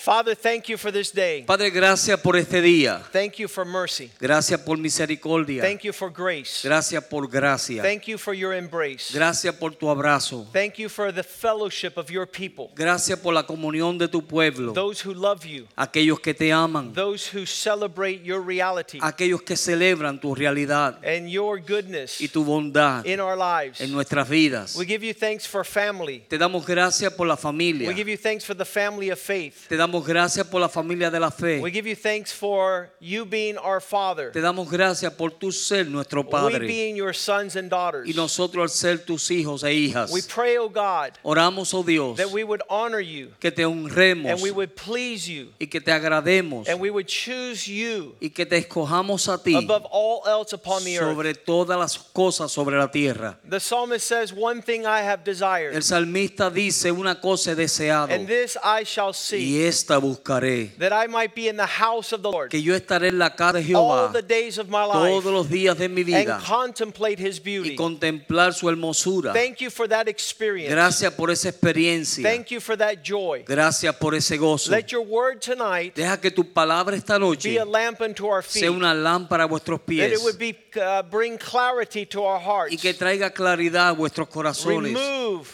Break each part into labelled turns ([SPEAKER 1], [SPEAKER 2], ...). [SPEAKER 1] Father, thank you for this day.
[SPEAKER 2] Padre, gracias por este día.
[SPEAKER 1] Thank you for mercy.
[SPEAKER 2] Gracias por misericordia.
[SPEAKER 1] Thank you for grace.
[SPEAKER 2] Gracias por gracia.
[SPEAKER 1] Thank you for your embrace.
[SPEAKER 2] Gracias por tu abrazo.
[SPEAKER 1] Thank you for the fellowship of your people,
[SPEAKER 2] Gracias por la comunión de tu pueblo.
[SPEAKER 1] those who love you,
[SPEAKER 2] Aquellos que te aman.
[SPEAKER 1] those who celebrate your reality
[SPEAKER 2] Aquellos que celebran tu realidad
[SPEAKER 1] and your goodness
[SPEAKER 2] y tu bondad
[SPEAKER 1] in our lives.
[SPEAKER 2] en nuestras vidas.
[SPEAKER 1] We give you thanks for family.
[SPEAKER 2] Te damos gracias por la familia.
[SPEAKER 1] We give you thanks for the family of faith.
[SPEAKER 2] Te damos gracias por la familia de la
[SPEAKER 1] We
[SPEAKER 2] fe.
[SPEAKER 1] give you thanks for you being our Father,
[SPEAKER 2] Te damos gracias por tu ser nuestro
[SPEAKER 1] we
[SPEAKER 2] Padre
[SPEAKER 1] being your sons and daughters.
[SPEAKER 2] y nosotros al ser tus hijos e hijas.
[SPEAKER 1] We pray, O God,
[SPEAKER 2] Oramos, oh Dios,
[SPEAKER 1] that we would honor you
[SPEAKER 2] que te honremos
[SPEAKER 1] and we would please you
[SPEAKER 2] y que te agrademos
[SPEAKER 1] and we would choose you
[SPEAKER 2] y que te escojamos a ti
[SPEAKER 1] above all else upon the earth.
[SPEAKER 2] sobre todas las cosas sobre la tierra.
[SPEAKER 1] The psalmist says, One thing I have
[SPEAKER 2] El
[SPEAKER 1] desired,
[SPEAKER 2] salmista dice una cosa he deseado
[SPEAKER 1] and this I shall
[SPEAKER 2] y
[SPEAKER 1] see,
[SPEAKER 2] esta buscaré,
[SPEAKER 1] that I might be in the house of the Lord
[SPEAKER 2] que yo estaré en la casa de
[SPEAKER 1] all
[SPEAKER 2] Jehová
[SPEAKER 1] the days of my
[SPEAKER 2] todos
[SPEAKER 1] life
[SPEAKER 2] los días de mi
[SPEAKER 1] and
[SPEAKER 2] vida
[SPEAKER 1] contemplate his
[SPEAKER 2] y
[SPEAKER 1] beauty.
[SPEAKER 2] contemplar su hermosura.
[SPEAKER 1] Thank you for that experience.
[SPEAKER 2] Gracias por esa experiencia.
[SPEAKER 1] Thank you for that joy.
[SPEAKER 2] Gracias por ese gozo.
[SPEAKER 1] Let your word tonight
[SPEAKER 2] Deja que tu palabra esta
[SPEAKER 1] be
[SPEAKER 2] noche
[SPEAKER 1] a lamp unto our feet,
[SPEAKER 2] sea una lámpara a vuestros
[SPEAKER 1] that
[SPEAKER 2] pies
[SPEAKER 1] it would be, uh, bring clarity to our
[SPEAKER 2] y
[SPEAKER 1] hearts,
[SPEAKER 2] que traiga claridad a vuestros corazones
[SPEAKER 1] remove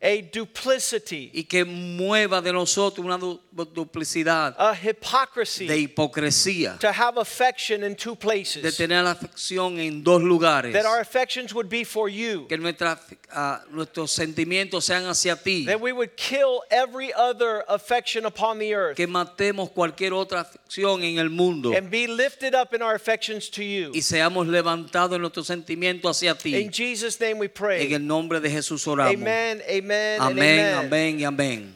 [SPEAKER 1] a duplicity,
[SPEAKER 2] y que mueva de nosotros una du- duplicidad
[SPEAKER 1] a
[SPEAKER 2] de
[SPEAKER 1] hypocrisy,
[SPEAKER 2] hipocresía,
[SPEAKER 1] to have affection in two
[SPEAKER 2] de
[SPEAKER 1] places.
[SPEAKER 2] tener afección en dos lugares,
[SPEAKER 1] that our affections would be for you,
[SPEAKER 2] que nuestra- ah, nuestros sentimientos sean hacia ti,
[SPEAKER 1] that we would kill every other affection upon the earth
[SPEAKER 2] que matemos cualquier otra afección en el mundo
[SPEAKER 1] and be lifted up in our affections to you.
[SPEAKER 2] y seamos levantados en nuestros sentimientos hacia ti.
[SPEAKER 1] In Jesus' name we
[SPEAKER 2] En
[SPEAKER 1] pray.
[SPEAKER 2] el nombre de Jesús oramos.
[SPEAKER 1] Amen, amen, and
[SPEAKER 2] Amén,
[SPEAKER 1] amen.
[SPEAKER 2] amén y amén.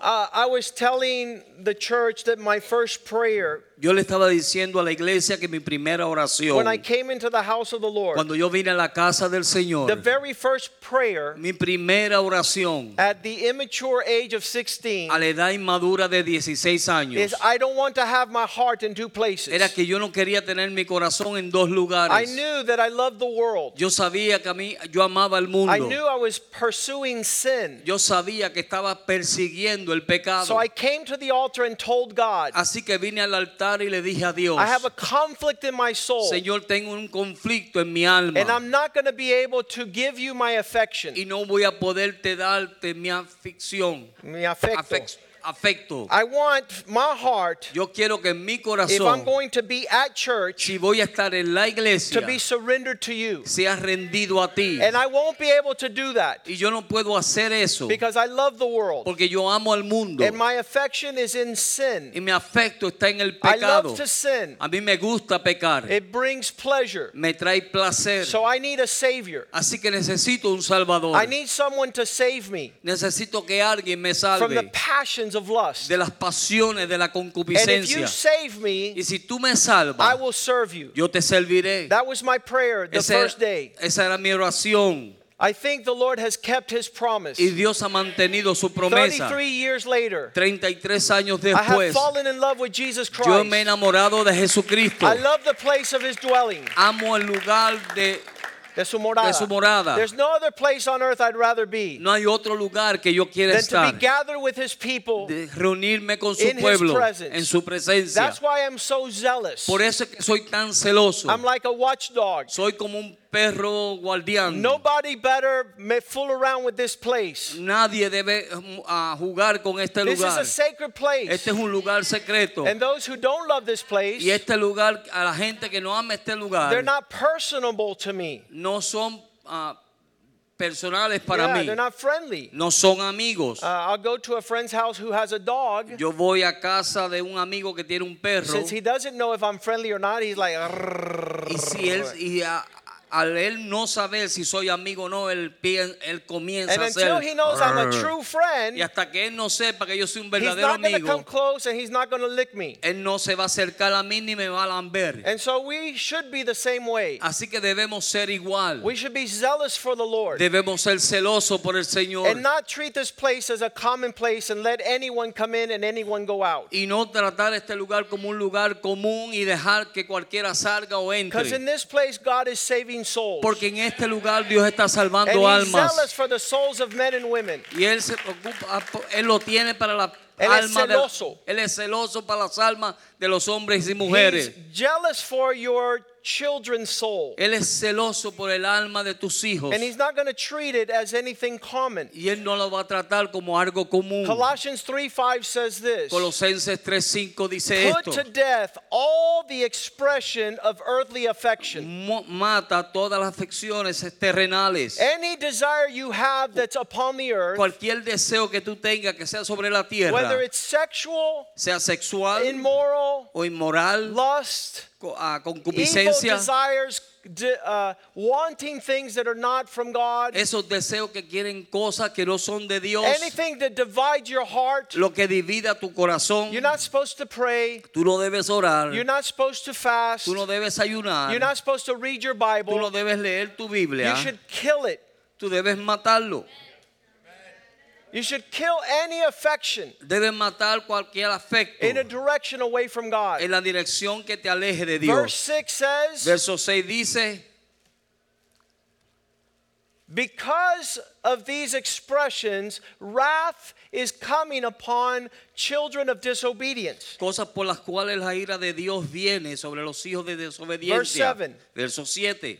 [SPEAKER 1] Uh, I was telling the church that my first prayer,
[SPEAKER 2] Yo le estaba diciendo a la iglesia que mi primera oración,
[SPEAKER 1] when I came into the house of the Lord,
[SPEAKER 2] cuando yo vine a la casa del
[SPEAKER 1] the
[SPEAKER 2] Señor,
[SPEAKER 1] very first prayer
[SPEAKER 2] mi primera oración
[SPEAKER 1] at the immature age of 16
[SPEAKER 2] a la edad inmadura de 16 años
[SPEAKER 1] is I don't want to have my heart in two places.
[SPEAKER 2] era que yo no quería tener mi corazón en dos
[SPEAKER 1] I
[SPEAKER 2] lugares.
[SPEAKER 1] knew that I loved the world.
[SPEAKER 2] Yo sabía que a mí yo amaba
[SPEAKER 1] I
[SPEAKER 2] el mundo.
[SPEAKER 1] knew I was pursuing sin.
[SPEAKER 2] Yo sabía que estaba persiguiendo el
[SPEAKER 1] So
[SPEAKER 2] pecado.
[SPEAKER 1] I came to the altar and told God,
[SPEAKER 2] Así que vine al altar y le dije a Dios,
[SPEAKER 1] I have a conflict in my soul,
[SPEAKER 2] Señor, tengo un conflicto en mi
[SPEAKER 1] and I'm
[SPEAKER 2] alma
[SPEAKER 1] not going to be able to give you my
[SPEAKER 2] y
[SPEAKER 1] affection.
[SPEAKER 2] no voy a poderte darte mi afición,
[SPEAKER 1] Mi afecto.
[SPEAKER 2] afec- afecto.
[SPEAKER 1] I want my heart,
[SPEAKER 2] Yo quiero que en mi
[SPEAKER 1] if I'm
[SPEAKER 2] corazón,
[SPEAKER 1] going to be at church,
[SPEAKER 2] si voy a estar en la
[SPEAKER 1] to
[SPEAKER 2] iglesia,
[SPEAKER 1] be surrendered to you.
[SPEAKER 2] sea rendido a ti.
[SPEAKER 1] And I won't be able to do that
[SPEAKER 2] Y yo no puedo hacer eso.
[SPEAKER 1] because I love the world,
[SPEAKER 2] Porque yo amo al mundo
[SPEAKER 1] and my affection is in
[SPEAKER 2] y
[SPEAKER 1] sin.
[SPEAKER 2] mi afecto está en el
[SPEAKER 1] I love
[SPEAKER 2] pecado.
[SPEAKER 1] to sin,
[SPEAKER 2] A mí me gusta pecar,
[SPEAKER 1] it brings pleasure.
[SPEAKER 2] me trae placer.
[SPEAKER 1] So I need a Savior.
[SPEAKER 2] Así que necesito un salvador.
[SPEAKER 1] I need someone to save me
[SPEAKER 2] Necesito que alguien me
[SPEAKER 1] from the
[SPEAKER 2] salve
[SPEAKER 1] passions of lust.
[SPEAKER 2] de las pasiones de la
[SPEAKER 1] And if you
[SPEAKER 2] concupiscencia.
[SPEAKER 1] save
[SPEAKER 2] Y
[SPEAKER 1] me,
[SPEAKER 2] si tú me
[SPEAKER 1] I
[SPEAKER 2] salvas,
[SPEAKER 1] will serve you.
[SPEAKER 2] yo te serviré.
[SPEAKER 1] That was my prayer the
[SPEAKER 2] Esa era-
[SPEAKER 1] first day.
[SPEAKER 2] esa era mi oración.
[SPEAKER 1] I think the Lord has kept his promise.
[SPEAKER 2] Y Dios ha mantenido su promesa.
[SPEAKER 1] 33 years later,
[SPEAKER 2] 33 años
[SPEAKER 1] I have
[SPEAKER 2] después,
[SPEAKER 1] fallen in love with Jesus
[SPEAKER 2] yo me he
[SPEAKER 1] Christ.
[SPEAKER 2] enamorado de Jesucristo.
[SPEAKER 1] I love the place of his dwelling,
[SPEAKER 2] Amo el lugar de
[SPEAKER 1] de su morada.
[SPEAKER 2] De su morada.
[SPEAKER 1] There's no other place on earth I'd rather be
[SPEAKER 2] No hay otro lugar que yo quiera
[SPEAKER 1] than to
[SPEAKER 2] estar.
[SPEAKER 1] be gathered with his people.
[SPEAKER 2] De reunirme con su
[SPEAKER 1] in his
[SPEAKER 2] pueblo
[SPEAKER 1] presence.
[SPEAKER 2] en su presencia.
[SPEAKER 1] That's why I'm so zealous.
[SPEAKER 2] Por eso es que soy tan celoso.
[SPEAKER 1] I'm like a watchdog.
[SPEAKER 2] Soy como un perro guardián.
[SPEAKER 1] Nobody better may fool around with this place.
[SPEAKER 2] Nadie debe mm, ah, jugar con este
[SPEAKER 1] This is
[SPEAKER 2] lugar.
[SPEAKER 1] a sacred place.
[SPEAKER 2] Este es un lugar secreto.
[SPEAKER 1] And those who don't love this place,
[SPEAKER 2] Y este lugar, a la gente que no ama este
[SPEAKER 1] they're
[SPEAKER 2] lugar,
[SPEAKER 1] not personable to me.
[SPEAKER 2] no son ah, personales para
[SPEAKER 1] yeah,
[SPEAKER 2] mí.
[SPEAKER 1] they're not friendly.
[SPEAKER 2] No son amigos.
[SPEAKER 1] Uh, I'll go to a friend's house who has a dog.
[SPEAKER 2] Yo voy a casa de un amigo que tiene un perro.
[SPEAKER 1] Since he doesn't know if I'm friendly or not, he's like, "Rrrr."
[SPEAKER 2] Y si él y a- al él no saber si soy amigo o no, él, pien- él comienza
[SPEAKER 1] And
[SPEAKER 2] a
[SPEAKER 1] until
[SPEAKER 2] hacer.
[SPEAKER 1] he knows I'm a true
[SPEAKER 2] y
[SPEAKER 1] friend,
[SPEAKER 2] hasta que él no sepa que yo soy un
[SPEAKER 1] he's
[SPEAKER 2] verdadero
[SPEAKER 1] not going to come
[SPEAKER 2] amigo, Eh.
[SPEAKER 1] close and he's not going to lick me.
[SPEAKER 2] él no se va a acercar a mí ni me va a lamber.
[SPEAKER 1] And so we should be the same way.
[SPEAKER 2] Así que debemos ser igual.
[SPEAKER 1] We should be zealous for the Lord
[SPEAKER 2] Debemos ser celosos por el Señor.
[SPEAKER 1] and not treat this place as a common place and let anyone come in and anyone go out.
[SPEAKER 2] Y no tratar este lugar como un lugar común y dejar que cualquiera salga o
[SPEAKER 1] Because in
[SPEAKER 2] entre.
[SPEAKER 1] this place, God is saving souls.
[SPEAKER 2] Porque en este lugar Dios está
[SPEAKER 1] And
[SPEAKER 2] salvando
[SPEAKER 1] he's
[SPEAKER 2] almas.
[SPEAKER 1] zealous for the souls of men and women.
[SPEAKER 2] Y él se preocupa, él lo tiene para la
[SPEAKER 1] Él es
[SPEAKER 2] alma de-
[SPEAKER 1] celoso.
[SPEAKER 2] él es celoso para las almas de los hombres y
[SPEAKER 1] He's
[SPEAKER 2] mujeres.
[SPEAKER 1] jealous for your children's soul.
[SPEAKER 2] Él es celoso por el alma de tus hijos.
[SPEAKER 1] And he's not going to treat it as anything common.
[SPEAKER 2] Y él no lo va a tratar como algo común.
[SPEAKER 1] Colossians 3 5 says this
[SPEAKER 2] Colosenses 3:5 dice
[SPEAKER 1] Put
[SPEAKER 2] esto.
[SPEAKER 1] to death all the expression of earthly affection.
[SPEAKER 2] Mo- Mata todas las afecciones terrenales.
[SPEAKER 1] Any desire you have that's upon the earth,
[SPEAKER 2] Cualquier deseo que tú tengas que sea sobre la
[SPEAKER 1] whether
[SPEAKER 2] tierra,
[SPEAKER 1] it's sexual,
[SPEAKER 2] sea sexual
[SPEAKER 1] immoral,
[SPEAKER 2] o inmoral,
[SPEAKER 1] lust,
[SPEAKER 2] co- ah,
[SPEAKER 1] evil
[SPEAKER 2] concupiscencia,
[SPEAKER 1] desires, de- uh, wanting things that are not from God,
[SPEAKER 2] esos deseos que quieren cosas que no son de Dios.
[SPEAKER 1] anything to divide your heart.
[SPEAKER 2] lo que divida tu corazón.
[SPEAKER 1] You're not supposed to pray.
[SPEAKER 2] Tú no debes orar.
[SPEAKER 1] You're not supposed to fast.
[SPEAKER 2] Tú no debes
[SPEAKER 1] You're
[SPEAKER 2] ayunar.
[SPEAKER 1] not supposed to read your
[SPEAKER 2] Tú no
[SPEAKER 1] Bible.
[SPEAKER 2] debes leer tu
[SPEAKER 1] You
[SPEAKER 2] Biblia.
[SPEAKER 1] should kill it.
[SPEAKER 2] Tú debes matarlo.
[SPEAKER 1] You should kill any affection
[SPEAKER 2] Debes matar cualquier afecto
[SPEAKER 1] in a direction away from God.
[SPEAKER 2] en la dirección que te aleje de
[SPEAKER 1] Verse
[SPEAKER 2] Dios.
[SPEAKER 1] 6 says,
[SPEAKER 2] Verso 6 dice,
[SPEAKER 1] Because of these expressions, wrath is coming upon children of disobedience.
[SPEAKER 2] cosas por las cuales la ira de Dios viene sobre los hijos de
[SPEAKER 1] Verse
[SPEAKER 2] desobediencia.
[SPEAKER 1] seven.
[SPEAKER 2] Verso 7.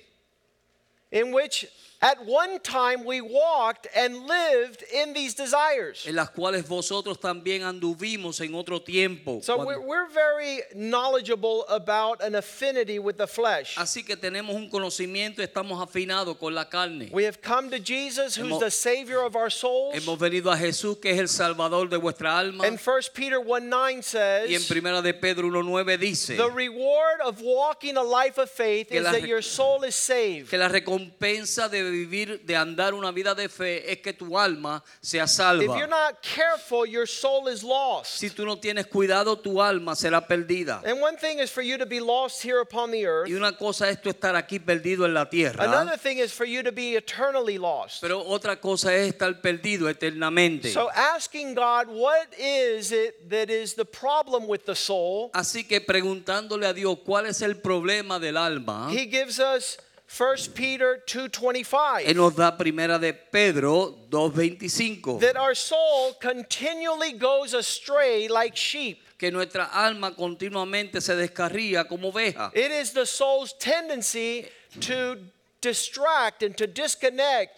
[SPEAKER 1] in which at one time we walked and lived in these desires.
[SPEAKER 2] En las cuales vosotros también anduvimos en otro tiempo.
[SPEAKER 1] So
[SPEAKER 2] Cuando-
[SPEAKER 1] we're, we're very knowledgeable about an affinity with the flesh.
[SPEAKER 2] Así que tenemos un conocimiento, estamos afinados con la carne.
[SPEAKER 1] We have come to Jesus, who's
[SPEAKER 2] Hemos-
[SPEAKER 1] the Savior of our souls.
[SPEAKER 2] Hemos venido a Jesús que es el salvador de vuestra alma.
[SPEAKER 1] And 1 Peter 1 9
[SPEAKER 2] Y en
[SPEAKER 1] says,
[SPEAKER 2] primera de Pedro 1:9 dice
[SPEAKER 1] The reward of walking a life of faith
[SPEAKER 2] Que
[SPEAKER 1] is
[SPEAKER 2] la
[SPEAKER 1] that
[SPEAKER 2] re-
[SPEAKER 1] your soul is
[SPEAKER 2] que
[SPEAKER 1] saved.
[SPEAKER 2] la recompensa de vivir de andar una vida de fe es que tu alma sea
[SPEAKER 1] If you're
[SPEAKER 2] salva.
[SPEAKER 1] not careful, your soul is lost.
[SPEAKER 2] Si tú no tienes cuidado, tu alma será perdida.
[SPEAKER 1] And one thing is for you to be lost here upon the earth,
[SPEAKER 2] Y una cosa es tú estar aquí perdido en la
[SPEAKER 1] another
[SPEAKER 2] tierra, ¿ah?
[SPEAKER 1] thing is for you to be eternally lost.
[SPEAKER 2] pero otra cosa es estar perdido eternamente.
[SPEAKER 1] So asking God, what is it that is the problem with the soul?
[SPEAKER 2] Así que preguntándole a Dios cuál es el problema del alma,
[SPEAKER 1] He gives us 1 Peter
[SPEAKER 2] él
[SPEAKER 1] 2:25
[SPEAKER 2] nos da primera de Pedro 2:25.
[SPEAKER 1] that our soul continually goes astray like sheep.
[SPEAKER 2] que nuestra alma continuamente se descarría como oveja.
[SPEAKER 1] It is the soul's tendency to distract and to disconnect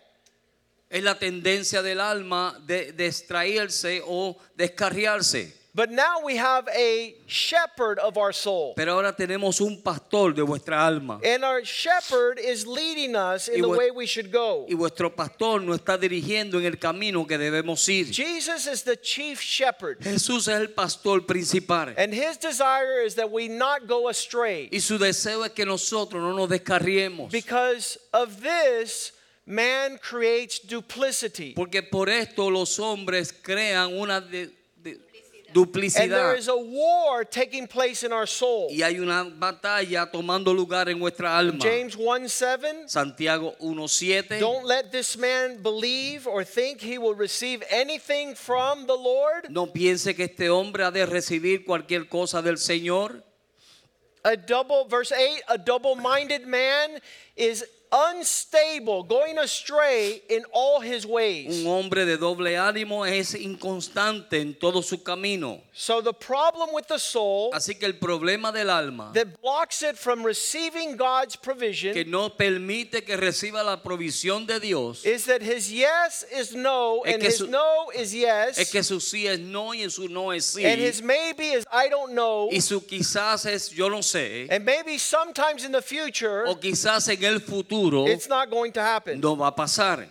[SPEAKER 2] Es la tendencia del alma de distraerse o descarriarse.
[SPEAKER 1] But now we have a shepherd of our soul.
[SPEAKER 2] Pero ahora tenemos un pastor de vuestra alma.
[SPEAKER 1] And our shepherd is leading us
[SPEAKER 2] Y
[SPEAKER 1] in the
[SPEAKER 2] vues-
[SPEAKER 1] way we should go.
[SPEAKER 2] Y vuestro pastor nos está dirigiendo en el camino que debemos ir.
[SPEAKER 1] Jesus is the chief shepherd.
[SPEAKER 2] Jesús es el pastor principal.
[SPEAKER 1] And his desire is that we not go astray.
[SPEAKER 2] Y su deseo es que nosotros no nos descarriemos.
[SPEAKER 1] Because of this, man creates duplicity.
[SPEAKER 2] Porque por esto los hombres crean una de- de-
[SPEAKER 1] And there
[SPEAKER 2] duplicidad.
[SPEAKER 1] is a war taking place in our soul.
[SPEAKER 2] Y hay una batalla tomando lugar en nuestra alma.
[SPEAKER 1] James 1 7.
[SPEAKER 2] Santiago 1.7
[SPEAKER 1] Don't let this man believe or think he will receive anything from the Lord.
[SPEAKER 2] No piense que este hombre ha de recibir cualquier cosa del Señor.
[SPEAKER 1] A double, verse 8, a double minded man is unstable, going astray in all his
[SPEAKER 2] Un
[SPEAKER 1] ways.
[SPEAKER 2] hombre de doble ánimo es inconstante en todo su camino.
[SPEAKER 1] So, the problem with the soul
[SPEAKER 2] Así que el problema del alma
[SPEAKER 1] that blocks it from receiving God's
[SPEAKER 2] que
[SPEAKER 1] provision
[SPEAKER 2] no permite que reciba la provisión de Dios
[SPEAKER 1] is that his yes is no,
[SPEAKER 2] Es
[SPEAKER 1] and
[SPEAKER 2] que
[SPEAKER 1] his
[SPEAKER 2] su-
[SPEAKER 1] no is yes,
[SPEAKER 2] es que su sí es no y su no es sí.
[SPEAKER 1] and his maybe is I don't know,
[SPEAKER 2] Y su quizás es yo no sé.
[SPEAKER 1] and maybe sometimes in the future
[SPEAKER 2] O quizás en el futuro
[SPEAKER 1] it's not going to happen.
[SPEAKER 2] no va a pasar.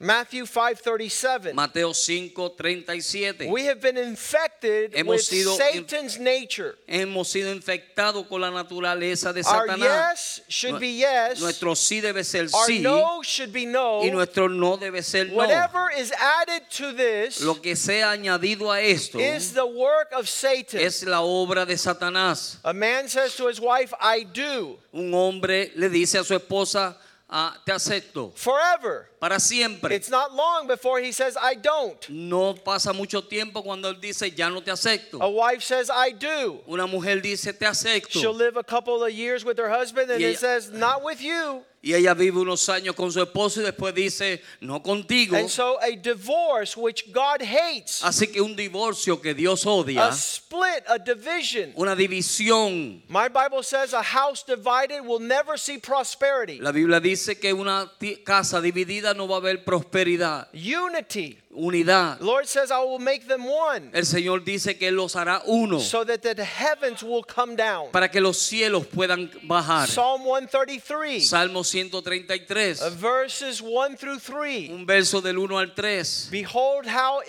[SPEAKER 1] Matthew 5:37.
[SPEAKER 2] Mateo 5, 37.
[SPEAKER 1] We have been infected
[SPEAKER 2] Hemos
[SPEAKER 1] with
[SPEAKER 2] sido in-
[SPEAKER 1] Satan's nature.
[SPEAKER 2] Hemos sido infectados con la naturaleza de
[SPEAKER 1] Our
[SPEAKER 2] Satanás.
[SPEAKER 1] yes should
[SPEAKER 2] Nue-
[SPEAKER 1] be yes.
[SPEAKER 2] Nuestro sí debe ser
[SPEAKER 1] Our
[SPEAKER 2] sí
[SPEAKER 1] no should be no.
[SPEAKER 2] y nuestro no debe ser no.
[SPEAKER 1] Whatever is added to this
[SPEAKER 2] Lo que sea añadido a esto
[SPEAKER 1] is the work of Satan.
[SPEAKER 2] es la obra de Satanás.
[SPEAKER 1] A man says to his wife, I do
[SPEAKER 2] Un hombre le dice a su esposa, "Ah, te acepto
[SPEAKER 1] forever.
[SPEAKER 2] para siempre.
[SPEAKER 1] It's not long before he says, I don't.
[SPEAKER 2] No pasa mucho tiempo cuando él dice, ya no te acepto.
[SPEAKER 1] A wife says, I do.
[SPEAKER 2] Una mujer dice, te
[SPEAKER 1] She'll
[SPEAKER 2] acepto.
[SPEAKER 1] live a couple of years with her husband and
[SPEAKER 2] Y
[SPEAKER 1] he
[SPEAKER 2] ella-
[SPEAKER 1] says, Not with you.
[SPEAKER 2] Y ella vive unos años con su esposo y después dice, no contigo.
[SPEAKER 1] And so a divorce, which God hates,
[SPEAKER 2] Así que un divorcio que Dios odia,
[SPEAKER 1] a split, a division.
[SPEAKER 2] una división.
[SPEAKER 1] My Bible says a house divided will never see prosperity.
[SPEAKER 2] La Biblia dice que una ti- casa dividida no va a haber prosperidad,
[SPEAKER 1] Unity.
[SPEAKER 2] unidad.
[SPEAKER 1] The Lord says, I will make them one
[SPEAKER 2] El Señor dice que Él los hará uno
[SPEAKER 1] so that the heavens will come down.
[SPEAKER 2] para que los cielos puedan bajar.
[SPEAKER 1] Psalm 133,
[SPEAKER 2] Salmo 133,
[SPEAKER 1] uh, verses 1 through 3.
[SPEAKER 2] un verso del 1 al 3.
[SPEAKER 1] Behold, how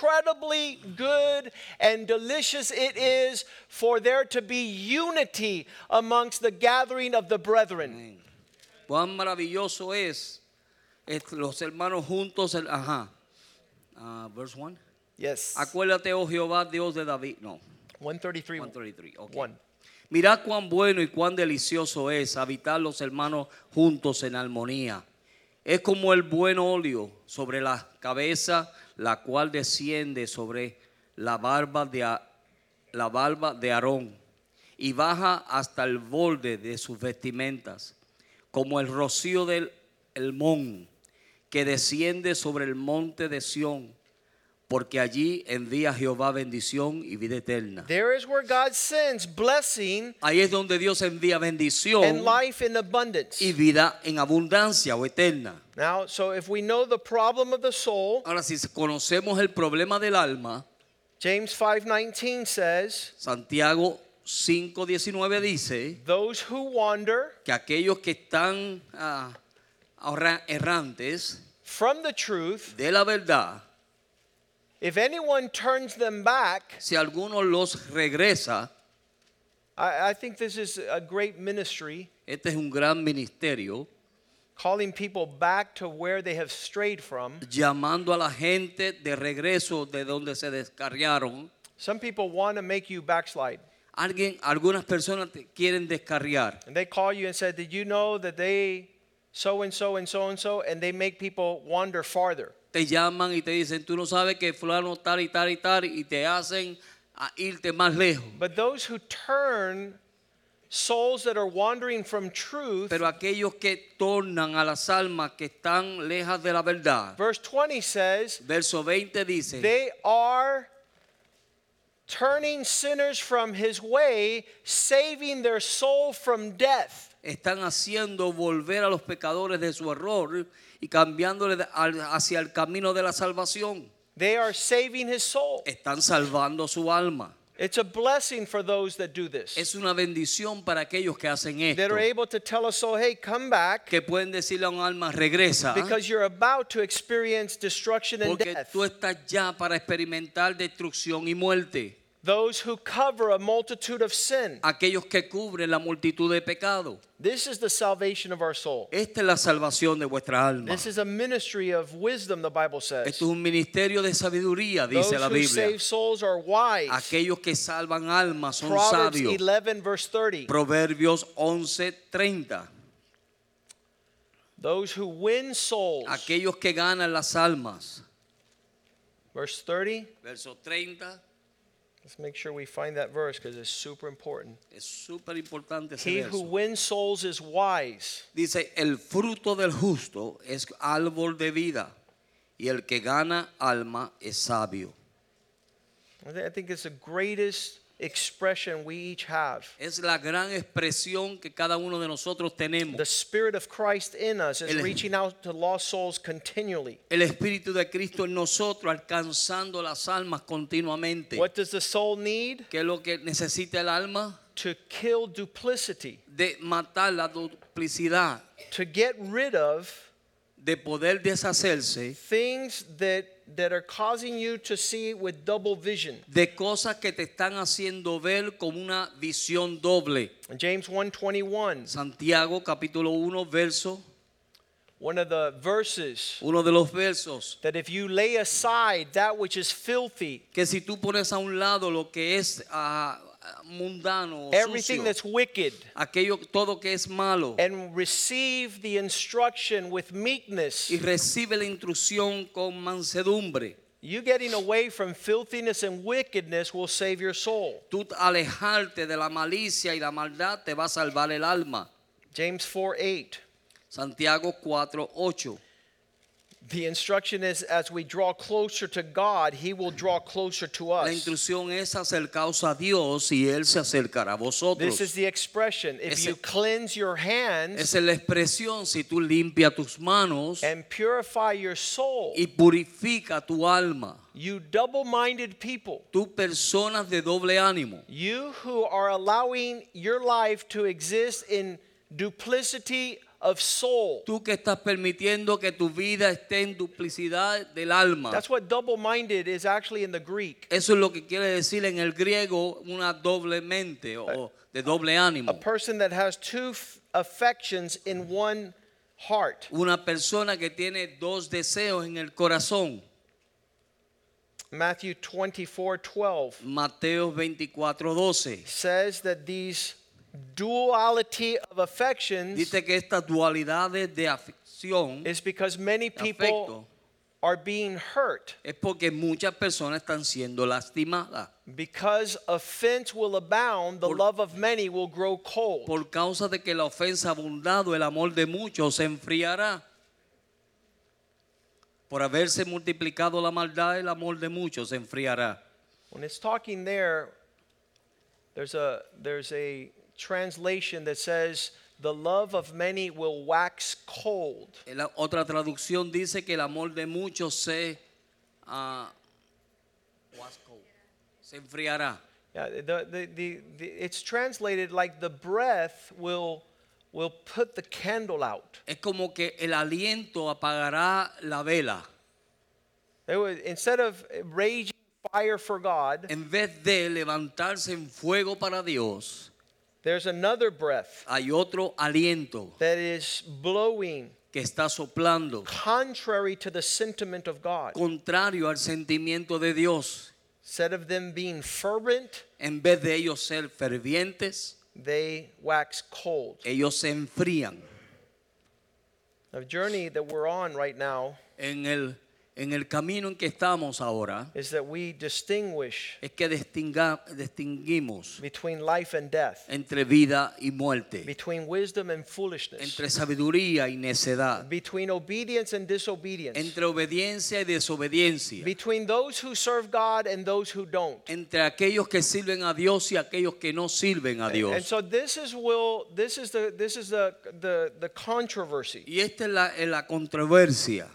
[SPEAKER 1] incredibly good and delicious it is for there to be unity amongst the gathering of the brethren.
[SPEAKER 2] Cuán maravilloso es, es los hermanos juntos. el- ajá. Ah, verse 1.
[SPEAKER 1] Yes.
[SPEAKER 2] Acuérdate, oh Jehová, Dios de David. No.
[SPEAKER 1] 133.
[SPEAKER 2] 133, ok.
[SPEAKER 1] One.
[SPEAKER 2] Mirad cuán bueno y cuán delicioso es habitar los hermanos juntos en armonía. Es como el buen óleo sobre la cabeza, la cual desciende sobre la barba de, A- la barba de Aarón y baja hasta el borde de sus vestimentas, como el rocío del Elmón que desciende sobre el monte de Sión, porque allí envía Jehová bendición y vida eterna.
[SPEAKER 1] There is where God sends blessing
[SPEAKER 2] Ahí es donde Dios envía bendición
[SPEAKER 1] and life in abundance.
[SPEAKER 2] y vida en abundancia o eterna.
[SPEAKER 1] Now, so if we know the problem of the soul,
[SPEAKER 2] Ahora, si conocemos el problema del alma,
[SPEAKER 1] James 5:19 says,
[SPEAKER 2] Santiago 5.19 dice
[SPEAKER 1] "Those who wander
[SPEAKER 2] que aquellos que están ah, ahorra- errantes
[SPEAKER 1] from the truth,
[SPEAKER 2] de la verdad,
[SPEAKER 1] if anyone turns them back,
[SPEAKER 2] si alguno los regresa,
[SPEAKER 1] I, I think this is a great ministry,
[SPEAKER 2] este es un gran ministerio,
[SPEAKER 1] calling people back to where they have strayed from.
[SPEAKER 2] llamando a la gente de regreso de donde se descarriaron.
[SPEAKER 1] Some people want to make you backslide,
[SPEAKER 2] Alguien, algunas personas te quieren descarriar.
[SPEAKER 1] and they call you and said, "Did you know that they so and so and so and so, and they make people wander farther."
[SPEAKER 2] te llaman y te dicen, tú no sabes que fulano tal y tal y tal, y te hacen a irte más lejos.
[SPEAKER 1] But those who turn souls that are wandering from truth
[SPEAKER 2] Pero aquellos que tornan a las almas que están lejas de la verdad,
[SPEAKER 1] Verse 20 says,
[SPEAKER 2] verso 20 dice,
[SPEAKER 1] They are turning sinners from his way, saving their soul from death.
[SPEAKER 2] están haciendo volver a los pecadores de su error y cambiándole de- al- hacia el camino de la salvación.
[SPEAKER 1] They are saving his soul.
[SPEAKER 2] Están salvando su alma.
[SPEAKER 1] It's a blessing for those that do this,
[SPEAKER 2] Es una bendición para aquellos que hacen
[SPEAKER 1] that
[SPEAKER 2] esto,
[SPEAKER 1] are able to tell us, so hey, come back,
[SPEAKER 2] que pueden decirle a un alma, regresa.
[SPEAKER 1] because you're about to experience destruction and
[SPEAKER 2] Porque
[SPEAKER 1] death.
[SPEAKER 2] tú estás ya para experimentar destrucción y muerte.
[SPEAKER 1] Those who cover a multitude of sin.
[SPEAKER 2] Aquellos que cubren la multitud de pecados.
[SPEAKER 1] This is the salvation of our soul.
[SPEAKER 2] Esta es la salvación de vuestra alma.
[SPEAKER 1] This
[SPEAKER 2] Esto
[SPEAKER 1] is a ministry of wisdom, the Bible says.
[SPEAKER 2] es un ministerio de sabiduría,
[SPEAKER 1] Those
[SPEAKER 2] dice la
[SPEAKER 1] who
[SPEAKER 2] Biblia.
[SPEAKER 1] save souls are wise.
[SPEAKER 2] Aquellos que salvan almas son
[SPEAKER 1] Proverbs
[SPEAKER 2] sabios.
[SPEAKER 1] 11, verse 30.
[SPEAKER 2] Proverbios 11:30.
[SPEAKER 1] Those who win souls.
[SPEAKER 2] Aquellos que ganan las almas.
[SPEAKER 1] Verse 30.
[SPEAKER 2] Verso 30.
[SPEAKER 1] Let's make sure we find that verse because it's super important.
[SPEAKER 2] Es súper importante ese
[SPEAKER 1] He who
[SPEAKER 2] verso.
[SPEAKER 1] wins souls is wise.
[SPEAKER 2] Dice, el fruto del justo es árbol de vida y el que gana alma es sabio.
[SPEAKER 1] I thi- I think it's the greatest expression we each have.
[SPEAKER 2] Es la gran expresión que cada uno de nosotros tenemos.
[SPEAKER 1] The Spirit of Christ in us is
[SPEAKER 2] El-
[SPEAKER 1] reaching out to lost souls continually.
[SPEAKER 2] El Espíritu de Cristo en nosotros alcanzando las almas continuamente.
[SPEAKER 1] What does the soul need?
[SPEAKER 2] ¿Qué es lo que necesita el alma?
[SPEAKER 1] To kill duplicity,
[SPEAKER 2] De matar la duplicidad,
[SPEAKER 1] to get rid of
[SPEAKER 2] de poder deshacerse
[SPEAKER 1] things that, that are causing you to see with double vision.
[SPEAKER 2] de cosas que te están haciendo ver como una visión doble.
[SPEAKER 1] James 1:21,
[SPEAKER 2] Santiago capítulo 1, verso,
[SPEAKER 1] one of the verses
[SPEAKER 2] uno de los versos,
[SPEAKER 1] that if you lay aside that which is filthy,
[SPEAKER 2] que si tú pones a un lado lo que es ah, mundano, o
[SPEAKER 1] everything
[SPEAKER 2] sucio,
[SPEAKER 1] that's wicked,
[SPEAKER 2] aquello todo que es malo,
[SPEAKER 1] and receive the instruction with meekness,
[SPEAKER 2] y recibe la instrucción con mansedumbre,
[SPEAKER 1] you getting away from filthiness and wickedness will save your soul.
[SPEAKER 2] tú alejarte de la malicia y la maldad te va a salvar el alma.
[SPEAKER 1] James 4:8.
[SPEAKER 2] Santiago 4, 8.
[SPEAKER 1] The instruction is as we draw closer to God, He will draw closer to
[SPEAKER 2] La
[SPEAKER 1] us.
[SPEAKER 2] instrucción es acercaos a Dios y Él se acercará a vosotros.
[SPEAKER 1] This is the expression. If
[SPEAKER 2] Ese-
[SPEAKER 1] you cleanse your hands
[SPEAKER 2] Esa es la expresión si tú limpias tus manos
[SPEAKER 1] and purify your soul,
[SPEAKER 2] y purifica tu alma.
[SPEAKER 1] you double minded people,
[SPEAKER 2] Tú personas de doble ánimo,
[SPEAKER 1] you who are allowing your life to exist in duplicity of soul.
[SPEAKER 2] tú que estás permitiendo que tu vida esté en duplicidad del alma.
[SPEAKER 1] That's what double minded is actually in the Greek.
[SPEAKER 2] Eso es lo que quiere decir en el griego una doble mente o de doble
[SPEAKER 1] A
[SPEAKER 2] ánimo.
[SPEAKER 1] person that has two f- affections in one heart.
[SPEAKER 2] Una persona que tiene dos deseos en el corazón.
[SPEAKER 1] Matthew 24 12.
[SPEAKER 2] Mateo 24, 12.
[SPEAKER 1] says that these duality of affections
[SPEAKER 2] Dice que estas dualidades de afección,
[SPEAKER 1] is because many
[SPEAKER 2] de
[SPEAKER 1] people
[SPEAKER 2] afecto,
[SPEAKER 1] are being hurt
[SPEAKER 2] es porque muchas personas están siendo lastimadas.
[SPEAKER 1] because offense will abound the
[SPEAKER 2] Por-
[SPEAKER 1] love of many will grow cold
[SPEAKER 2] Por causa de que la ofensa ha abundado, el amor de muchos se enfriará. Por haberse multiplicado la maldad, el amor de muchos se enfriará.
[SPEAKER 1] when it's talking there there's a there's a translation that says the love of many will wax cold
[SPEAKER 2] En La otra traducción dice que el amor de muchos se, ah, se enfriará.
[SPEAKER 1] yeah, the, the, the, the, it's translated like the breath will will put the candle out
[SPEAKER 2] Es como que el aliento apagará la vela.
[SPEAKER 1] They would, instead of raging fire for God,
[SPEAKER 2] En vez de levantarse en fuego para Dios,
[SPEAKER 1] there's another breath
[SPEAKER 2] hay otro aliento
[SPEAKER 1] that is blowing
[SPEAKER 2] que está soplando,
[SPEAKER 1] contrary to the sentiment of God.
[SPEAKER 2] contrario al sentimiento de Dios.
[SPEAKER 1] Instead of them being fervent,
[SPEAKER 2] En vez de ellos ser fervientes,
[SPEAKER 1] they wax cold.
[SPEAKER 2] ellos se enfrían.
[SPEAKER 1] The journey that we're on right now
[SPEAKER 2] En el, en el camino en que estamos ahora,
[SPEAKER 1] is that we distinguish
[SPEAKER 2] es que distinga- distinguimos
[SPEAKER 1] between life and death,
[SPEAKER 2] entre vida y muerte,
[SPEAKER 1] between wisdom and foolishness,
[SPEAKER 2] entre sabiduría y necedad,
[SPEAKER 1] between obedience and disobedience,
[SPEAKER 2] entre obediencia y desobediencia,
[SPEAKER 1] between those who serve God and those who don't.
[SPEAKER 2] entre aquellos que sirven a Dios y aquellos que no sirven a
[SPEAKER 1] And
[SPEAKER 2] Dios.
[SPEAKER 1] so this is will this is the this is the the, the controversy.
[SPEAKER 2] Y esta es la, es la controversia.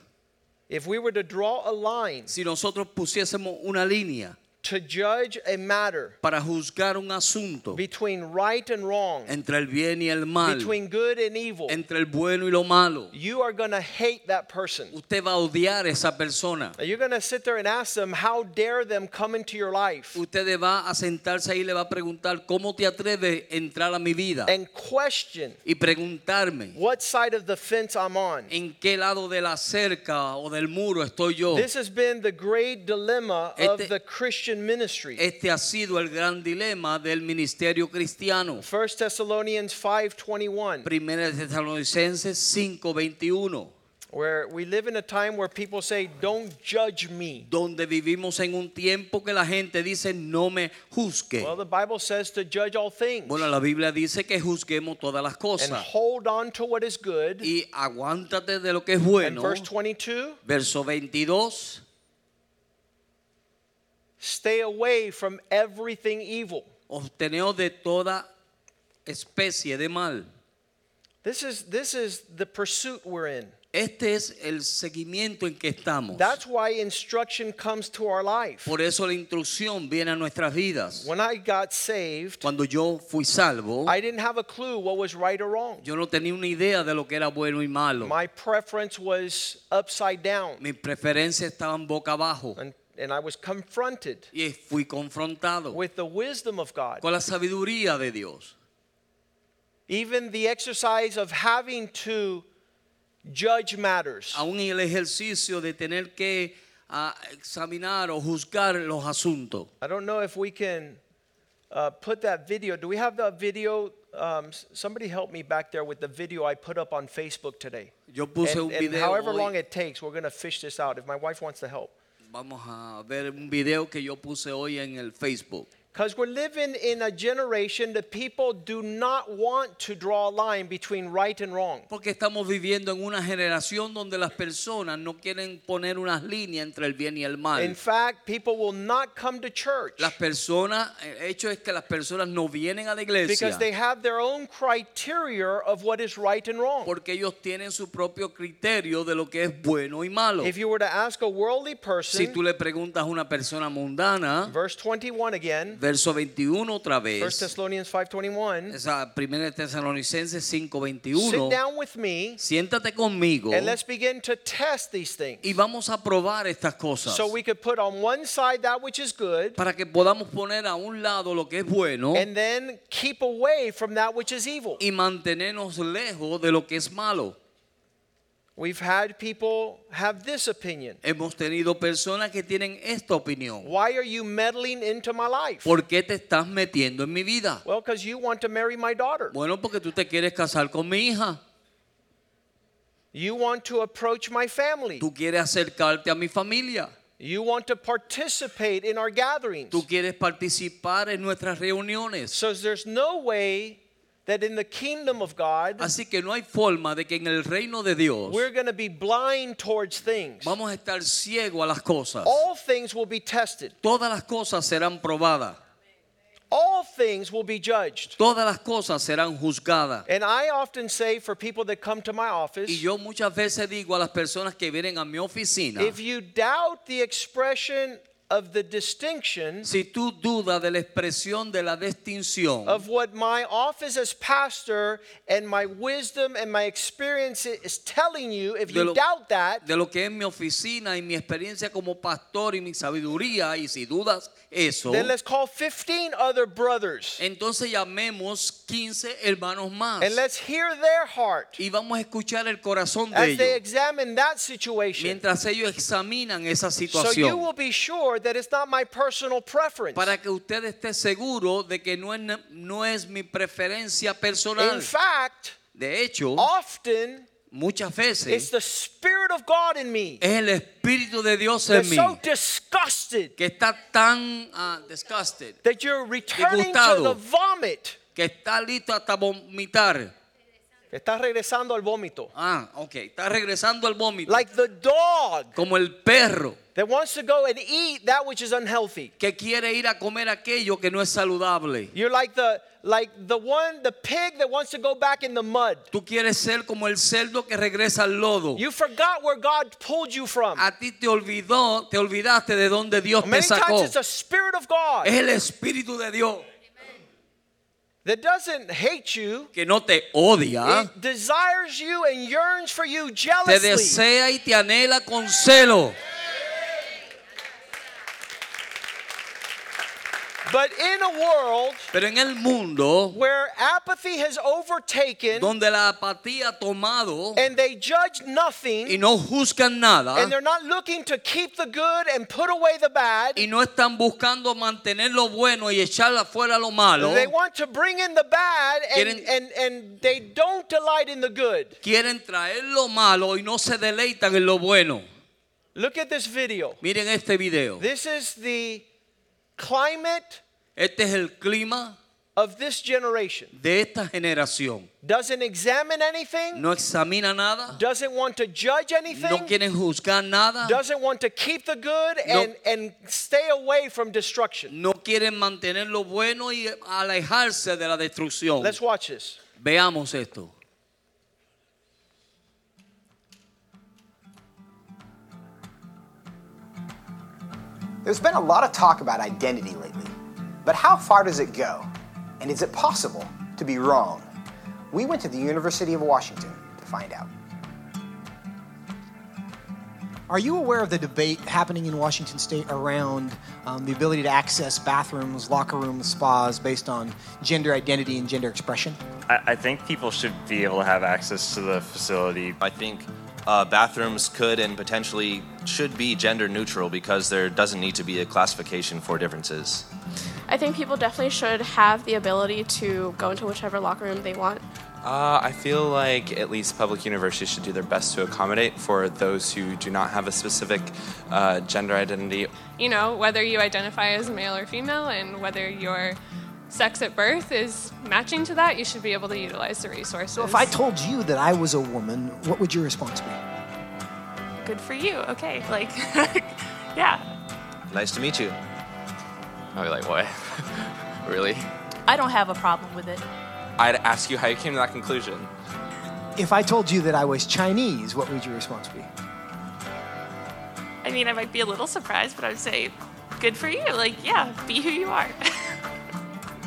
[SPEAKER 1] If we were to draw a line
[SPEAKER 2] Si nosotros pusiésemos una línea
[SPEAKER 1] to judge a matter
[SPEAKER 2] para juzgar un asunto
[SPEAKER 1] between right and wrong,
[SPEAKER 2] entre el bien y el mal,
[SPEAKER 1] between good and evil,
[SPEAKER 2] entre el bueno y lo malo,
[SPEAKER 1] you are going to hate that person.
[SPEAKER 2] usted va a odiar a esa persona.
[SPEAKER 1] And You're going to sit there and ask them, "How dare them come into your life?"
[SPEAKER 2] Usted va a sentarse ahí y le va a preguntar, ¿cómo te atreves a entrar a mi vida?
[SPEAKER 1] and question
[SPEAKER 2] Y preguntarme,
[SPEAKER 1] what side of the fence I'm on.
[SPEAKER 2] ¿en qué lado de la cerca o del muro estoy yo?
[SPEAKER 1] This has been the great dilemma of
[SPEAKER 2] Este-
[SPEAKER 1] the Christian ministry.
[SPEAKER 2] Este ha sido el gran dilema del ministerio cristiano.
[SPEAKER 1] 1 Thessalonians 5:21.
[SPEAKER 2] Primera de Tesalonicenses 5:21,
[SPEAKER 1] Where we live in a time where people say, Don't judge me.
[SPEAKER 2] donde vivimos en un tiempo que la gente dice, no me juzgue.
[SPEAKER 1] Well, the Bible says to judge all things
[SPEAKER 2] Bueno, la Biblia dice que juzguemos todas las
[SPEAKER 1] and
[SPEAKER 2] cosas
[SPEAKER 1] hold on to what is good.
[SPEAKER 2] y aguántate de lo que es
[SPEAKER 1] and
[SPEAKER 2] bueno.
[SPEAKER 1] verse 22
[SPEAKER 2] Verso 22,
[SPEAKER 1] stay away from everything evil.
[SPEAKER 2] obteneos de toda especie de mal.
[SPEAKER 1] This is, this is the pursuit we're in.
[SPEAKER 2] Este es el seguimiento en que estamos.
[SPEAKER 1] That's why instruction comes to our life.
[SPEAKER 2] Por eso la instrucción viene a nuestras vidas.
[SPEAKER 1] When I got saved,
[SPEAKER 2] Cuando yo fui salvo,
[SPEAKER 1] I didn't have a clue what was right or wrong.
[SPEAKER 2] yo no tenía una idea de lo que era bueno y malo.
[SPEAKER 1] My preference was upside down,
[SPEAKER 2] Mis preferencias estaban boca abajo
[SPEAKER 1] and, and I was confronted
[SPEAKER 2] y fui confrontado
[SPEAKER 1] with the wisdom of God.
[SPEAKER 2] con la sabiduría de Dios.
[SPEAKER 1] Even the exercise of having to judge matters.
[SPEAKER 2] Aún en el ejercicio de tener que ah, examinar o juzgar los asuntos.
[SPEAKER 1] I don't know if we can uh, put that video. Do we have the video? Um, s- somebody help me back there with the video I put up on Facebook today.
[SPEAKER 2] Yo puse
[SPEAKER 1] and,
[SPEAKER 2] un
[SPEAKER 1] and
[SPEAKER 2] video
[SPEAKER 1] however
[SPEAKER 2] hoy.
[SPEAKER 1] long it takes, we're going to fish this out if my wife wants to help.
[SPEAKER 2] Vamos a ver un video que yo puse hoy en el Facebook.
[SPEAKER 1] Because we're living in a generation that people do not want to draw a line between right and wrong.
[SPEAKER 2] Porque estamos viviendo en una generación donde las personas no quieren poner unas líneas entre el bien y el
[SPEAKER 1] In
[SPEAKER 2] mal.
[SPEAKER 1] fact, people will not come to church
[SPEAKER 2] Las personas, el hecho es que las personas no vienen a la
[SPEAKER 1] because
[SPEAKER 2] iglesia
[SPEAKER 1] they have their own criteria of what is right and wrong.
[SPEAKER 2] porque ellos tienen su propio criterio de lo que es bueno y malo.
[SPEAKER 1] If you were to ask a worldly
[SPEAKER 2] Si tú
[SPEAKER 1] person,
[SPEAKER 2] le preguntas a una persona mundana,
[SPEAKER 1] verse 21 again,
[SPEAKER 2] verso 21 otra
[SPEAKER 1] 1
[SPEAKER 2] vez,
[SPEAKER 1] Thessalonians 5:21,
[SPEAKER 2] esa primera de Tesalonicenses
[SPEAKER 1] sit
[SPEAKER 2] 5:21,
[SPEAKER 1] down with me
[SPEAKER 2] siéntate conmigo
[SPEAKER 1] and let's begin to test these things.
[SPEAKER 2] y vamos a probar estas cosas.
[SPEAKER 1] So we could put on one side that which is good
[SPEAKER 2] para que podamos poner a un lado lo que es bueno
[SPEAKER 1] and then keep away from that which is evil.
[SPEAKER 2] y mantenernos lejos de lo que es malo.
[SPEAKER 1] We've had people have this opinion.
[SPEAKER 2] Hemos tenido personas que tienen esta opinión.
[SPEAKER 1] Why are you meddling into my life?
[SPEAKER 2] ¿Por qué te estás metiendo en mi vida?
[SPEAKER 1] Well, because you want to marry my daughter.
[SPEAKER 2] Bueno, porque tú te quieres casar con mi hija.
[SPEAKER 1] You want to approach my family.
[SPEAKER 2] Tú quieres acercarte a mi familia.
[SPEAKER 1] You want to participate in our gatherings.
[SPEAKER 2] Tú quieres participar en nuestras reuniones.
[SPEAKER 1] So there's no way that in the kingdom of God
[SPEAKER 2] Así que no hay forma de que en el reino de Dios
[SPEAKER 1] we're going to be blind towards things.
[SPEAKER 2] vamos a estar ciegos a las cosas.
[SPEAKER 1] All things will be tested.
[SPEAKER 2] Todas las cosas serán probadas.
[SPEAKER 1] All things will be judged.
[SPEAKER 2] Todas las cosas serán juzgadas.
[SPEAKER 1] And I often say for people that come to my office,
[SPEAKER 2] Y yo muchas veces digo a las personas que vienen a mi oficina,
[SPEAKER 1] if you doubt the expression of the distinction
[SPEAKER 2] si tú dudas de la expresión de la distinción
[SPEAKER 1] of what my office as pastor and my wisdom and my experience i- is telling you, if
[SPEAKER 2] De
[SPEAKER 1] you
[SPEAKER 2] lo-
[SPEAKER 1] doubt that,
[SPEAKER 2] de lo que es mi oficina y mi experiencia como pastor y mi sabiduría, y si dudas eso,
[SPEAKER 1] then let's call 15 other brothers
[SPEAKER 2] entonces llamemos 15 hermanos más
[SPEAKER 1] and let's hear their heart
[SPEAKER 2] y vamos a escuchar el corazón de
[SPEAKER 1] as they
[SPEAKER 2] ellos
[SPEAKER 1] examine that situation.
[SPEAKER 2] mientras ellos examinan esa
[SPEAKER 1] So you
[SPEAKER 2] situación.
[SPEAKER 1] will be sure that it's not my personal preference.
[SPEAKER 2] Para que usted esté seguro de que no es, no es mi preferencia
[SPEAKER 1] In
[SPEAKER 2] personal.
[SPEAKER 1] fact,
[SPEAKER 2] De hecho,
[SPEAKER 1] often
[SPEAKER 2] muchas
[SPEAKER 1] It's
[SPEAKER 2] veces
[SPEAKER 1] the Spirit of God in me.
[SPEAKER 2] es el Espíritu de Dios
[SPEAKER 1] They're
[SPEAKER 2] en mí
[SPEAKER 1] so disgusted
[SPEAKER 2] que está tan ah, disgusted,
[SPEAKER 1] that you're returning to
[SPEAKER 2] Disgustado.
[SPEAKER 1] the vomit.
[SPEAKER 2] que está listo hasta vomitar.
[SPEAKER 1] Estás regresando al vómito.
[SPEAKER 2] Ah, ok, está regresando al vómito.
[SPEAKER 1] Like the dog
[SPEAKER 2] como el perro
[SPEAKER 1] that wants to go and eat that which is unhealthy.
[SPEAKER 2] que quiere ir a comer aquello que no es saludable.
[SPEAKER 1] You're like the like the one the pig that wants to go back in the mud.
[SPEAKER 2] Tú quieres ser como el cerdo que regresa al lodo.
[SPEAKER 1] You forgot where God pulled you from.
[SPEAKER 2] a ti te olvidó, te olvidaste de donde Dios te
[SPEAKER 1] Many times
[SPEAKER 2] sacó.
[SPEAKER 1] it's
[SPEAKER 2] Es
[SPEAKER 1] the spirit of God
[SPEAKER 2] el Espíritu de Dios
[SPEAKER 1] that doesn't hate you.
[SPEAKER 2] que no te odia,
[SPEAKER 1] It desires you and yearns for you
[SPEAKER 2] te
[SPEAKER 1] jealously.
[SPEAKER 2] desea y te anhela con celo.
[SPEAKER 1] But in a world
[SPEAKER 2] Pero en el mundo
[SPEAKER 1] where apathy has overtaken
[SPEAKER 2] donde la apatía ha tomado
[SPEAKER 1] and they judge
[SPEAKER 2] y
[SPEAKER 1] nothing
[SPEAKER 2] no juzgan
[SPEAKER 1] and
[SPEAKER 2] nada
[SPEAKER 1] they're not looking to keep the good and put away the bad.
[SPEAKER 2] y no están buscando mantener lo bueno y echar afuera lo malo,
[SPEAKER 1] They want to bring in the bad and,
[SPEAKER 2] Quieren-
[SPEAKER 1] and, and they don't delight in the good.
[SPEAKER 2] quieren traer lo malo y no se deleitan en lo bueno.
[SPEAKER 1] Look at this video.
[SPEAKER 2] Miren este video.
[SPEAKER 1] This is the climate
[SPEAKER 2] Este es el clima
[SPEAKER 1] of this generation.
[SPEAKER 2] de esta generación.
[SPEAKER 1] Doesn't examine anything,
[SPEAKER 2] No examina nada,
[SPEAKER 1] doesn't want to judge
[SPEAKER 2] no
[SPEAKER 1] anything,
[SPEAKER 2] quieren juzgar nada,
[SPEAKER 1] doesn't want to keep the good and, and stay away from destruction.
[SPEAKER 2] no quieren mantener lo bueno y alejarse de la destrucción.
[SPEAKER 1] Let's watch this.
[SPEAKER 2] Veamos esto.
[SPEAKER 3] There's been a lot of talk about identity lately, but how far does it go? And is it possible to be wrong? We went to the University of Washington to find out.
[SPEAKER 4] Are you aware of the debate happening in Washington state around um, the ability to access bathrooms, locker rooms, spas based on gender identity and gender expression?
[SPEAKER 5] I, I think people should be able to have access to the facility.
[SPEAKER 6] I think uh, bathrooms could and potentially should be gender neutral because there doesn't need to be a classification for differences.
[SPEAKER 7] I think people definitely should have the ability to go into whichever locker room they want.
[SPEAKER 8] Uh, I feel like at least public universities should do their best to accommodate for those who do not have a specific uh, gender identity.
[SPEAKER 9] You know, whether you identify as male or female and whether your sex at birth is matching to that, you should be able to utilize the resources.
[SPEAKER 4] So if I told you that I was a woman, what would your response be?
[SPEAKER 9] Good for you, okay. Like, yeah.
[SPEAKER 6] Nice to meet you.
[SPEAKER 8] I'd be like, what? really?
[SPEAKER 10] I don't have a problem with it.
[SPEAKER 8] I'd ask you how you came to that conclusion.
[SPEAKER 4] If I told you that I was Chinese, what would your response be?
[SPEAKER 9] I mean, I might be a little surprised, but I would say, good for you. Like, yeah, be who you are.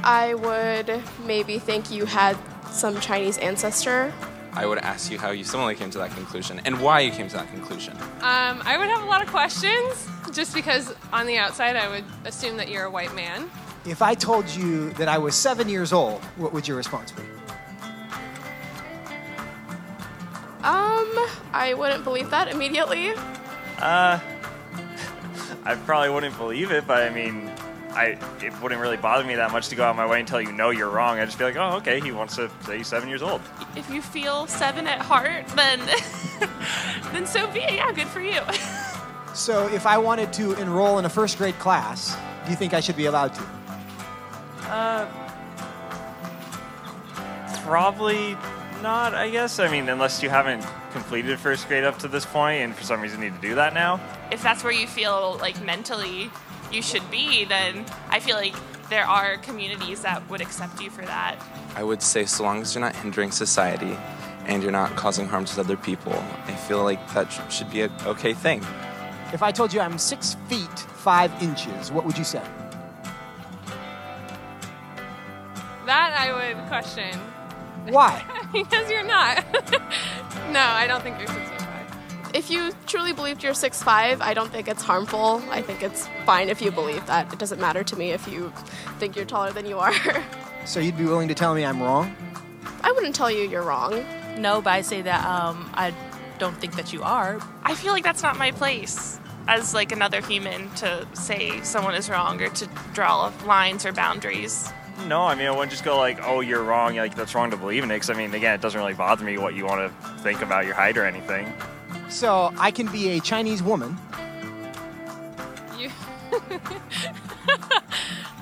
[SPEAKER 7] I would maybe think you had some Chinese ancestor.
[SPEAKER 8] I would ask you how you similarly came to that conclusion and why you came to that conclusion.
[SPEAKER 9] Um, I would have a lot of questions just because on the outside I would assume that you're a white man.
[SPEAKER 4] If I told you that I was seven years old, what would your response be?
[SPEAKER 7] Um, I wouldn't believe that immediately.
[SPEAKER 5] Uh, I probably wouldn't believe it, but I mean, I it wouldn't really bother me that much to go out of my way and tell you no, you're wrong. I'd just be like, oh, okay, he wants to say he's seven years old.
[SPEAKER 9] If you feel seven at heart, then then so be it. Yeah, good for you.
[SPEAKER 4] so if I wanted to enroll in a first grade class, do you think I should be allowed to?
[SPEAKER 5] Uh, probably not. I guess. I mean, unless you haven't completed first grade up to this point, and for some reason need to do that now.
[SPEAKER 9] If that's where you feel like mentally you should be, then I feel like there are communities that would accept you for that.
[SPEAKER 8] I would say, so long as you're not hindering society and you're not causing harm to other people, I feel like that sh- should be an okay thing.
[SPEAKER 4] If I told you I'm six feet five inches, what would you say?
[SPEAKER 9] That I would question.
[SPEAKER 4] Why?
[SPEAKER 9] because you're not. no, I don't think you're six feet
[SPEAKER 7] if you truly believed you're 6'5, I don't think it's harmful. I think it's fine if you believe that. It doesn't matter to me if you think you're taller than you are.
[SPEAKER 4] so you'd be willing to tell me I'm wrong?
[SPEAKER 7] I wouldn't tell you you're wrong.
[SPEAKER 10] No, but I say that um, I don't think that you are.
[SPEAKER 9] I feel like that's not my place as like another human to say someone is wrong or to draw lines or boundaries.
[SPEAKER 5] No, I mean I wouldn't just go like, "Oh, you're wrong." Like that's wrong to believe in it. Because I mean, again, it doesn't really bother me what you want to think about your height or anything.
[SPEAKER 4] So I can be a Chinese woman.
[SPEAKER 9] You.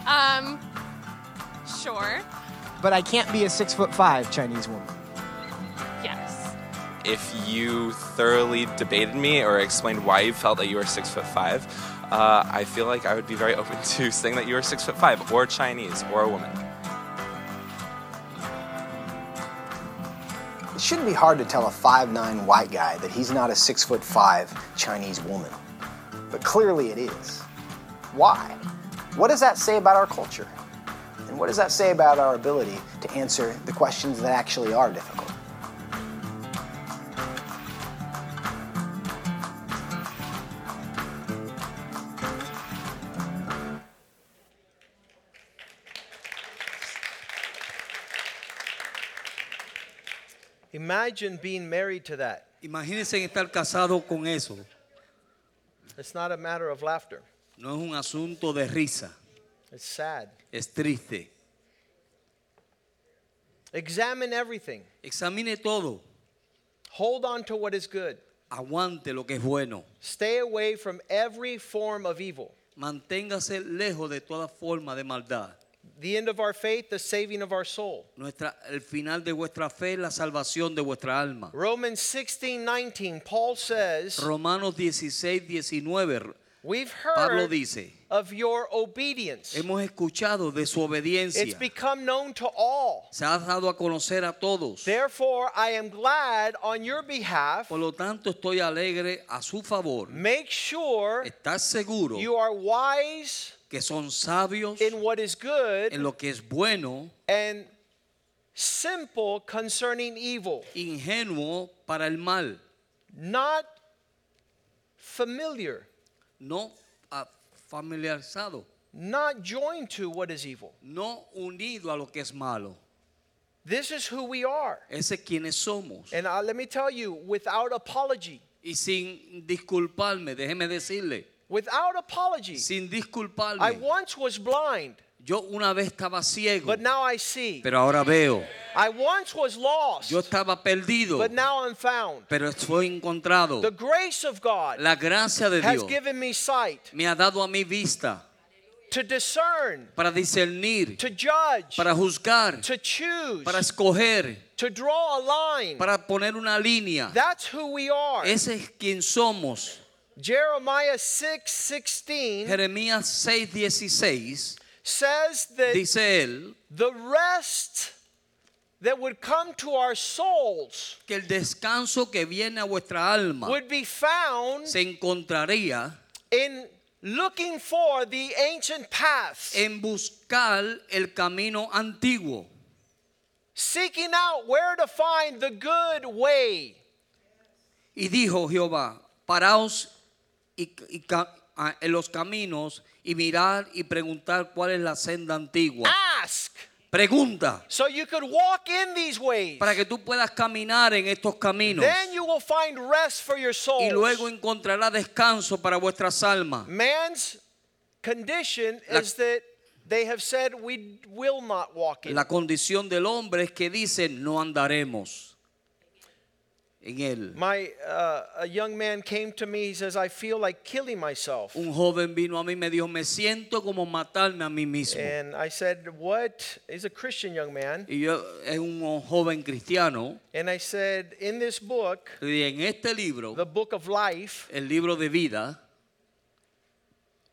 [SPEAKER 9] um. Sure.
[SPEAKER 4] But I can't be a six foot five Chinese woman.
[SPEAKER 9] Yes.
[SPEAKER 8] If you thoroughly debated me or explained why you felt that you were six foot five, uh, I feel like I would be very open to saying that you were six foot five, or Chinese, or a woman.
[SPEAKER 3] It shouldn't be hard to tell a 5'9 white guy that he's not a 6'5 Chinese woman. But clearly it is. Why? What does that say about our culture? And what does that say about our ability to answer the questions that actually are difficult?
[SPEAKER 1] Imagine being married to that.
[SPEAKER 2] Imagínense estar casado con eso.
[SPEAKER 1] It's not a matter of laughter,
[SPEAKER 2] No es un asunto de risa,
[SPEAKER 1] it's sad.
[SPEAKER 2] es triste.
[SPEAKER 1] Examine everything,
[SPEAKER 2] Examine todo.
[SPEAKER 1] hold on to what is good,
[SPEAKER 2] Aguante lo que es bueno.
[SPEAKER 1] stay away from every form of evil.
[SPEAKER 2] Manténgase lejos de toda forma de maldad.
[SPEAKER 1] The end of our faith, the saving of our soul.
[SPEAKER 2] Nuestra, el final de vuestra fe es la salvación de vuestra alma.
[SPEAKER 1] Romans 16 19, Paul says,
[SPEAKER 2] Romanos 16, 19.
[SPEAKER 1] We've
[SPEAKER 2] Pablo
[SPEAKER 1] heard
[SPEAKER 2] dice,
[SPEAKER 1] of your obedience.
[SPEAKER 2] hemos escuchado de su
[SPEAKER 1] It's
[SPEAKER 2] obediencia.
[SPEAKER 1] become known to all.
[SPEAKER 2] Se ha dado a conocer a todos.
[SPEAKER 1] Therefore, I am glad on your behalf.
[SPEAKER 2] Por lo tanto, estoy alegre a su favor.
[SPEAKER 1] Make sure
[SPEAKER 2] Estás seguro
[SPEAKER 1] you are wise
[SPEAKER 2] que son sabios
[SPEAKER 1] in what is good
[SPEAKER 2] en lo que es bueno,
[SPEAKER 1] and simple concerning evil,
[SPEAKER 2] ingenuo para el mal,
[SPEAKER 1] not familiar,
[SPEAKER 2] no ah, familiarizado,
[SPEAKER 1] not joined to what is evil.
[SPEAKER 2] no unido a lo que es malo.
[SPEAKER 1] This is who we are.
[SPEAKER 2] Ese es quienes somos.
[SPEAKER 1] And uh, let me tell you, without apology,
[SPEAKER 2] Y sin disculparme, déjeme decirle,
[SPEAKER 1] without apology,
[SPEAKER 2] sin
[SPEAKER 1] I
[SPEAKER 2] disculparme,
[SPEAKER 1] once was blind,
[SPEAKER 2] yo una vez estaba ciego,
[SPEAKER 1] but now I see.
[SPEAKER 2] pero ahora veo.
[SPEAKER 1] I once was lost,
[SPEAKER 2] Yo estaba perdido,
[SPEAKER 1] but now I'm found.
[SPEAKER 2] pero estoy encontrado.
[SPEAKER 1] The grace of God
[SPEAKER 2] La gracia de
[SPEAKER 1] has
[SPEAKER 2] Dios
[SPEAKER 1] given me sight
[SPEAKER 2] me ha dado a mi vista
[SPEAKER 1] to discern,
[SPEAKER 2] para discernir,
[SPEAKER 1] to judge,
[SPEAKER 2] para juzgar,
[SPEAKER 1] to choose,
[SPEAKER 2] para escoger,
[SPEAKER 1] to draw a line.
[SPEAKER 2] para poner una línea.
[SPEAKER 1] That's who we are.
[SPEAKER 2] Ese es quien somos.
[SPEAKER 1] Jeremiah 6 16
[SPEAKER 2] Jeremías 6:16
[SPEAKER 1] says that
[SPEAKER 2] dice él
[SPEAKER 1] the rest that would come to our souls
[SPEAKER 2] que el descanso que viene a vuestra alma
[SPEAKER 1] would be found
[SPEAKER 2] se encontraría
[SPEAKER 1] in looking for the ancient paths,
[SPEAKER 2] en buscar el camino antiguo,
[SPEAKER 1] seeking out where to find the good way.
[SPEAKER 2] Y dijo Jehová, paraos y, y ca- ah, en los caminos y mirad y preguntar cuál es la senda antigua.
[SPEAKER 1] Ah. Ask
[SPEAKER 2] Pregunta
[SPEAKER 1] so you could walk in these ways.
[SPEAKER 2] para que tú puedas caminar en estos caminos
[SPEAKER 1] Then you will find rest for your
[SPEAKER 2] y luego
[SPEAKER 1] souls.
[SPEAKER 2] encontrará descanso para vuestras almas.
[SPEAKER 1] Man's condition
[SPEAKER 2] La-
[SPEAKER 1] is that they have said we will not walk in.
[SPEAKER 2] La condición del hombre es que dice no andaremos en él.
[SPEAKER 1] My uh, a young man came to me. He says, "I feel like killing myself."
[SPEAKER 2] Un joven vino a mí y me dijo, me siento como matarme a mí mismo.
[SPEAKER 1] And I said, "What?" He's a Christian young man.
[SPEAKER 2] Y yo, es un joven cristiano,
[SPEAKER 1] And I said, "In this book,
[SPEAKER 2] y en este libro,
[SPEAKER 1] the book of life,
[SPEAKER 2] el libro de vida,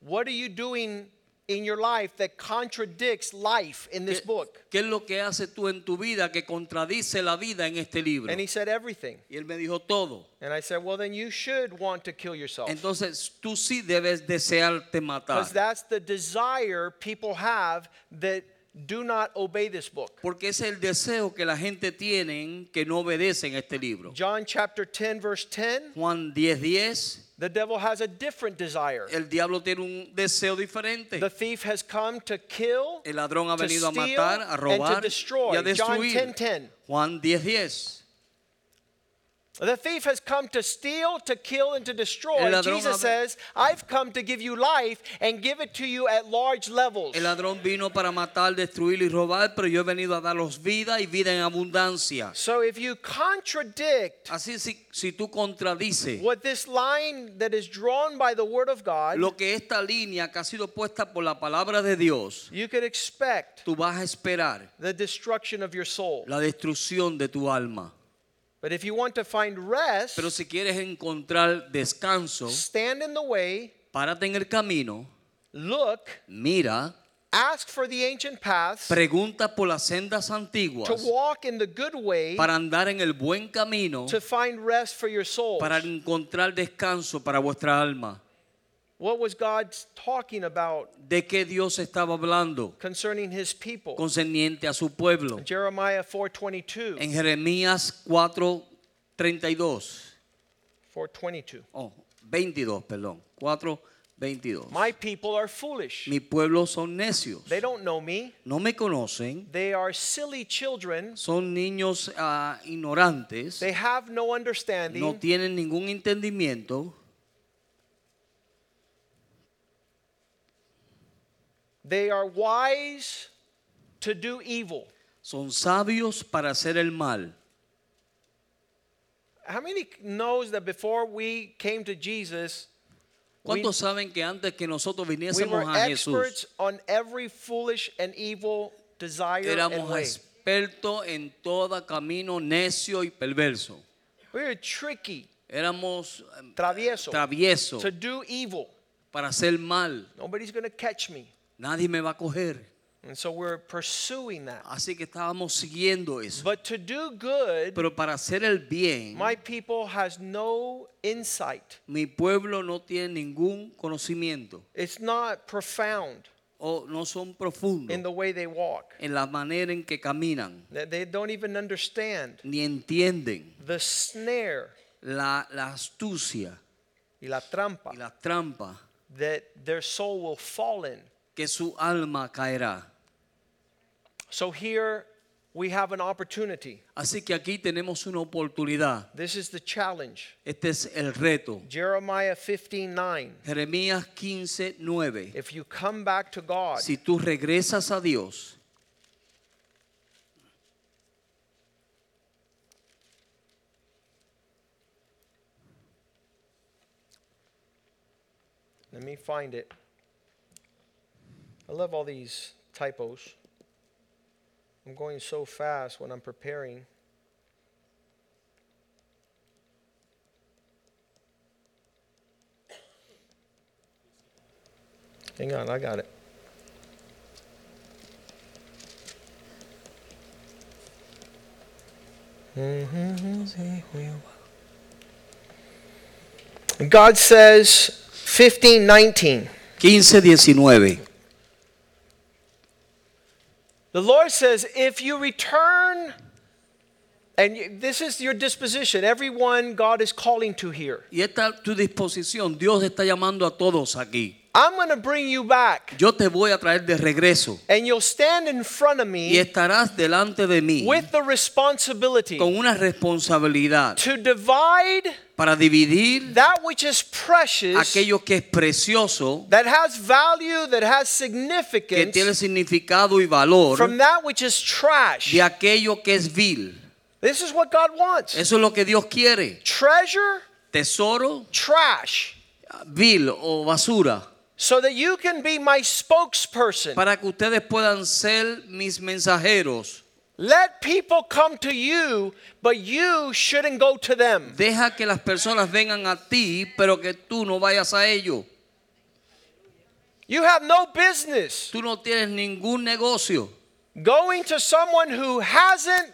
[SPEAKER 1] what are you doing in your life that contradicts life in this
[SPEAKER 2] ¿Qué-
[SPEAKER 1] book?"
[SPEAKER 2] ¿Qué es lo que haces tú en tu vida que contradice la vida en este libro?
[SPEAKER 1] And he said, "Everything."
[SPEAKER 2] Y él me dijo todo.
[SPEAKER 1] And I said, "Well, then you should want to kill yourself."
[SPEAKER 2] Entonces tú sí debes desearte matar.
[SPEAKER 1] Because that's the desire people have that do not obey this book.
[SPEAKER 2] Porque es el deseo que la gente tiene que no obedecen este libro.
[SPEAKER 1] John chapter 10, verse 10,
[SPEAKER 2] Juan 10:10,
[SPEAKER 1] the devil has a different desire.
[SPEAKER 2] el diablo tiene un deseo diferente.
[SPEAKER 1] The thief has come to kill,
[SPEAKER 2] El ladrón ha
[SPEAKER 1] to
[SPEAKER 2] venido a
[SPEAKER 1] steal,
[SPEAKER 2] matar, a
[SPEAKER 1] and to
[SPEAKER 2] robar y
[SPEAKER 1] destroy.
[SPEAKER 2] a
[SPEAKER 1] John 10,
[SPEAKER 2] destruir.
[SPEAKER 1] 10.
[SPEAKER 2] Juan 10:10.
[SPEAKER 1] The thief has come to steal, to kill, and to destroy.
[SPEAKER 2] El ladrón
[SPEAKER 1] Jesus
[SPEAKER 2] ha-
[SPEAKER 1] says, I've come to give you life and give it to you at large levels.
[SPEAKER 2] El ladrón vino para matar, destruir y robar, pero yo he venido a daros vida y vida en abundancia.
[SPEAKER 1] So if you contradict
[SPEAKER 2] Así si, si tú contradices
[SPEAKER 1] what this line that is drawn by the word of God,
[SPEAKER 2] lo que esta línea que ha sido puesta por la palabra de Dios,
[SPEAKER 1] you could expect
[SPEAKER 2] tú vas a esperar
[SPEAKER 1] the destruction of your soul.
[SPEAKER 2] la destrucción de tu alma.
[SPEAKER 1] But if you want to find rest,
[SPEAKER 2] Pero si quieres encontrar descanso,
[SPEAKER 1] stand in the way,
[SPEAKER 2] párate en el camino,
[SPEAKER 1] look,
[SPEAKER 2] mira,
[SPEAKER 1] ask for the ancient paths
[SPEAKER 2] pregunta por las sendas
[SPEAKER 1] to
[SPEAKER 2] antiguas
[SPEAKER 1] walk in the good way
[SPEAKER 2] para andar en el buen camino,
[SPEAKER 1] to find rest for your soul.
[SPEAKER 2] para encontrar descanso para vuestra alma.
[SPEAKER 1] What was God talking about
[SPEAKER 2] ¿De qué Dios estaba hablando
[SPEAKER 1] concerning his people?
[SPEAKER 2] concerniente a su pueblo?
[SPEAKER 1] Jeremiah
[SPEAKER 2] En
[SPEAKER 1] 4:22.
[SPEAKER 2] Jeremías 4:32.
[SPEAKER 1] 4:22.
[SPEAKER 2] Oh, 22, perdón. 4, 22.
[SPEAKER 1] My people are foolish.
[SPEAKER 2] Mi pueblo son necios.
[SPEAKER 1] They don't know me.
[SPEAKER 2] No me conocen.
[SPEAKER 1] They are silly children.
[SPEAKER 2] Son niños ah, ignorantes.
[SPEAKER 1] They have no
[SPEAKER 2] No
[SPEAKER 1] understanding.
[SPEAKER 2] tienen ningún entendimiento.
[SPEAKER 1] They are wise to do evil.
[SPEAKER 2] Son sabios para hacer el mal.
[SPEAKER 1] How many knows that before we came to Jesus, we,
[SPEAKER 2] ¿Cuántos saben que antes que nosotros
[SPEAKER 1] we were
[SPEAKER 2] viniésemos a Jesús,
[SPEAKER 1] experts on every foolish and evil desire and
[SPEAKER 2] éramos
[SPEAKER 1] way?
[SPEAKER 2] expertos en todo camino necio y perverso?
[SPEAKER 1] We were tricky,
[SPEAKER 2] Éramos eh,
[SPEAKER 1] travieso,
[SPEAKER 2] traviesos
[SPEAKER 1] to do evil.
[SPEAKER 2] para hacer mal.
[SPEAKER 1] Nobody's going to catch me.
[SPEAKER 2] Nadie me va a coger.
[SPEAKER 1] And so we're pursuing that.
[SPEAKER 2] Así que estábamos siguiendo eso.
[SPEAKER 1] But to do good,
[SPEAKER 2] Pero para hacer el bien,
[SPEAKER 1] my people has no insight.
[SPEAKER 2] mi pueblo no tiene ningún conocimiento
[SPEAKER 1] It's not profound
[SPEAKER 2] o no son profundos
[SPEAKER 1] in the way they walk.
[SPEAKER 2] en la manera en que caminan,
[SPEAKER 1] That They don't even understand
[SPEAKER 2] ni entienden
[SPEAKER 1] the snare
[SPEAKER 2] la, la astucia
[SPEAKER 1] y la trampa
[SPEAKER 2] y la trampa
[SPEAKER 1] that their soul will fall in.
[SPEAKER 2] que su alma caerá.
[SPEAKER 1] So here we have an opportunity.
[SPEAKER 2] Así que aquí tenemos una oportunidad.
[SPEAKER 1] This is the challenge.
[SPEAKER 2] Este es el reto.
[SPEAKER 1] Jeremiah 15:9.
[SPEAKER 2] Jeremías 15, 9.
[SPEAKER 1] If you come back to God,
[SPEAKER 2] Si tú regresas a Dios,
[SPEAKER 1] let me find it. I love all these typos. I'm going so fast when I'm preparing. Hang on, I got it. God says 15:19.
[SPEAKER 2] 15, 19.
[SPEAKER 1] The Lord says, if you return, and you- this is your disposition, everyone God is calling to here,
[SPEAKER 2] Y esta es tu disposición. Dios está llamando a todos aquí.
[SPEAKER 1] I'm going to bring you back,
[SPEAKER 2] Yo te voy a traer de regreso.
[SPEAKER 1] and you'll stand in front of
[SPEAKER 2] Y
[SPEAKER 1] me
[SPEAKER 2] estarás delante de mí
[SPEAKER 1] with the responsibility
[SPEAKER 2] con una responsabilidad
[SPEAKER 1] to divide
[SPEAKER 2] para dividir
[SPEAKER 1] that which is precious,
[SPEAKER 2] aquello que es precioso,
[SPEAKER 1] that has value, that has
[SPEAKER 2] que tiene
[SPEAKER 1] significance,
[SPEAKER 2] significado y valor,
[SPEAKER 1] from that which is trash.
[SPEAKER 2] de aquello que es vil.
[SPEAKER 1] This is what God wants
[SPEAKER 2] Eso es lo que Dios quiere.
[SPEAKER 1] treasure,
[SPEAKER 2] Tesoro
[SPEAKER 1] trash,
[SPEAKER 2] vil o basura.
[SPEAKER 1] so that you can be my spokesperson.
[SPEAKER 2] Para que ustedes puedan ser mis mensajeros.
[SPEAKER 1] Let people come to you, but you shouldn't go to them.
[SPEAKER 2] Deja que las personas vengan a ti, pero que tú no vayas a ellos.
[SPEAKER 1] You have no business
[SPEAKER 2] Tú no tienes ningún negocio.
[SPEAKER 1] going to someone who hasn't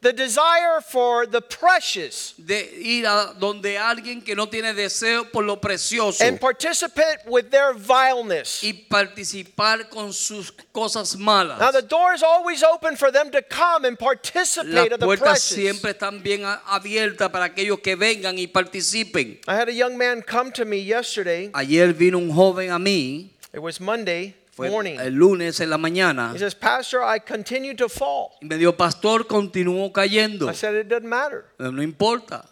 [SPEAKER 1] the desire for the precious
[SPEAKER 2] de ir a donde alguien que no tiene deseo por lo precioso
[SPEAKER 1] and participate with their vileness.
[SPEAKER 2] y participar con sus cosas malas.
[SPEAKER 1] Now, the door is always open for them to come and
[SPEAKER 2] Las
[SPEAKER 1] participate of the
[SPEAKER 2] puertas
[SPEAKER 1] precious.
[SPEAKER 2] siempre están bien a- abiertas para aquellos que vengan y participen.
[SPEAKER 1] I had a young man come to me yesterday.
[SPEAKER 2] Ayer vino un joven a mí,
[SPEAKER 1] It was Monday
[SPEAKER 2] fue
[SPEAKER 1] morning.
[SPEAKER 2] el lunes en la mañana,
[SPEAKER 1] He says, Pastor, I continue to fall.
[SPEAKER 2] y me dijo, pastor, continúo cayendo.
[SPEAKER 1] I said, It doesn't matter.
[SPEAKER 2] No importa,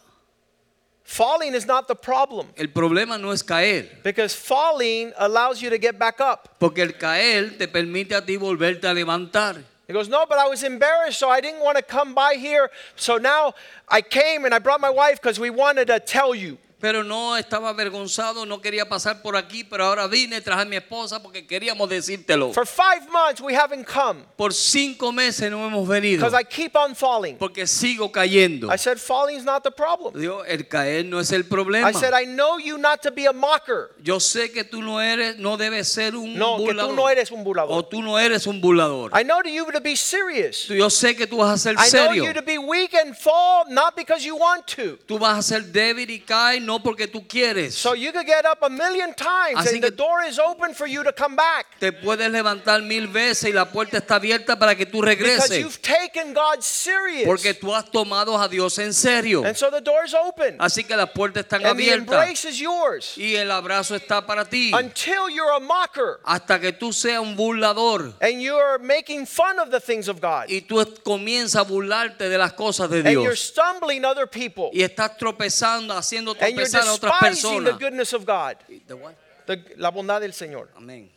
[SPEAKER 1] Falling is not the problem
[SPEAKER 2] el problema no es caer,
[SPEAKER 1] because falling allows you to get back up.
[SPEAKER 2] porque el caer te permite a ti volverte a levantar.
[SPEAKER 1] He goes, No, but I was embarrassed, so I didn't want to come by here. So now I came and I brought my wife because we wanted to tell you.
[SPEAKER 2] Pero no estaba avergonzado, no quería pasar por aquí, pero ahora vine, traje a mi esposa porque queríamos decírtelo.
[SPEAKER 1] For five months, we haven't come
[SPEAKER 2] Por cinco meses no hemos venido
[SPEAKER 1] because I keep on falling.
[SPEAKER 2] porque sigo cayendo.
[SPEAKER 1] I said, Falling is not the problem.
[SPEAKER 2] Digo, el caer no es el problema.
[SPEAKER 1] I said, I know you not to be a mocker.
[SPEAKER 2] Yo sé que tú no eres, no debes ser un
[SPEAKER 1] No, que
[SPEAKER 2] burlador.
[SPEAKER 1] tú no eres un
[SPEAKER 2] O
[SPEAKER 1] burlador.
[SPEAKER 2] tú no eres un burlador.
[SPEAKER 1] I know to you to be serious.
[SPEAKER 2] Tú- Yo sé que tú vas a ser
[SPEAKER 1] I know
[SPEAKER 2] serio.
[SPEAKER 1] you to be weak and fall not because you want to.
[SPEAKER 2] Tú vas a ser débil y caer no porque tú quieres.
[SPEAKER 1] So you could get up a million times
[SPEAKER 2] Así
[SPEAKER 1] and the
[SPEAKER 2] que-
[SPEAKER 1] door is open for you to come back
[SPEAKER 2] Te puedes levantar mil veces y la puerta está abierta para que tú
[SPEAKER 1] because
[SPEAKER 2] regreses.
[SPEAKER 1] you've taken God serious.
[SPEAKER 2] Porque tú has tomado a Dios en serio.
[SPEAKER 1] And so the door is open.
[SPEAKER 2] Así que las puertas están
[SPEAKER 1] And the
[SPEAKER 2] abiertas
[SPEAKER 1] embrace is yours
[SPEAKER 2] y el abrazo está para ti.
[SPEAKER 1] until you're a mocker
[SPEAKER 2] Hasta que tú seas un burlador
[SPEAKER 1] and you're making fun of the things of God
[SPEAKER 2] y tú es- comienzas a burlarte de las cosas de
[SPEAKER 1] and you're
[SPEAKER 2] Dios
[SPEAKER 1] stumbling other people
[SPEAKER 2] y estás tropezando, haciendo
[SPEAKER 1] and you're
[SPEAKER 2] tropezar a otras
[SPEAKER 1] despising the
[SPEAKER 2] personas.
[SPEAKER 1] goodness of God.
[SPEAKER 2] The what?
[SPEAKER 1] The, la bondad del Señor.
[SPEAKER 2] Amén.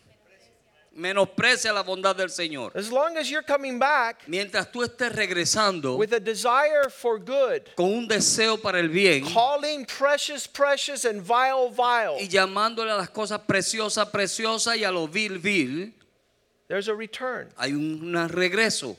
[SPEAKER 2] Menosprecia la bondad del Señor.
[SPEAKER 1] As long as you're coming back
[SPEAKER 2] Mientras tú estés regresando
[SPEAKER 1] with a desire for good,
[SPEAKER 2] con un deseo para el bien
[SPEAKER 1] calling precious, precious, and vile, vile,
[SPEAKER 2] y llamándole a las cosas preciosas, preciosas y a lo vil, vil,
[SPEAKER 1] there's a return.
[SPEAKER 2] hay un un regreso.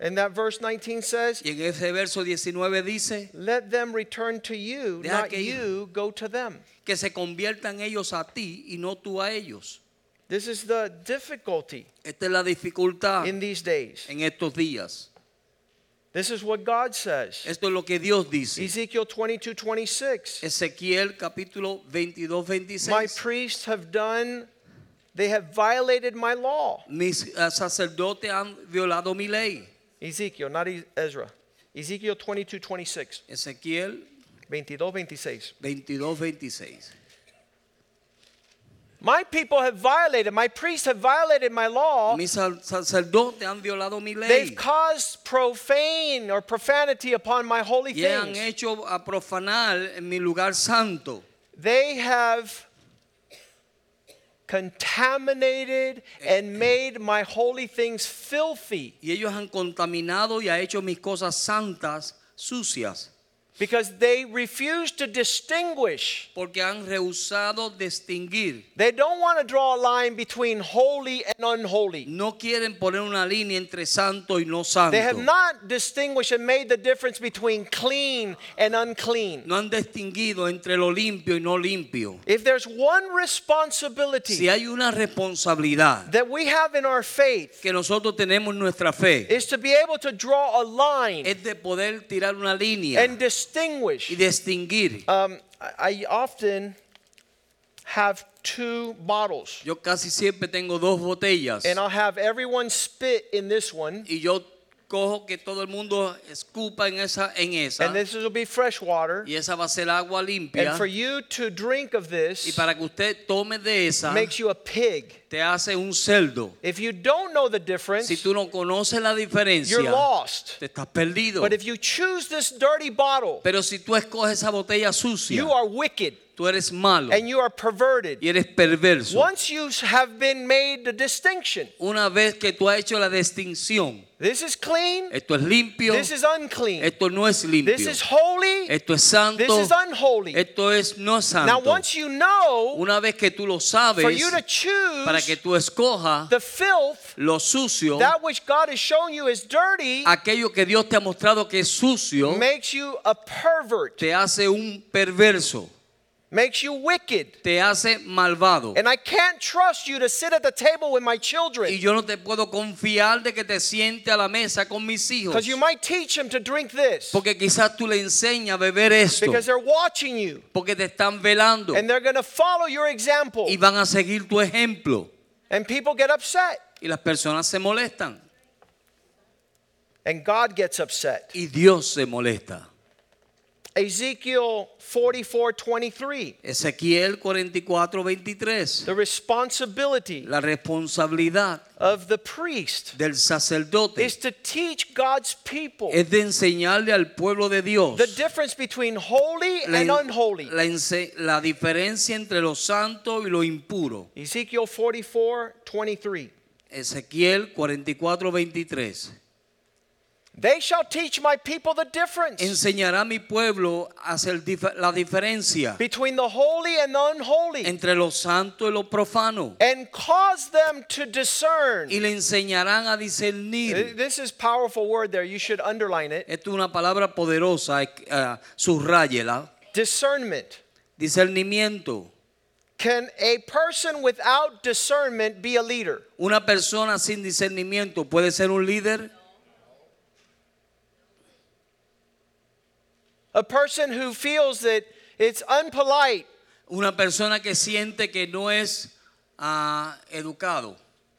[SPEAKER 1] And that verse 19 says,
[SPEAKER 2] Y en ese verso 19 dice,
[SPEAKER 1] Let them return to you,
[SPEAKER 2] Deja
[SPEAKER 1] not
[SPEAKER 2] que-
[SPEAKER 1] you go to them.
[SPEAKER 2] que se conviertan ellos a ti y no tú a ellos.
[SPEAKER 1] This is the difficulty
[SPEAKER 2] Esta es la dificultad
[SPEAKER 1] in these days.
[SPEAKER 2] en estos días.
[SPEAKER 1] This is what God says.
[SPEAKER 2] Esto es lo que Dios dice.
[SPEAKER 1] Ezekiel 22, 26.
[SPEAKER 2] Ezequiel capítulo 22,
[SPEAKER 1] My
[SPEAKER 2] 26.
[SPEAKER 1] priests have done, they have violated my law.
[SPEAKER 2] Mis eh, sacerdotes han violado mi ley.
[SPEAKER 1] Ezekiel, not E- Ezra. Ezekiel 22, 26.
[SPEAKER 2] Ezequiel
[SPEAKER 1] 22, 26.
[SPEAKER 2] 22, 26.
[SPEAKER 1] My people have violated, my priests have violated my law.
[SPEAKER 2] Mis sal- sacerdotes han violado mi
[SPEAKER 1] They've
[SPEAKER 2] ley.
[SPEAKER 1] caused profane or profanity upon my holy
[SPEAKER 2] Y han
[SPEAKER 1] things.
[SPEAKER 2] hecho a profanar en mi lugar santo.
[SPEAKER 1] They have contaminated and made my holy things filthy
[SPEAKER 2] Y ellos han contaminado y han hecho mis cosas santas sucias.
[SPEAKER 1] because they refuse to distinguish.
[SPEAKER 2] Porque han rehusado distinguir.
[SPEAKER 1] They don't want to draw a line between holy and unholy.
[SPEAKER 2] No quieren poner una línea entre santo y no santo.
[SPEAKER 1] They have not distinguished and made the difference between clean and unclean.
[SPEAKER 2] No han distinguido entre lo limpio y no limpio.
[SPEAKER 1] If there's one responsibility
[SPEAKER 2] Si hay una responsabilidad
[SPEAKER 1] that we have in our faith
[SPEAKER 2] que nosotros tenemos en nuestra fe,
[SPEAKER 1] is to be able to draw a line
[SPEAKER 2] es de poder tirar una línea
[SPEAKER 1] and distinguish.
[SPEAKER 2] y distinguir.
[SPEAKER 1] Um, I I often have two bottles,
[SPEAKER 2] Yo casi siempre tengo dos botellas
[SPEAKER 1] and I'll have everyone spit in this one,
[SPEAKER 2] y yo cojo que todo el mundo escupa en esa, en esa
[SPEAKER 1] and this will be fresh water.
[SPEAKER 2] y esa va a ser agua limpia.
[SPEAKER 1] And for you to drink of
[SPEAKER 2] Y
[SPEAKER 1] this
[SPEAKER 2] para que usted tome de esa,
[SPEAKER 1] makes you a pig.
[SPEAKER 2] te hace un cerdo.
[SPEAKER 1] If you don't know the difference,
[SPEAKER 2] Si tú no conoces la
[SPEAKER 1] you're
[SPEAKER 2] diferencia,
[SPEAKER 1] lost.
[SPEAKER 2] te estás perdido.
[SPEAKER 1] But if you choose this dirty bottle,
[SPEAKER 2] Pero si tú escoges esa botella sucia,
[SPEAKER 1] you are wicked
[SPEAKER 2] tú eres malo
[SPEAKER 1] and you are perverted.
[SPEAKER 2] y eres perverso.
[SPEAKER 1] Once you have been made the distinction,
[SPEAKER 2] Una vez que tú has hecho la distinción,
[SPEAKER 1] this is clean,
[SPEAKER 2] esto es limpio,
[SPEAKER 1] this is unclean,
[SPEAKER 2] esto no es limpio,
[SPEAKER 1] this is holy,
[SPEAKER 2] esto es
[SPEAKER 1] this
[SPEAKER 2] santo,
[SPEAKER 1] is unholy.
[SPEAKER 2] esto es no
[SPEAKER 1] Now,
[SPEAKER 2] santo.
[SPEAKER 1] once you know,
[SPEAKER 2] Una vez que tú lo
[SPEAKER 1] for you
[SPEAKER 2] sabes,
[SPEAKER 1] to
[SPEAKER 2] para que
[SPEAKER 1] choose
[SPEAKER 2] tú escojas
[SPEAKER 1] the filth,
[SPEAKER 2] lo sucio,
[SPEAKER 1] that which God has shown you is dirty,
[SPEAKER 2] aquello que Dios te ha mostrado que es sucio,
[SPEAKER 1] makes you a pervert,
[SPEAKER 2] te hace un perverso,
[SPEAKER 1] makes you wicked.
[SPEAKER 2] te hace malvado.
[SPEAKER 1] And I can't trust you to sit at the table with my
[SPEAKER 2] Y
[SPEAKER 1] children
[SPEAKER 2] yo no te puedo confiar de que te siente a la mesa con mis hijos.
[SPEAKER 1] because you might teach them to drink this
[SPEAKER 2] Porque quizás tú le enseñas a beber esto.
[SPEAKER 1] because they're watching you
[SPEAKER 2] Porque te están velando.
[SPEAKER 1] and they're going to follow your example.
[SPEAKER 2] Y van a seguir tu ejemplo.
[SPEAKER 1] And people get upset,
[SPEAKER 2] Y las personas se molestan.
[SPEAKER 1] and God gets upset.
[SPEAKER 2] Y Dios se molesta.
[SPEAKER 1] Ezekiel 44 23,
[SPEAKER 2] Ezequiel 44, 23.
[SPEAKER 1] the responsibility
[SPEAKER 2] La responsabilidad
[SPEAKER 1] of the priest
[SPEAKER 2] del sacerdote
[SPEAKER 1] is to teach God's people
[SPEAKER 2] es de enseñarle al pueblo de Dios
[SPEAKER 1] the difference between holy
[SPEAKER 2] la, en-
[SPEAKER 1] and unholy.
[SPEAKER 2] la ense- la diferencia entre lo santo y lo impuro.
[SPEAKER 1] Ezekiel 44 23.
[SPEAKER 2] Ezequiel 44, 23.
[SPEAKER 1] They shall teach my people the difference
[SPEAKER 2] Enseñará a mi pueblo a hacer dif- la diferencia
[SPEAKER 1] between the holy and the unholy
[SPEAKER 2] entre lo santo y lo profano.
[SPEAKER 1] and cause them to discern.
[SPEAKER 2] Y le enseñarán a
[SPEAKER 1] Th-
[SPEAKER 2] discernir.
[SPEAKER 1] This is powerful word there. You should underline it.
[SPEAKER 2] Esto es una palabra poderosa, eh, ah, subrayela.
[SPEAKER 1] Discernment.
[SPEAKER 2] Discernimiento.
[SPEAKER 1] Can a person without discernment be a leader?
[SPEAKER 2] Una persona sin discernimiento puede ser un líder.
[SPEAKER 1] A person who feels that it's unpolite
[SPEAKER 2] Una persona que siente que no es ah, educado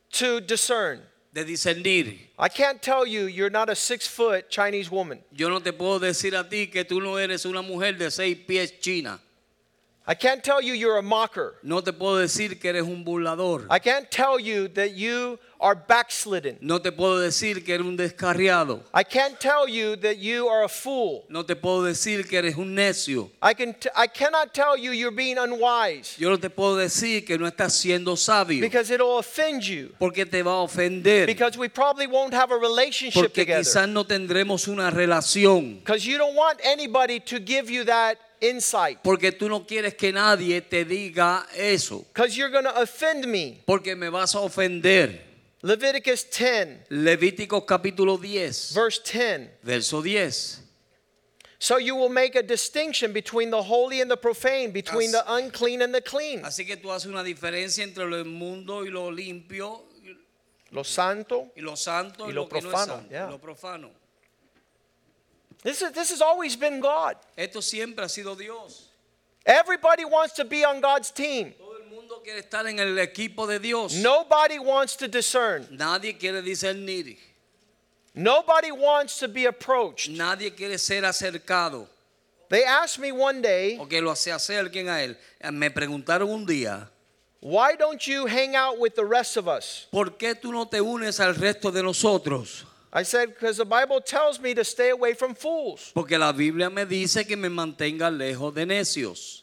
[SPEAKER 1] to discern.
[SPEAKER 2] de discernir.
[SPEAKER 1] I can't tell you you're not a six foot Chinese woman.
[SPEAKER 2] Yo no te puedo decir a ti que tú no eres una mujer de seis pies china.
[SPEAKER 1] I can't tell you you're a mocker.
[SPEAKER 2] No te puedo decir que eres un burlador.
[SPEAKER 1] I can't tell you that you are backslidden.
[SPEAKER 2] No te puedo decir que eres un descarriado.
[SPEAKER 1] I can't tell you that you are a fool.
[SPEAKER 2] No te puedo decir que eres un necio.
[SPEAKER 1] I can t- I cannot tell you you're being unwise
[SPEAKER 2] Yo no te puedo decir que no estás siendo sabio.
[SPEAKER 1] because it'll offend you.
[SPEAKER 2] Porque te va a ofender.
[SPEAKER 1] Because we probably won't have a relationship
[SPEAKER 2] Porque
[SPEAKER 1] together.
[SPEAKER 2] quizás no tendremos una relación.
[SPEAKER 1] Because you don't want anybody to give you that insight.
[SPEAKER 2] Porque tú no quieres que nadie te diga eso.
[SPEAKER 1] Because you're going to offend me.
[SPEAKER 2] Porque me vas a ofender.
[SPEAKER 1] Leviticus 10,
[SPEAKER 2] Levíticos capítulo 10,
[SPEAKER 1] verse 10.
[SPEAKER 2] verso 10.
[SPEAKER 1] So you will make a distinction between the holy and the profane, between the unclean and the clean.
[SPEAKER 2] Así que tú haces una diferencia entre lo inmundo y lo limpio,
[SPEAKER 1] Lo santo.
[SPEAKER 2] y lo santo y,
[SPEAKER 1] Y lo
[SPEAKER 2] que no es
[SPEAKER 1] profano,
[SPEAKER 2] santo,
[SPEAKER 1] yeah.
[SPEAKER 2] lo profano.
[SPEAKER 1] This, is, this has always been God.
[SPEAKER 2] Esto siempre ha sido Dios.
[SPEAKER 1] Everybody wants to be on God's team.
[SPEAKER 2] Todo quiere estar en el equipo de Dios.
[SPEAKER 1] Nobody wants to discern.
[SPEAKER 2] Nadie quiere discernir.
[SPEAKER 1] Nobody wants to be approached.
[SPEAKER 2] Nadie quiere ser acercado.
[SPEAKER 1] They asked me one day,
[SPEAKER 2] O que lo se acerquen a él. Me preguntaron un día,
[SPEAKER 1] Why don't you hang out with the rest of us?
[SPEAKER 2] ¿por qué tú no te unes al resto de nosotros?
[SPEAKER 1] I said, Because the Bible tells me to stay away from fools.
[SPEAKER 2] Porque la Biblia me dice que me mantenga lejos de necios.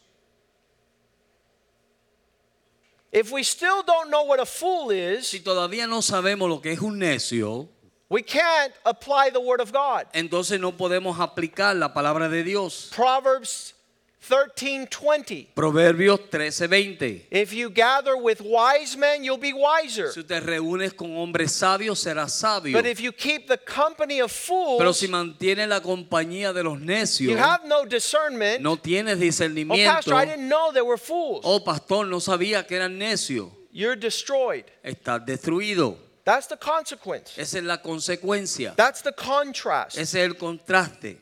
[SPEAKER 1] If we still don't know what a fool is,
[SPEAKER 2] Si todavía no sabemos lo que es un necio,
[SPEAKER 1] we can't apply the Word of God.
[SPEAKER 2] entonces no podemos aplicar la palabra de Dios.
[SPEAKER 1] Proverbs 13 20.
[SPEAKER 2] Proverbios 13:20.
[SPEAKER 1] If you gather with wise men, you'll be wiser.
[SPEAKER 2] Si te reúnes con hombres sabios, serás sabio.
[SPEAKER 1] But if you keep the company of
[SPEAKER 2] Pero
[SPEAKER 1] fools,
[SPEAKER 2] si mantienes la compañía de los
[SPEAKER 1] you
[SPEAKER 2] necios,
[SPEAKER 1] have no discernment.
[SPEAKER 2] no tienes
[SPEAKER 1] Oh, Pastor,
[SPEAKER 2] discernimiento.
[SPEAKER 1] I didn't know there were fools.
[SPEAKER 2] Oh, pastor, no sabía que eran necios.
[SPEAKER 1] You're destroyed.
[SPEAKER 2] Estás destruido.
[SPEAKER 1] That's the consequence.
[SPEAKER 2] Esa es la consecuencia.
[SPEAKER 1] That's the contrast.
[SPEAKER 2] Ese es el contraste.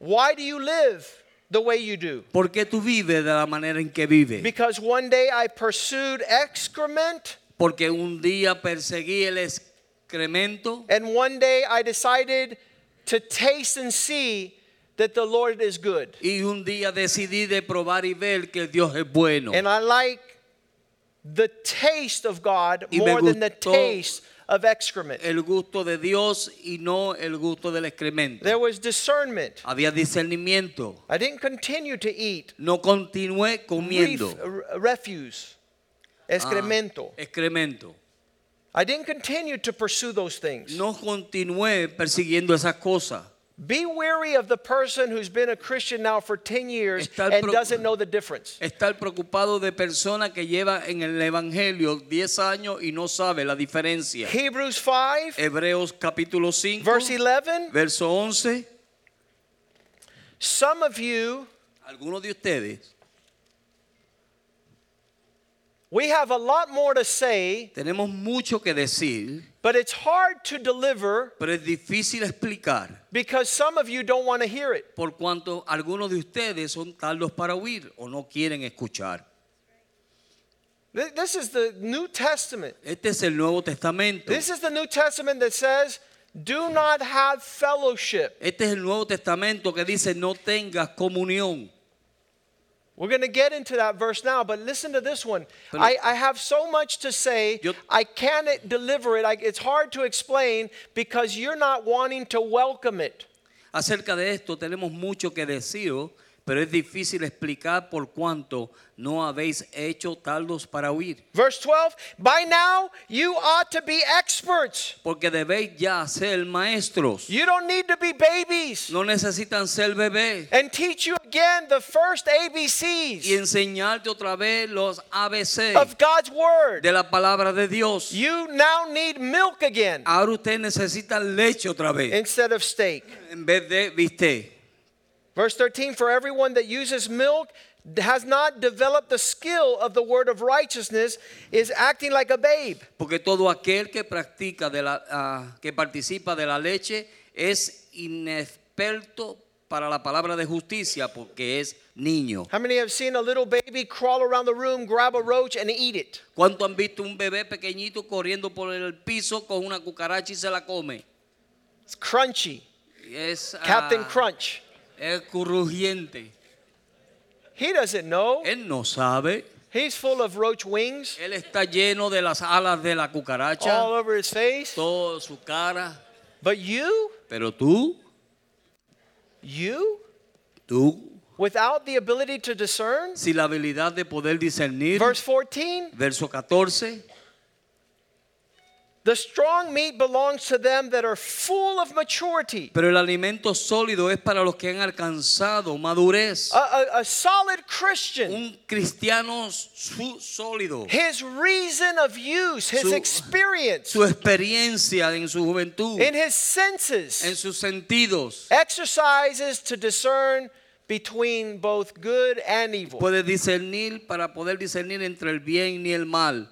[SPEAKER 1] Why do you live the way you do?
[SPEAKER 2] ¿Por qué tú vives de la manera en que vives?
[SPEAKER 1] Because one day I pursued excrement,
[SPEAKER 2] Porque un día perseguí el excremento
[SPEAKER 1] and one day I decided to taste and see that the Lord is good.
[SPEAKER 2] y un día decidí de probar y ver que Dios es bueno.
[SPEAKER 1] And I like the taste of God
[SPEAKER 2] Y me
[SPEAKER 1] more than the
[SPEAKER 2] gustó-
[SPEAKER 1] taste of excrement.
[SPEAKER 2] El gusto de Dios y no el gusto del excremento.
[SPEAKER 1] There was discernment.
[SPEAKER 2] Había discernimiento.
[SPEAKER 1] I didn't continue to eat
[SPEAKER 2] No continué
[SPEAKER 1] ref-
[SPEAKER 2] comiendo Ah,
[SPEAKER 1] r- refuse, excremento.
[SPEAKER 2] excremento.
[SPEAKER 1] I didn't continue to pursue those things.
[SPEAKER 2] No continué persiguiendo esas cosas.
[SPEAKER 1] Be weary of the person who's been a Christian now for 10 years
[SPEAKER 2] Estar
[SPEAKER 1] and
[SPEAKER 2] pro-
[SPEAKER 1] doesn't know the difference.
[SPEAKER 2] Estar preocupado de personas que lleva en el Evangelio 10 años y no sabe la diferencia.
[SPEAKER 1] Hebrews 5,
[SPEAKER 2] Hebreos capítulo 5,
[SPEAKER 1] verse 11
[SPEAKER 2] verso 11.
[SPEAKER 1] Some of you,
[SPEAKER 2] Algunos de ustedes
[SPEAKER 1] we have a lot more to say,
[SPEAKER 2] tenemos mucho que decir,
[SPEAKER 1] but it's hard to deliver
[SPEAKER 2] pero es difícil explicar
[SPEAKER 1] because some of you don't want to hear it.
[SPEAKER 2] por cuanto algunos de ustedes son tardos para oír o no quieren escuchar.
[SPEAKER 1] Th- This is the New Testament.
[SPEAKER 2] Este es el Nuevo Testamento.
[SPEAKER 1] This is the New Testament that says, do not have fellowship.
[SPEAKER 2] Este es el Nuevo Testamento que dice no tengas comunión.
[SPEAKER 1] We're going to get into that verse now, but listen to this one.
[SPEAKER 2] Pero-
[SPEAKER 1] I, I have so much to say,
[SPEAKER 2] Yo-
[SPEAKER 1] I can't deliver it. I, it's hard to explain because you're not wanting to welcome it.
[SPEAKER 2] Acerca de esto tenemos mucho que decir, pero es difícil explicar por cuanto no habéis hecho tardos para oír.
[SPEAKER 1] Verse 12, by now you ought to be experts.
[SPEAKER 2] Porque debéis ya ser maestros.
[SPEAKER 1] You don't need to be babies.
[SPEAKER 2] No necesitan ser bebés.
[SPEAKER 1] And teach you again the first
[SPEAKER 2] Y
[SPEAKER 1] ABCs
[SPEAKER 2] enseñarte otra vez los ABC
[SPEAKER 1] of God's Word.
[SPEAKER 2] de la palabra de Dios.
[SPEAKER 1] You now need milk again
[SPEAKER 2] Ahora usted necesita leche otra vez
[SPEAKER 1] instead of steak.
[SPEAKER 2] en vez de viste.
[SPEAKER 1] Verse 13 For everyone that uses milk has not developed the skill of the word of righteousness, is acting like a babe.
[SPEAKER 2] Porque todo aquel que practica de la ah, que participa de la leche es inexperto para la palabra de justicia porque es niño.
[SPEAKER 1] How many have seen a little baby crawl around the room, grab a roach, and eat it?
[SPEAKER 2] ¿Cuánto han visto un bebé pequeñito corriendo por el piso con una cucaracha y se la come?
[SPEAKER 1] It's crunchy.
[SPEAKER 2] Es, ah,
[SPEAKER 1] Captain Crunch.
[SPEAKER 2] es crujiente.
[SPEAKER 1] He doesn't know.
[SPEAKER 2] Él no sabe.
[SPEAKER 1] He's full of roach wings
[SPEAKER 2] Él está lleno de las alas de la
[SPEAKER 1] all
[SPEAKER 2] cucaracha,
[SPEAKER 1] over his face.
[SPEAKER 2] toda su cara.
[SPEAKER 1] But you,
[SPEAKER 2] Pero tú,
[SPEAKER 1] you,
[SPEAKER 2] tú,
[SPEAKER 1] without the ability to discern,
[SPEAKER 2] sin la habilidad de poder discernir,
[SPEAKER 1] verse 14,
[SPEAKER 2] verso 14,
[SPEAKER 1] The strong meat belongs to them that are full of maturity.
[SPEAKER 2] Pero el alimento sólido es para los que han alcanzado madurez.
[SPEAKER 1] A, a solid Christian.
[SPEAKER 2] Un cristiano su- sólido.
[SPEAKER 1] His reason of use, his
[SPEAKER 2] Su-
[SPEAKER 1] experience,
[SPEAKER 2] Su experiencia en su juventud.
[SPEAKER 1] in his senses,
[SPEAKER 2] En sus sentidos.
[SPEAKER 1] exercises to discern between both good and evil.
[SPEAKER 2] Puede discernir para poder discernir entre el bien y el mal.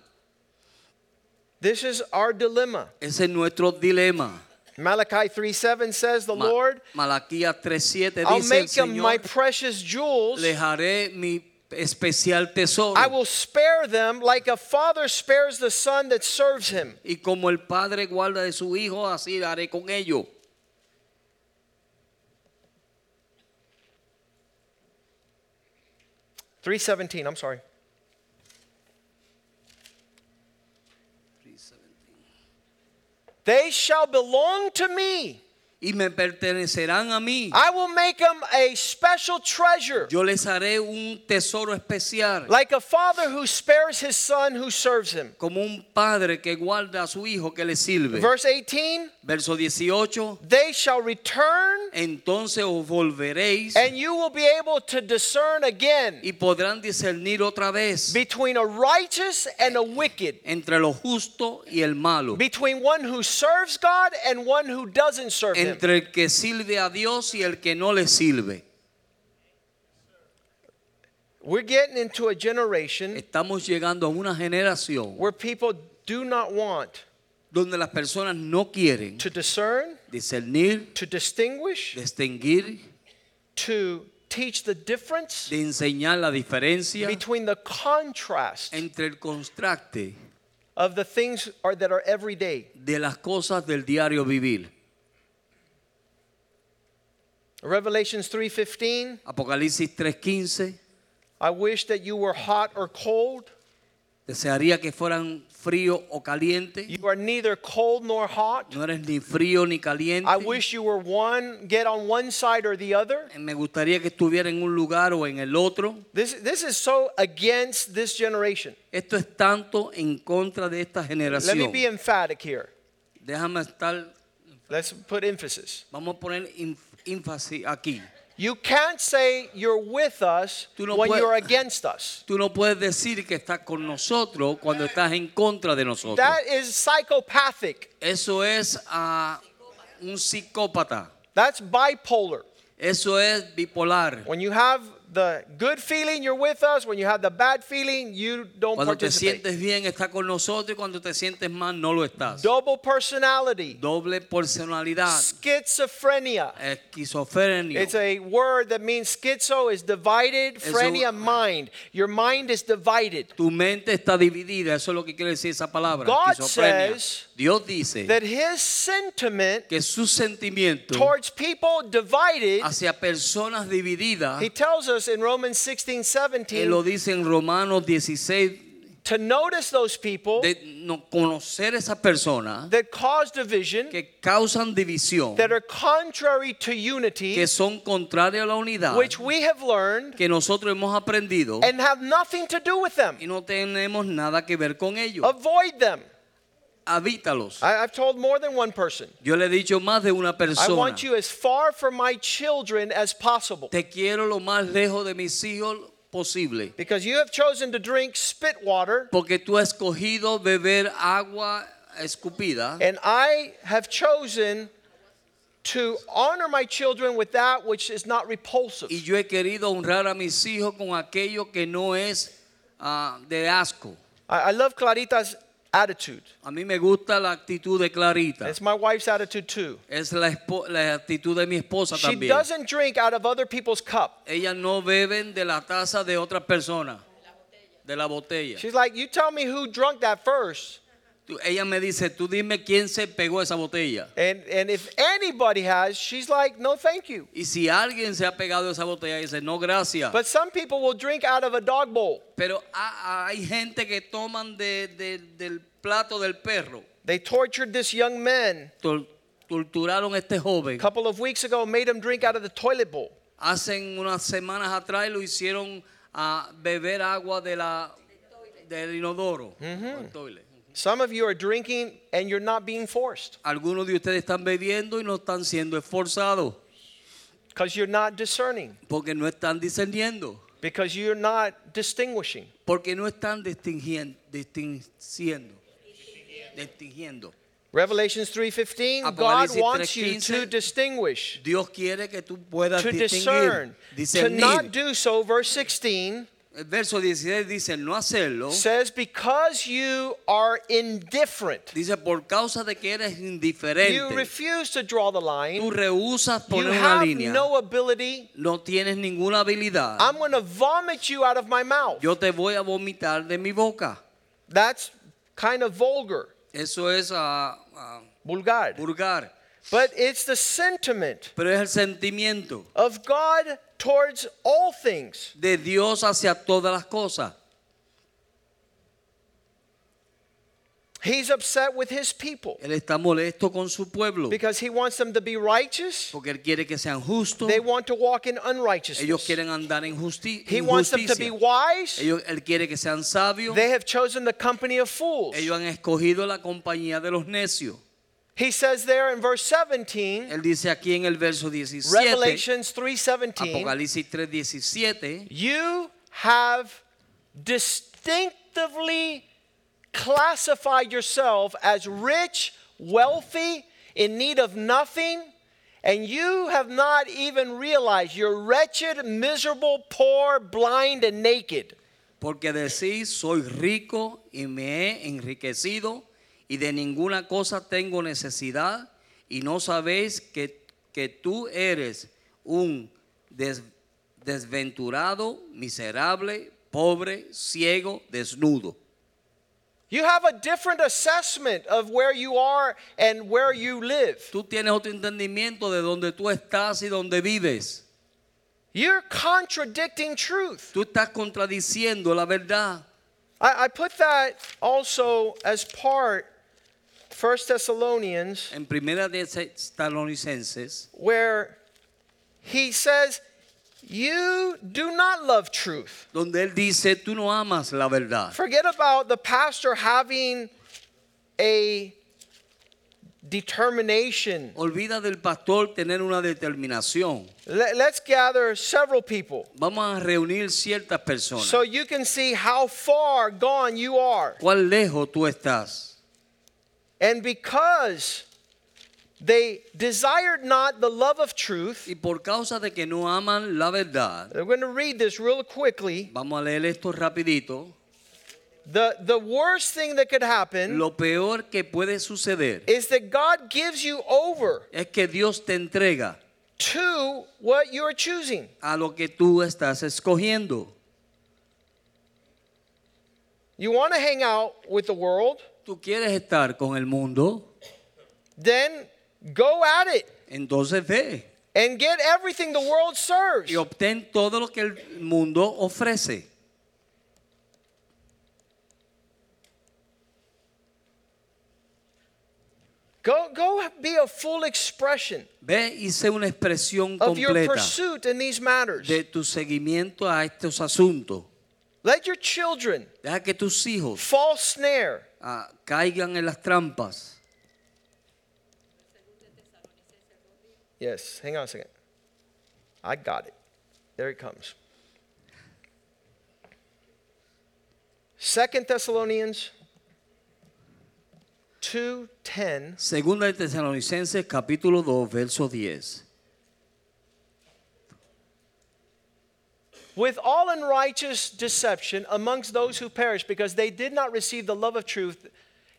[SPEAKER 1] This is our dilemma.
[SPEAKER 2] Ese es nuestro dilema.
[SPEAKER 1] Malachi 3:7 says, "The
[SPEAKER 2] Ma-
[SPEAKER 1] Lord,
[SPEAKER 2] Malaquías 3:7
[SPEAKER 1] I'll
[SPEAKER 2] dice el
[SPEAKER 1] make them my
[SPEAKER 2] Señor,
[SPEAKER 1] precious jewels.
[SPEAKER 2] les haré mi especial tesoro.
[SPEAKER 1] I will spare them like a father spares the son that serves him."
[SPEAKER 2] Y como el padre guarda de su hijo, así haré con ellos.
[SPEAKER 1] Three seventeen. I'm sorry. They shall belong to me.
[SPEAKER 2] Y me pertenecerán a mí.
[SPEAKER 1] I will make them a special treasure,
[SPEAKER 2] Yo les haré un tesoro especial.
[SPEAKER 1] like a father who spares his son who serves him.
[SPEAKER 2] Como un padre que guarda a su hijo que le sirve.
[SPEAKER 1] Verse 18
[SPEAKER 2] Verso 18.
[SPEAKER 1] They shall return,
[SPEAKER 2] Entonces os volveréis
[SPEAKER 1] and you will be able to discern again
[SPEAKER 2] y podrán discernir otra vez
[SPEAKER 1] between a righteous and a wicked,
[SPEAKER 2] entre lo justo y el malo.
[SPEAKER 1] between one who serves God and one who doesn't serve Him.
[SPEAKER 2] Entre el que sirve a Dios y el que no le sirve.
[SPEAKER 1] We're getting into a generation
[SPEAKER 2] Estamos llegando a una generación
[SPEAKER 1] where people do not want
[SPEAKER 2] donde las personas no quieren
[SPEAKER 1] to discern,
[SPEAKER 2] discernir,
[SPEAKER 1] to distinguish,
[SPEAKER 2] distinguir,
[SPEAKER 1] to teach the difference
[SPEAKER 2] de enseñar la diferencia
[SPEAKER 1] between the contrast
[SPEAKER 2] entre el contraste
[SPEAKER 1] of the things are, that are everyday.
[SPEAKER 2] de las cosas del diario vivir.
[SPEAKER 1] Revelations 3:15,
[SPEAKER 2] Apocalipsis 3:15,
[SPEAKER 1] I wish that you were hot or cold.
[SPEAKER 2] desearía que fueran frío o caliente.
[SPEAKER 1] You are neither cold nor hot.
[SPEAKER 2] No eres ni frío ni
[SPEAKER 1] I
[SPEAKER 2] caliente.
[SPEAKER 1] wish you were one, get on one side or the other.
[SPEAKER 2] Me gustaría que estuviera en un lugar o en el otro.
[SPEAKER 1] This, this is so against this generation.
[SPEAKER 2] Esto es tanto en contra de esta
[SPEAKER 1] Let me
[SPEAKER 2] generación.
[SPEAKER 1] be emphatic here.
[SPEAKER 2] Déjame estar,
[SPEAKER 1] Let's put emphasis.
[SPEAKER 2] vamos a poner énf- énfasis aquí.
[SPEAKER 1] You can't say you're with us
[SPEAKER 2] Tú no
[SPEAKER 1] when
[SPEAKER 2] puedes-
[SPEAKER 1] you're against us.
[SPEAKER 2] Tú no puedes decir que estás con nosotros cuando estás en contra de nosotros.
[SPEAKER 1] That is psychopathic.
[SPEAKER 2] Eso es a un psicópata.
[SPEAKER 1] That's bipolar.
[SPEAKER 2] Eso es bipolar.
[SPEAKER 1] When you have the good feeling, you're with us. When you have the bad feeling, you don't
[SPEAKER 2] Cuando te
[SPEAKER 1] participate.
[SPEAKER 2] sientes bien, estás con nosotros y cuando te sientes mal, no lo estás.
[SPEAKER 1] Double personality,
[SPEAKER 2] Doble personalidad,
[SPEAKER 1] schizophrenia.
[SPEAKER 2] esquizofrenia.
[SPEAKER 1] It's a word that means schizo is divided,
[SPEAKER 2] Eso-
[SPEAKER 1] phrenia mind. Your mind is divided.
[SPEAKER 2] Tu mente está dividida, eso es lo que quiere decir esa palabra.
[SPEAKER 1] God
[SPEAKER 2] esquizofrenia.
[SPEAKER 1] says
[SPEAKER 2] Dios dice
[SPEAKER 1] That his sentiment
[SPEAKER 2] que sus sentimientos
[SPEAKER 1] towards people divided,
[SPEAKER 2] hacia personas divididas,
[SPEAKER 1] he tells us in Romans 16,
[SPEAKER 2] él lo
[SPEAKER 1] 17,
[SPEAKER 2] dice en Romanos 16,
[SPEAKER 1] to notice those people
[SPEAKER 2] de no conocer esas personas
[SPEAKER 1] that cause division,
[SPEAKER 2] que causan división,
[SPEAKER 1] that are contrary to unity,
[SPEAKER 2] que son contrarias a la unidad,
[SPEAKER 1] which we have learned
[SPEAKER 2] que nosotros hemos aprendido
[SPEAKER 1] and have nothing to do with them.
[SPEAKER 2] y no tenemos nada que ver con ellos.
[SPEAKER 1] Avoid them.
[SPEAKER 2] Habítalos.
[SPEAKER 1] I, I've told more than one person.
[SPEAKER 2] Yo le he dicho más de una
[SPEAKER 1] I
[SPEAKER 2] persona.
[SPEAKER 1] want you as far from my children as possible.
[SPEAKER 2] Te quiero lo más lejos de mis hijos posible.
[SPEAKER 1] Because you have chosen to drink spit water,
[SPEAKER 2] Porque tú has escogido beber agua escupida.
[SPEAKER 1] and I have chosen to honor my children with that which is not repulsive.
[SPEAKER 2] Y yo he querido honrar a mis hijos con aquello que no es ah, de asco.
[SPEAKER 1] I, I love Clarita's attitude.
[SPEAKER 2] A mí me gusta la actitud de Clarita.
[SPEAKER 1] It's my wife's attitude too.
[SPEAKER 2] Es la, espo- la actitud de mi esposa
[SPEAKER 1] She
[SPEAKER 2] también.
[SPEAKER 1] doesn't drink out of other people's cup.
[SPEAKER 2] Ellas no beben de la taza de otras personas. De la botella.
[SPEAKER 1] She's like, you tell me who drunk that first.
[SPEAKER 2] Tú- Ella me dice, tú dime quién se pegó esa botella.
[SPEAKER 1] And and if anybody has, she's like, no, thank you.
[SPEAKER 2] Y si alguien se ha pegado esa botella, dice, no, gracias.
[SPEAKER 1] But some people will drink out of a dog bowl.
[SPEAKER 2] Pero ha- ha- hay gente que toman de- de- del plato del perro.
[SPEAKER 1] They tortured this young man
[SPEAKER 2] Tor- torturaron a este
[SPEAKER 1] a
[SPEAKER 2] joven.
[SPEAKER 1] couple of weeks ago, made him drink out of the toilet bowl.
[SPEAKER 2] Hacen unas semanas atrás lo hicieron a beber agua de la, del inodoro. o el toilet.
[SPEAKER 1] Some of you are drinking and you're not being forced.
[SPEAKER 2] Algunos de ustedes están bebiendo y no están siendo esforzados. Porque no están discerniendo. Porque no están distingien- distinguiendo. Distinguiendo.
[SPEAKER 1] Revelations
[SPEAKER 2] Ah,
[SPEAKER 1] 3:15 God
[SPEAKER 2] Apocalipsis
[SPEAKER 1] wants you
[SPEAKER 2] 3:15.
[SPEAKER 1] to distinguish.
[SPEAKER 2] Dios quiere que tú puedas
[SPEAKER 1] To
[SPEAKER 2] Ah, distinguir,
[SPEAKER 1] discern. To not
[SPEAKER 2] discernir.
[SPEAKER 1] do so verse 16
[SPEAKER 2] El verso 16 dice no hacerlo.
[SPEAKER 1] says because you are indifferent.
[SPEAKER 2] Dice por causa de que eres
[SPEAKER 1] You
[SPEAKER 2] indiferente.
[SPEAKER 1] refuse to draw the line.
[SPEAKER 2] Tú rehusas
[SPEAKER 1] You
[SPEAKER 2] poner una
[SPEAKER 1] have
[SPEAKER 2] línea.
[SPEAKER 1] no ability.
[SPEAKER 2] No tienes ninguna habilidad.
[SPEAKER 1] I'm going to vomit you out of my mouth.
[SPEAKER 2] Yo te voy a vomitar de mi boca.
[SPEAKER 1] That's kind of vulgar.
[SPEAKER 2] Eso es ah, ah,
[SPEAKER 1] vulgar. But it's the sentiment
[SPEAKER 2] Pero es el sentimiento
[SPEAKER 1] of God towards all things.
[SPEAKER 2] de Dios hacia todas las cosas.
[SPEAKER 1] He's upset with his people
[SPEAKER 2] Él está molesto con su pueblo.
[SPEAKER 1] because he wants them to be righteous.
[SPEAKER 2] Porque él quiere que sean justos.
[SPEAKER 1] They want to walk in unrighteousness.
[SPEAKER 2] Ellos quieren andar en justi-
[SPEAKER 1] He
[SPEAKER 2] en
[SPEAKER 1] wants them to be
[SPEAKER 2] justicia.
[SPEAKER 1] wise.
[SPEAKER 2] Ellos- él quiere que sean sabios.
[SPEAKER 1] They have chosen the company of fools.
[SPEAKER 2] Ellos han escogido la compañía de los necios.
[SPEAKER 1] He says there in verse 17,
[SPEAKER 2] Él dice aquí en el verso 17,
[SPEAKER 1] Revelations 3:17,
[SPEAKER 2] Apocalipsis 3:17,
[SPEAKER 1] you have distinctively classified yourself as rich, wealthy, in need of nothing, and you have not even realized you're wretched, miserable, poor, blind, and naked.
[SPEAKER 2] porque decís, soy rico y me he enriquecido y de ninguna cosa tengo necesidad y no sabéis que, que tú eres un des- desventurado, miserable, pobre, ciego, desnudo.
[SPEAKER 1] You have a different assessment of where you are and where you live.
[SPEAKER 2] Tú tienes otro entendimiento de dónde tú estás y dónde vives.
[SPEAKER 1] You're contradicting truth.
[SPEAKER 2] Tú estás contradiciendo la verdad.
[SPEAKER 1] I, I put that also as part 1 Thessalonians
[SPEAKER 2] En primera de Tesalonicenses
[SPEAKER 1] where he says you do not love truth.
[SPEAKER 2] donde él dice, tú no amas la verdad.
[SPEAKER 1] Forget about the pastor having a determination.
[SPEAKER 2] Olvida del pastor tener una determinación.
[SPEAKER 1] Let, let's gather several people
[SPEAKER 2] Vamos a reunir ciertas personas.
[SPEAKER 1] so you can see how far gone you are.
[SPEAKER 2] ¿Cuán lejos tú estás?
[SPEAKER 1] And because they desired not the love of truth,
[SPEAKER 2] Y por causa de que no aman la verdad,
[SPEAKER 1] we're going to read this real quickly.
[SPEAKER 2] vamos a leer esto rapidito.
[SPEAKER 1] The, the worst thing that could happen
[SPEAKER 2] Lo peor que puede suceder
[SPEAKER 1] is that God gives you over
[SPEAKER 2] es que Dios te entrega
[SPEAKER 1] to what you're choosing.
[SPEAKER 2] a lo que tú estás escogiendo.
[SPEAKER 1] You want to hang out with the world,
[SPEAKER 2] Tú quieres estar con el mundo,
[SPEAKER 1] then go at it
[SPEAKER 2] entonces ve
[SPEAKER 1] and get everything the world serves.
[SPEAKER 2] y obtén todo lo que el mundo ofrece.
[SPEAKER 1] Go, go be a full expression
[SPEAKER 2] Ve y sé una expresión
[SPEAKER 1] of your
[SPEAKER 2] completa
[SPEAKER 1] pursuit in these matters.
[SPEAKER 2] de tu seguimiento a estos asuntos.
[SPEAKER 1] Let your children
[SPEAKER 2] Deja que tus hijos
[SPEAKER 1] fall snare.
[SPEAKER 2] ah, caigan en las trampas.
[SPEAKER 1] Yes, hang on a second. I got it. There it comes. Second Thessalonians 2:10
[SPEAKER 2] Segunda de Tesalonicenses capítulo 2, verso 10.
[SPEAKER 1] with all unrighteous deception amongst those who perish because they did not receive the love of truth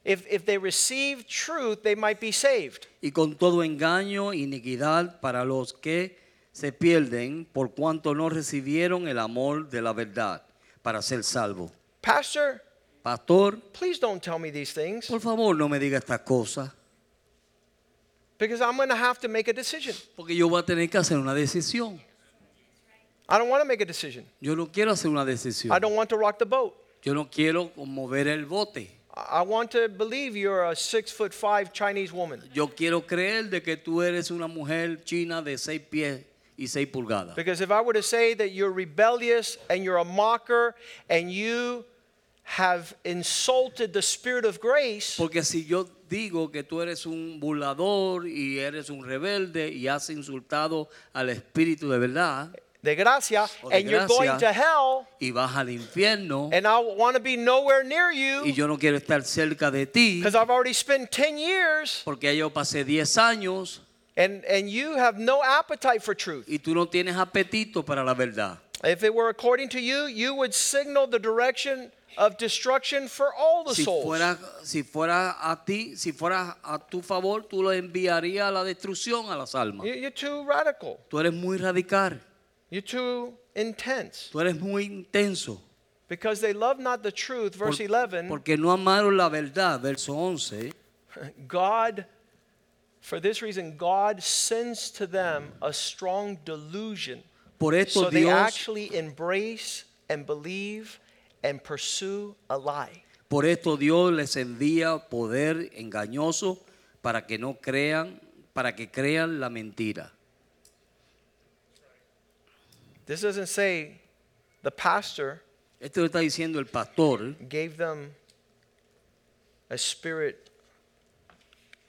[SPEAKER 1] if, if they received truth they might be saved
[SPEAKER 2] Y con todo engaño, iniquidad para los que se pierden por cuanto no recibieron el amor de la verdad para ser salvo.
[SPEAKER 1] pastor
[SPEAKER 2] Pastor,
[SPEAKER 1] please don't tell me these things
[SPEAKER 2] por favor no me diga estas cosas,
[SPEAKER 1] because i'm going to have to make a decision
[SPEAKER 2] porque yo voy a tener que hacer una decisión.
[SPEAKER 1] i don't want to make a decision
[SPEAKER 2] Yo no quiero hacer una decisión.
[SPEAKER 1] i don't want to rock the boat
[SPEAKER 2] Yo no quiero mover el bote.
[SPEAKER 1] i I want to believe you're a six foot five chinese woman
[SPEAKER 2] Yo quiero creer de que tú eres una mujer china de seis pies y seis pulgadas.
[SPEAKER 1] because if i were to say that you're rebellious and you're a mocker and you have insulted the Spirit of grace,
[SPEAKER 2] Porque si yo digo que tú eres un burlador y eres un rebelde y has insultado al Espíritu de verdad,
[SPEAKER 1] de gracia,
[SPEAKER 2] o Oh, de
[SPEAKER 1] and you're going
[SPEAKER 2] gracia,
[SPEAKER 1] to hell,
[SPEAKER 2] y vas al infierno,
[SPEAKER 1] and I want to be nowhere near you
[SPEAKER 2] y yo no quiero estar cerca de ti,
[SPEAKER 1] because I've already spent 10 years
[SPEAKER 2] porque yo pasé 10 años
[SPEAKER 1] and, and you have no appetite for truth.
[SPEAKER 2] y tú no tienes apetito para la verdad.
[SPEAKER 1] If it were according to you, you would signal the direction of destruction for all the
[SPEAKER 2] Si
[SPEAKER 1] souls.
[SPEAKER 2] fuera, si fuera a ti, si fuera a tu favor, tú lo enviarías a la destrucción a las almas.
[SPEAKER 1] You- You're too radical.
[SPEAKER 2] Tú eres muy radical,
[SPEAKER 1] You're too intense.
[SPEAKER 2] tú eres muy intenso.
[SPEAKER 1] Because they love not the truth, verse
[SPEAKER 2] Por-
[SPEAKER 1] 11,
[SPEAKER 2] Porque no amaron la verdad, verso 11.
[SPEAKER 1] God, for this reason, God sends to them a strong delusion.
[SPEAKER 2] Por esto
[SPEAKER 1] so they
[SPEAKER 2] Dios-
[SPEAKER 1] actually embrace and believe and pursue a lie.
[SPEAKER 2] Por esto Dios les envía poder engañoso para que no crean, para que crean la mentira.
[SPEAKER 1] This doesn't say the pastor
[SPEAKER 2] Esto lo está diciendo el pastor,
[SPEAKER 1] gave them a spirit,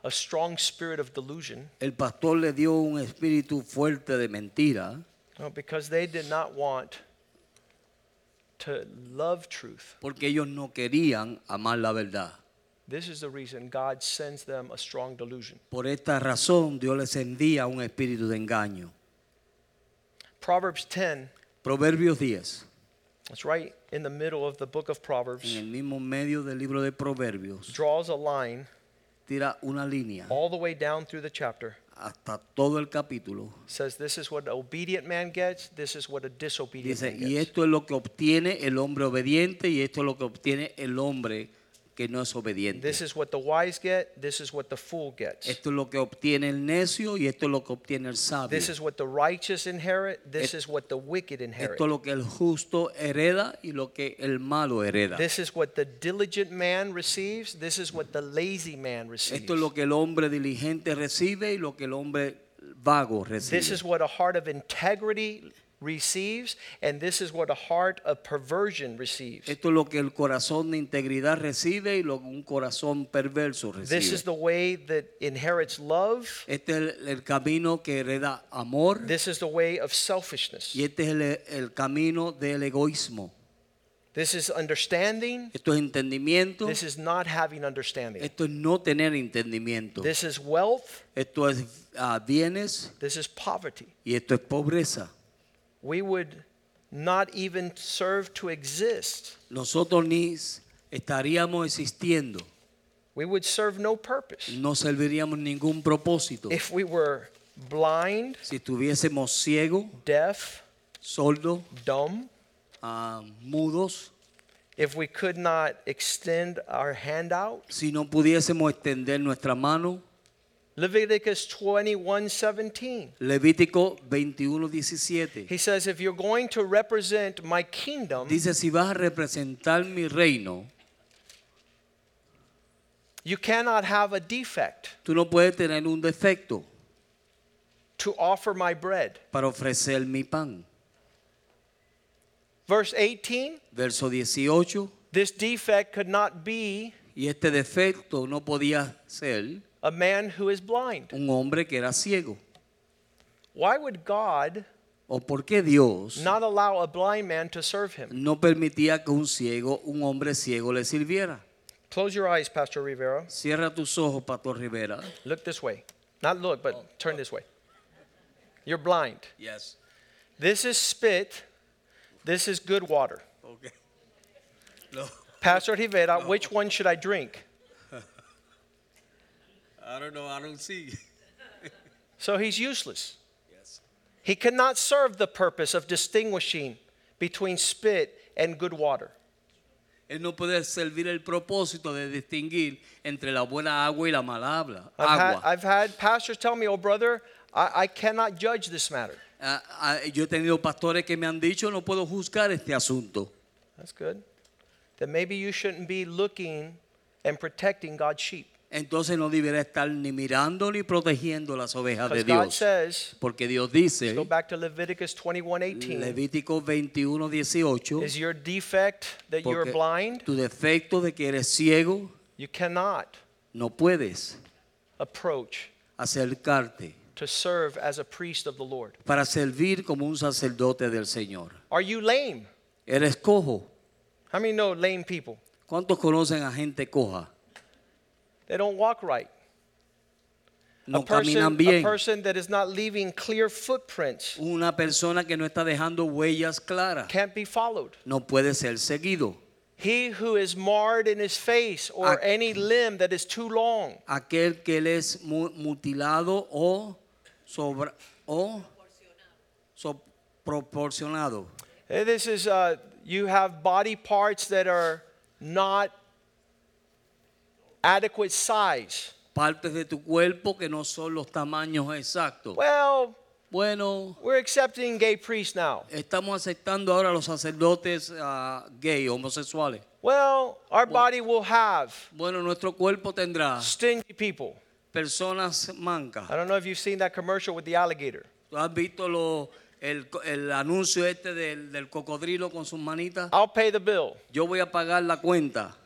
[SPEAKER 1] a strong spirit of delusion,
[SPEAKER 2] el pastor le dio un espíritu fuerte de mentira
[SPEAKER 1] no, because they did not want to love truth.
[SPEAKER 2] porque ellos no querían amar la verdad.
[SPEAKER 1] This is the reason God sends them a strong delusion.
[SPEAKER 2] Por esta razón Dios les envía un espíritu de engaño.
[SPEAKER 1] Proverbs 10,
[SPEAKER 2] Proverbios 10,
[SPEAKER 1] it's right in the middle of the book of
[SPEAKER 2] en
[SPEAKER 1] Proverbs,
[SPEAKER 2] el mismo medio del libro de Proverbios,
[SPEAKER 1] draws a line
[SPEAKER 2] tira una línea
[SPEAKER 1] all the way down through the chapter.
[SPEAKER 2] hasta todo el capítulo.
[SPEAKER 1] Says this is what an obedient man gets, this is what a disobedient
[SPEAKER 2] Dice,
[SPEAKER 1] man
[SPEAKER 2] y
[SPEAKER 1] gets.
[SPEAKER 2] esto es lo que obtiene el hombre obediente y esto es lo que obtiene el hombre que no es obediente.
[SPEAKER 1] This is what the wise get, this is what the fool gets.
[SPEAKER 2] Esto es lo que obtiene el necio y esto es lo que obtiene el sabio.
[SPEAKER 1] This is what the righteous inherit. This
[SPEAKER 2] Et-
[SPEAKER 1] is what the wicked inherit.
[SPEAKER 2] Esto es lo que el justo hereda y lo que el malo hereda.
[SPEAKER 1] This is what the diligent man receives. This is what the lazy man receives.
[SPEAKER 2] Esto es lo que el hombre diligente recibe y lo que el hombre vago
[SPEAKER 1] This
[SPEAKER 2] recibe.
[SPEAKER 1] is what a heart of integrity receives, and this is what a heart of perversion receives.
[SPEAKER 2] Esto es lo que el corazón de integridad recibe y lo que un corazón perverso
[SPEAKER 1] This is
[SPEAKER 2] recibe.
[SPEAKER 1] the way that inherits love.
[SPEAKER 2] Este es el, el camino que hereda amor
[SPEAKER 1] This is the way of selfishness.
[SPEAKER 2] y este es el, el camino del egoísmo.
[SPEAKER 1] This is understanding.
[SPEAKER 2] Esto es entendimiento.
[SPEAKER 1] This is not having understanding.
[SPEAKER 2] Esto es no tener entendimiento.
[SPEAKER 1] This is wealth.
[SPEAKER 2] Esto es ah, bienes
[SPEAKER 1] This is poverty.
[SPEAKER 2] y esto es pobreza.
[SPEAKER 1] We would not even serve to exist.
[SPEAKER 2] Nosotros ni s- estaríamos existiendo,
[SPEAKER 1] We would serve no purpose.
[SPEAKER 2] no serviríamos ningún propósito.
[SPEAKER 1] If we were blind,
[SPEAKER 2] Si estuviésemos ciegos,
[SPEAKER 1] deaf,
[SPEAKER 2] sordos,
[SPEAKER 1] dumb,
[SPEAKER 2] ah, mudos,
[SPEAKER 1] if we could not extend our hand out,
[SPEAKER 2] si no pudiésemos extender nuestra mano.
[SPEAKER 1] Leviticus 21:17.
[SPEAKER 2] Levítico 21, 17.
[SPEAKER 1] He says, If you're going to represent my kingdom,
[SPEAKER 2] Dice, si vas a representar mi reino,
[SPEAKER 1] you cannot have a defect
[SPEAKER 2] tú no puedes tener un defecto
[SPEAKER 1] to offer my bread.
[SPEAKER 2] para ofrecer mi pan.
[SPEAKER 1] Verse 18,
[SPEAKER 2] Verso 18.
[SPEAKER 1] this defect could not be
[SPEAKER 2] Y este defecto no podía ser
[SPEAKER 1] a man who is blind.
[SPEAKER 2] un hombre que era ciego.
[SPEAKER 1] Why would God
[SPEAKER 2] ¿O por qué Dios
[SPEAKER 1] not allow a blind man to serve him?
[SPEAKER 2] no permitía que un ciego, un hombre ciego le sirviera?
[SPEAKER 1] Close your eyes, Pastor Rivera.
[SPEAKER 2] Cierra tus ojos, Pastor Rivera.
[SPEAKER 1] Look this way. Not look, but turn this way. You're blind.
[SPEAKER 2] Yes.
[SPEAKER 1] This is spit. This is good water.
[SPEAKER 2] Okay. No,
[SPEAKER 1] Pastor Rivera, which one should I drink?
[SPEAKER 2] I don't know, I don't see.
[SPEAKER 1] So he's useless.
[SPEAKER 2] Yes.
[SPEAKER 1] He cannot serve the purpose of distinguishing between spit and good water.
[SPEAKER 2] Él no puede servir el propósito de distinguir entre la buena agua y la mala habla-
[SPEAKER 1] I've, had,
[SPEAKER 2] agua.
[SPEAKER 1] I've had pastors tell me, oh, brother, I, I cannot judge this matter.
[SPEAKER 2] Ah, ah, yo he tenido pastores que me han dicho, no puedo juzgar este asunto.
[SPEAKER 1] That's good. Then maybe you shouldn't be looking and protecting God's sheep.
[SPEAKER 2] entonces no debería estar ni mirando ni protegiendo las ovejas de
[SPEAKER 1] Because God
[SPEAKER 2] Dios.
[SPEAKER 1] says,
[SPEAKER 2] Porque Dios
[SPEAKER 1] let's go
[SPEAKER 2] dice,
[SPEAKER 1] back to Leviticus 21:18.
[SPEAKER 2] Levítico 21, 18,
[SPEAKER 1] Is your defect that you are
[SPEAKER 2] porque
[SPEAKER 1] blind?
[SPEAKER 2] tu defecto de que eres ciego,
[SPEAKER 1] You cannot
[SPEAKER 2] no puedes
[SPEAKER 1] approach
[SPEAKER 2] acercarte
[SPEAKER 1] to serve as a priest of the Lord.
[SPEAKER 2] para servir como un sacerdote del Señor.
[SPEAKER 1] Are you lame?
[SPEAKER 2] Eres cojo.
[SPEAKER 1] How many know lame people?
[SPEAKER 2] ¿Cuántos conocen a gente coja?
[SPEAKER 1] They don't walk right.
[SPEAKER 2] No
[SPEAKER 1] a, person,
[SPEAKER 2] caminan
[SPEAKER 1] a
[SPEAKER 2] bien.
[SPEAKER 1] person that is not leaving clear footprints
[SPEAKER 2] Una persona que no está dejando huellas claras
[SPEAKER 1] can't be followed.
[SPEAKER 2] no puede ser seguido.
[SPEAKER 1] He who is marred in his face or any limb that is too long.
[SPEAKER 2] Aquel que él es mu- mutilado o, sobra- o so- proporcionado.
[SPEAKER 1] Eh, This is uh, you have body parts that are not adequate size.
[SPEAKER 2] Partes de tu cuerpo que no son los tamaños exactos.
[SPEAKER 1] Well,
[SPEAKER 2] bueno,
[SPEAKER 1] we're accepting gay priests now.
[SPEAKER 2] Estamos aceptando ahora los sacerdotes ah, gay, homosexuales.
[SPEAKER 1] Well, our body will have
[SPEAKER 2] Bueno, nuestro cuerpo tendrá
[SPEAKER 1] stingy people.
[SPEAKER 2] personas mancas.
[SPEAKER 1] I don't know if you've seen that commercial with the alligator.
[SPEAKER 2] ¿Tú has visto lo- el, co- el anuncio este del, del cocodrilo con sus manitas?
[SPEAKER 1] I'll pay the bill.
[SPEAKER 2] Yo voy a pagar la cuenta.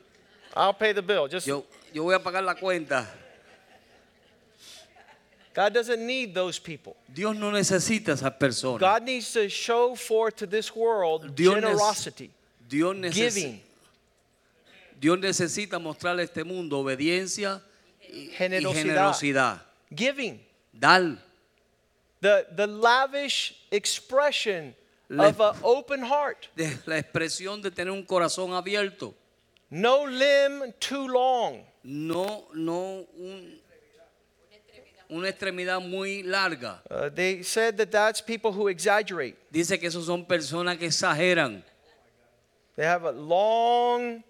[SPEAKER 1] I'll pay the bill. Just
[SPEAKER 2] Yo, yo voy a pagar la cuenta.
[SPEAKER 1] God doesn't need those people.
[SPEAKER 2] Dios no necesita esas personas.
[SPEAKER 1] God needs to show forth to this world
[SPEAKER 2] Dios nece-
[SPEAKER 1] generosity,
[SPEAKER 2] Dios, necesi-
[SPEAKER 1] giving,
[SPEAKER 2] Dios necesita mostrarle a este mundo obediencia y
[SPEAKER 1] Generosidad.
[SPEAKER 2] generosidad. Y generosidad.
[SPEAKER 1] giving.
[SPEAKER 2] Dar
[SPEAKER 1] The the lavish expression
[SPEAKER 2] La-
[SPEAKER 1] of an open heart.
[SPEAKER 2] de- la expresión de tener un corazón abierto.
[SPEAKER 1] No limb too long.
[SPEAKER 2] no, no un- una extremidad muy larga.
[SPEAKER 1] Uh, they said that that's people who exaggerate.
[SPEAKER 2] Dice que esos son personas que exageran,
[SPEAKER 1] They have a long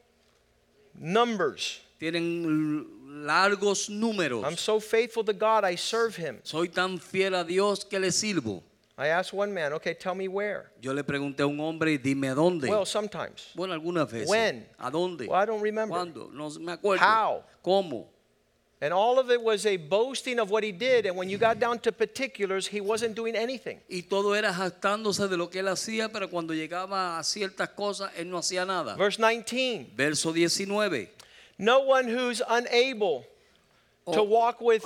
[SPEAKER 1] numbers.
[SPEAKER 2] tienen largos
[SPEAKER 1] I'm
[SPEAKER 2] números.
[SPEAKER 1] so faithful to God, I serve Him.
[SPEAKER 2] Soy tan fiel a Dios que le sirvo.
[SPEAKER 1] I asked one man, okay, tell me where.
[SPEAKER 2] Yo le pregunté a un hombre, dime a dónde.
[SPEAKER 1] Well, sometimes.
[SPEAKER 2] Bueno, algunas veces.
[SPEAKER 1] When?
[SPEAKER 2] ¿A dónde?
[SPEAKER 1] Well, I don't remember.
[SPEAKER 2] ¿Cuándo? No me acuerdo.
[SPEAKER 1] How?
[SPEAKER 2] ¿Cómo?
[SPEAKER 1] And all of it was a boasting of what he did. And when you got down to particulars, he wasn't doing anything.
[SPEAKER 2] Y todo era jactándose de lo que él hacía, pero cuando llegaba a ciertas cosas, él no hacía nada.
[SPEAKER 1] Verse 19
[SPEAKER 2] Verso 19.
[SPEAKER 1] No one who's unable to
[SPEAKER 2] Oh.
[SPEAKER 1] walk with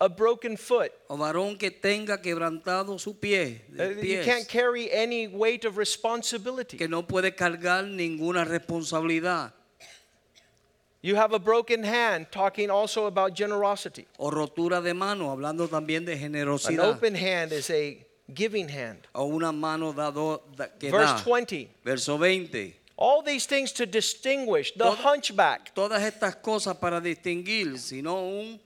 [SPEAKER 1] a broken foot,
[SPEAKER 2] O varón que tenga quebrantado su pie,
[SPEAKER 1] uh,
[SPEAKER 2] el
[SPEAKER 1] you
[SPEAKER 2] pies,
[SPEAKER 1] can't carry any weight of responsibility.
[SPEAKER 2] que no puede cargar ninguna responsabilidad,
[SPEAKER 1] You have a broken hand, talking also about generosity.
[SPEAKER 2] o rotura de mano, hablando también de
[SPEAKER 1] An
[SPEAKER 2] generosidad,
[SPEAKER 1] open hand is a giving hand.
[SPEAKER 2] o una mano dado, da- que
[SPEAKER 1] Verse
[SPEAKER 2] da.
[SPEAKER 1] 20
[SPEAKER 2] Verso 20.
[SPEAKER 1] All these things to distinguish the
[SPEAKER 2] Todo-
[SPEAKER 1] hunchback.
[SPEAKER 2] Todas estas cosas para distinguir, sino un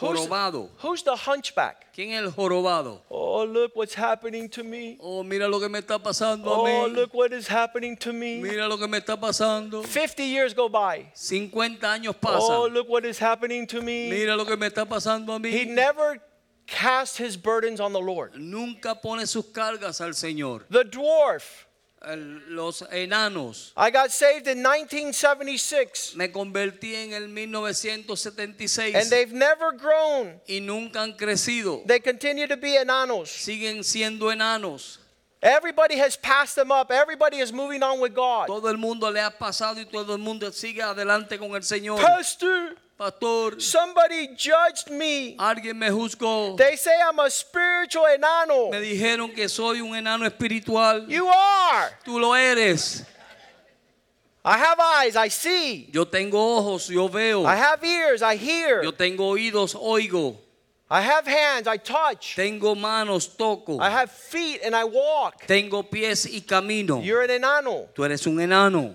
[SPEAKER 1] Who's,
[SPEAKER 2] jorobado.
[SPEAKER 1] who's the hunchback?
[SPEAKER 2] ¿Quién es el jorobado?
[SPEAKER 1] Oh, look what's happening to me.
[SPEAKER 2] Oh, mira lo que me está pasando a
[SPEAKER 1] Oh,
[SPEAKER 2] mí.
[SPEAKER 1] look what is happening to me.
[SPEAKER 2] Mira lo que me está pasando.
[SPEAKER 1] 50 years go by.
[SPEAKER 2] 50 años
[SPEAKER 1] Oh,
[SPEAKER 2] pasan.
[SPEAKER 1] look what is happening to me.
[SPEAKER 2] Mira lo que me está pasando a mí.
[SPEAKER 1] He never cast his burdens on the Lord.
[SPEAKER 2] Nunca pone sus cargas al Señor.
[SPEAKER 1] The dwarf.
[SPEAKER 2] El- los enanos.
[SPEAKER 1] I got saved in 1976,
[SPEAKER 2] Me convertí en el
[SPEAKER 1] and
[SPEAKER 2] 1976
[SPEAKER 1] they've never grown.
[SPEAKER 2] y nunca han crecido.
[SPEAKER 1] They continue to be enanos.
[SPEAKER 2] Siguen siendo enanos.
[SPEAKER 1] Everybody has passed them up. Everybody is moving on with God.
[SPEAKER 2] Todo el mundo le ha pasado y todo el mundo sigue adelante con el Señor.
[SPEAKER 1] Pastor,
[SPEAKER 2] Pastor,
[SPEAKER 1] somebody judged me.
[SPEAKER 2] alguien me juzgó.
[SPEAKER 1] They say I'm a spiritual
[SPEAKER 2] Me
[SPEAKER 1] enano.
[SPEAKER 2] dijeron que soy un enano espiritual.
[SPEAKER 1] You are.
[SPEAKER 2] Tú lo eres.
[SPEAKER 1] I have eyes, I see.
[SPEAKER 2] Yo tengo ojos, yo veo.
[SPEAKER 1] I have ears, I hear.
[SPEAKER 2] Yo tengo oídos, oigo.
[SPEAKER 1] I have hands, I touch.
[SPEAKER 2] Tengo manos, toco.
[SPEAKER 1] I have feet and I walk.
[SPEAKER 2] Tengo pies y camino.
[SPEAKER 1] You're an enano.
[SPEAKER 2] Tú eres un enano.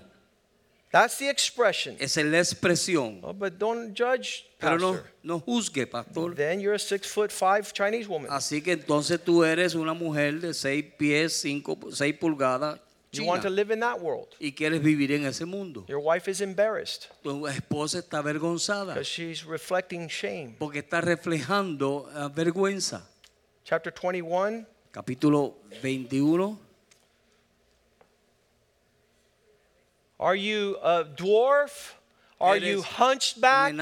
[SPEAKER 1] That's the expression.
[SPEAKER 2] Esa es la expresión.
[SPEAKER 1] Oh, but don't judge,
[SPEAKER 2] Pero no,
[SPEAKER 1] pastor.
[SPEAKER 2] no juzgue, pastor.
[SPEAKER 1] Then you're a six foot five Chinese woman.
[SPEAKER 2] Así que entonces tú eres una mujer de seis pies, cinco, seis pulgadas,
[SPEAKER 1] You want to
[SPEAKER 2] china,
[SPEAKER 1] live in that world.
[SPEAKER 2] y quieres vivir en ese mundo.
[SPEAKER 1] Your wife is embarrassed
[SPEAKER 2] Tu esposa está avergonzada
[SPEAKER 1] because she's reflecting shame.
[SPEAKER 2] porque está reflejando eh, vergüenza.
[SPEAKER 1] Chapter 21,
[SPEAKER 2] Capítulo 21.
[SPEAKER 1] Are you a dwarf? Are
[SPEAKER 2] Eres
[SPEAKER 1] you hunchbacked?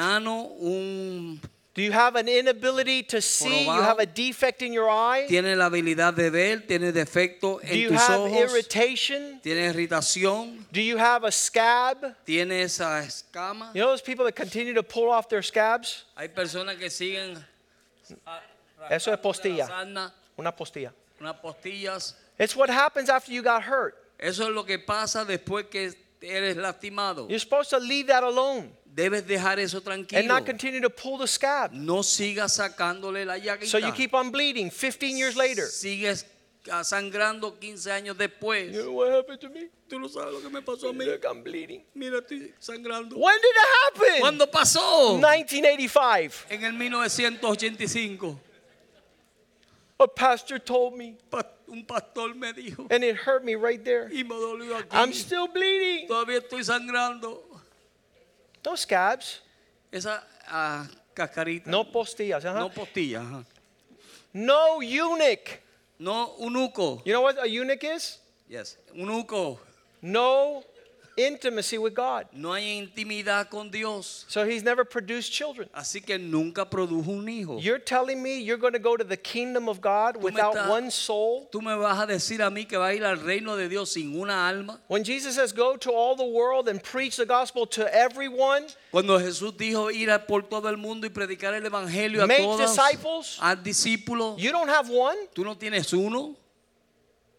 [SPEAKER 1] Do you have an inability to see? You
[SPEAKER 2] Jorobado.
[SPEAKER 1] have a defect in your eye?
[SPEAKER 2] Tienes la habilidad de ver, tienes
[SPEAKER 1] Do
[SPEAKER 2] defecto en
[SPEAKER 1] you
[SPEAKER 2] tus
[SPEAKER 1] have
[SPEAKER 2] ojos,
[SPEAKER 1] irritation?
[SPEAKER 2] tienes irritación,
[SPEAKER 1] Do you have a scab?
[SPEAKER 2] tienes esa escama.
[SPEAKER 1] You know those people that continue to pull off their scabs?
[SPEAKER 2] Hay personas que siguen ah,
[SPEAKER 1] Eso es postilla.
[SPEAKER 2] sarna,
[SPEAKER 1] Una postilla.
[SPEAKER 2] unas postillas.
[SPEAKER 1] It's what happens after you got hurt.
[SPEAKER 2] Eso es lo que pasa después que eres lastimado.
[SPEAKER 1] You're supposed to leave that alone
[SPEAKER 2] Debes dejar eso
[SPEAKER 1] and
[SPEAKER 2] tranquilo.
[SPEAKER 1] not continue to pull the scab.
[SPEAKER 2] No sigas sacándole la llaguita.
[SPEAKER 1] So you keep on bleeding 15 years later.
[SPEAKER 2] Sigues ah, sangrando 15 años después. Tú no sabes lo que me pasó a mí. Mira, estoy sangrando.
[SPEAKER 1] When did it happen?
[SPEAKER 2] ¿Cuándo pasó?
[SPEAKER 1] 1985.
[SPEAKER 2] En el 1985.
[SPEAKER 1] A pastor told me.
[SPEAKER 2] pa- Un pastor me dijo.
[SPEAKER 1] And it hurt me right there.
[SPEAKER 2] Y me dolió aquí.
[SPEAKER 1] I'm still bleeding.
[SPEAKER 2] Todavía estoy sangrando.
[SPEAKER 1] No scabs.
[SPEAKER 2] Esa ah, cascarita.
[SPEAKER 1] No postillas. ajá.
[SPEAKER 2] No postilla. ajá.
[SPEAKER 1] No eunuch.
[SPEAKER 2] No unuco.
[SPEAKER 1] You know what a eunuch is?
[SPEAKER 2] Yes. Unuco.
[SPEAKER 1] No intimacy with God.
[SPEAKER 2] No hay intimidad con Dios.
[SPEAKER 1] So he's never produced children.
[SPEAKER 2] Así que nunca produjo un hijo.
[SPEAKER 1] You're telling me you're going to go to the kingdom of God
[SPEAKER 2] me
[SPEAKER 1] without
[SPEAKER 2] estás-
[SPEAKER 1] one soul?
[SPEAKER 2] Tú me vas a decir a mí que va a ir al reino de Dios sin una alma.
[SPEAKER 1] When Jesus says, Go to all the world and preach the gospel to everyone,
[SPEAKER 2] Cuando Jesús dijo ir a por todo el mundo y predicar el evangelio a
[SPEAKER 1] make
[SPEAKER 2] todos,
[SPEAKER 1] disciples,
[SPEAKER 2] al discípulo,
[SPEAKER 1] you don't have one.
[SPEAKER 2] tú no tienes uno,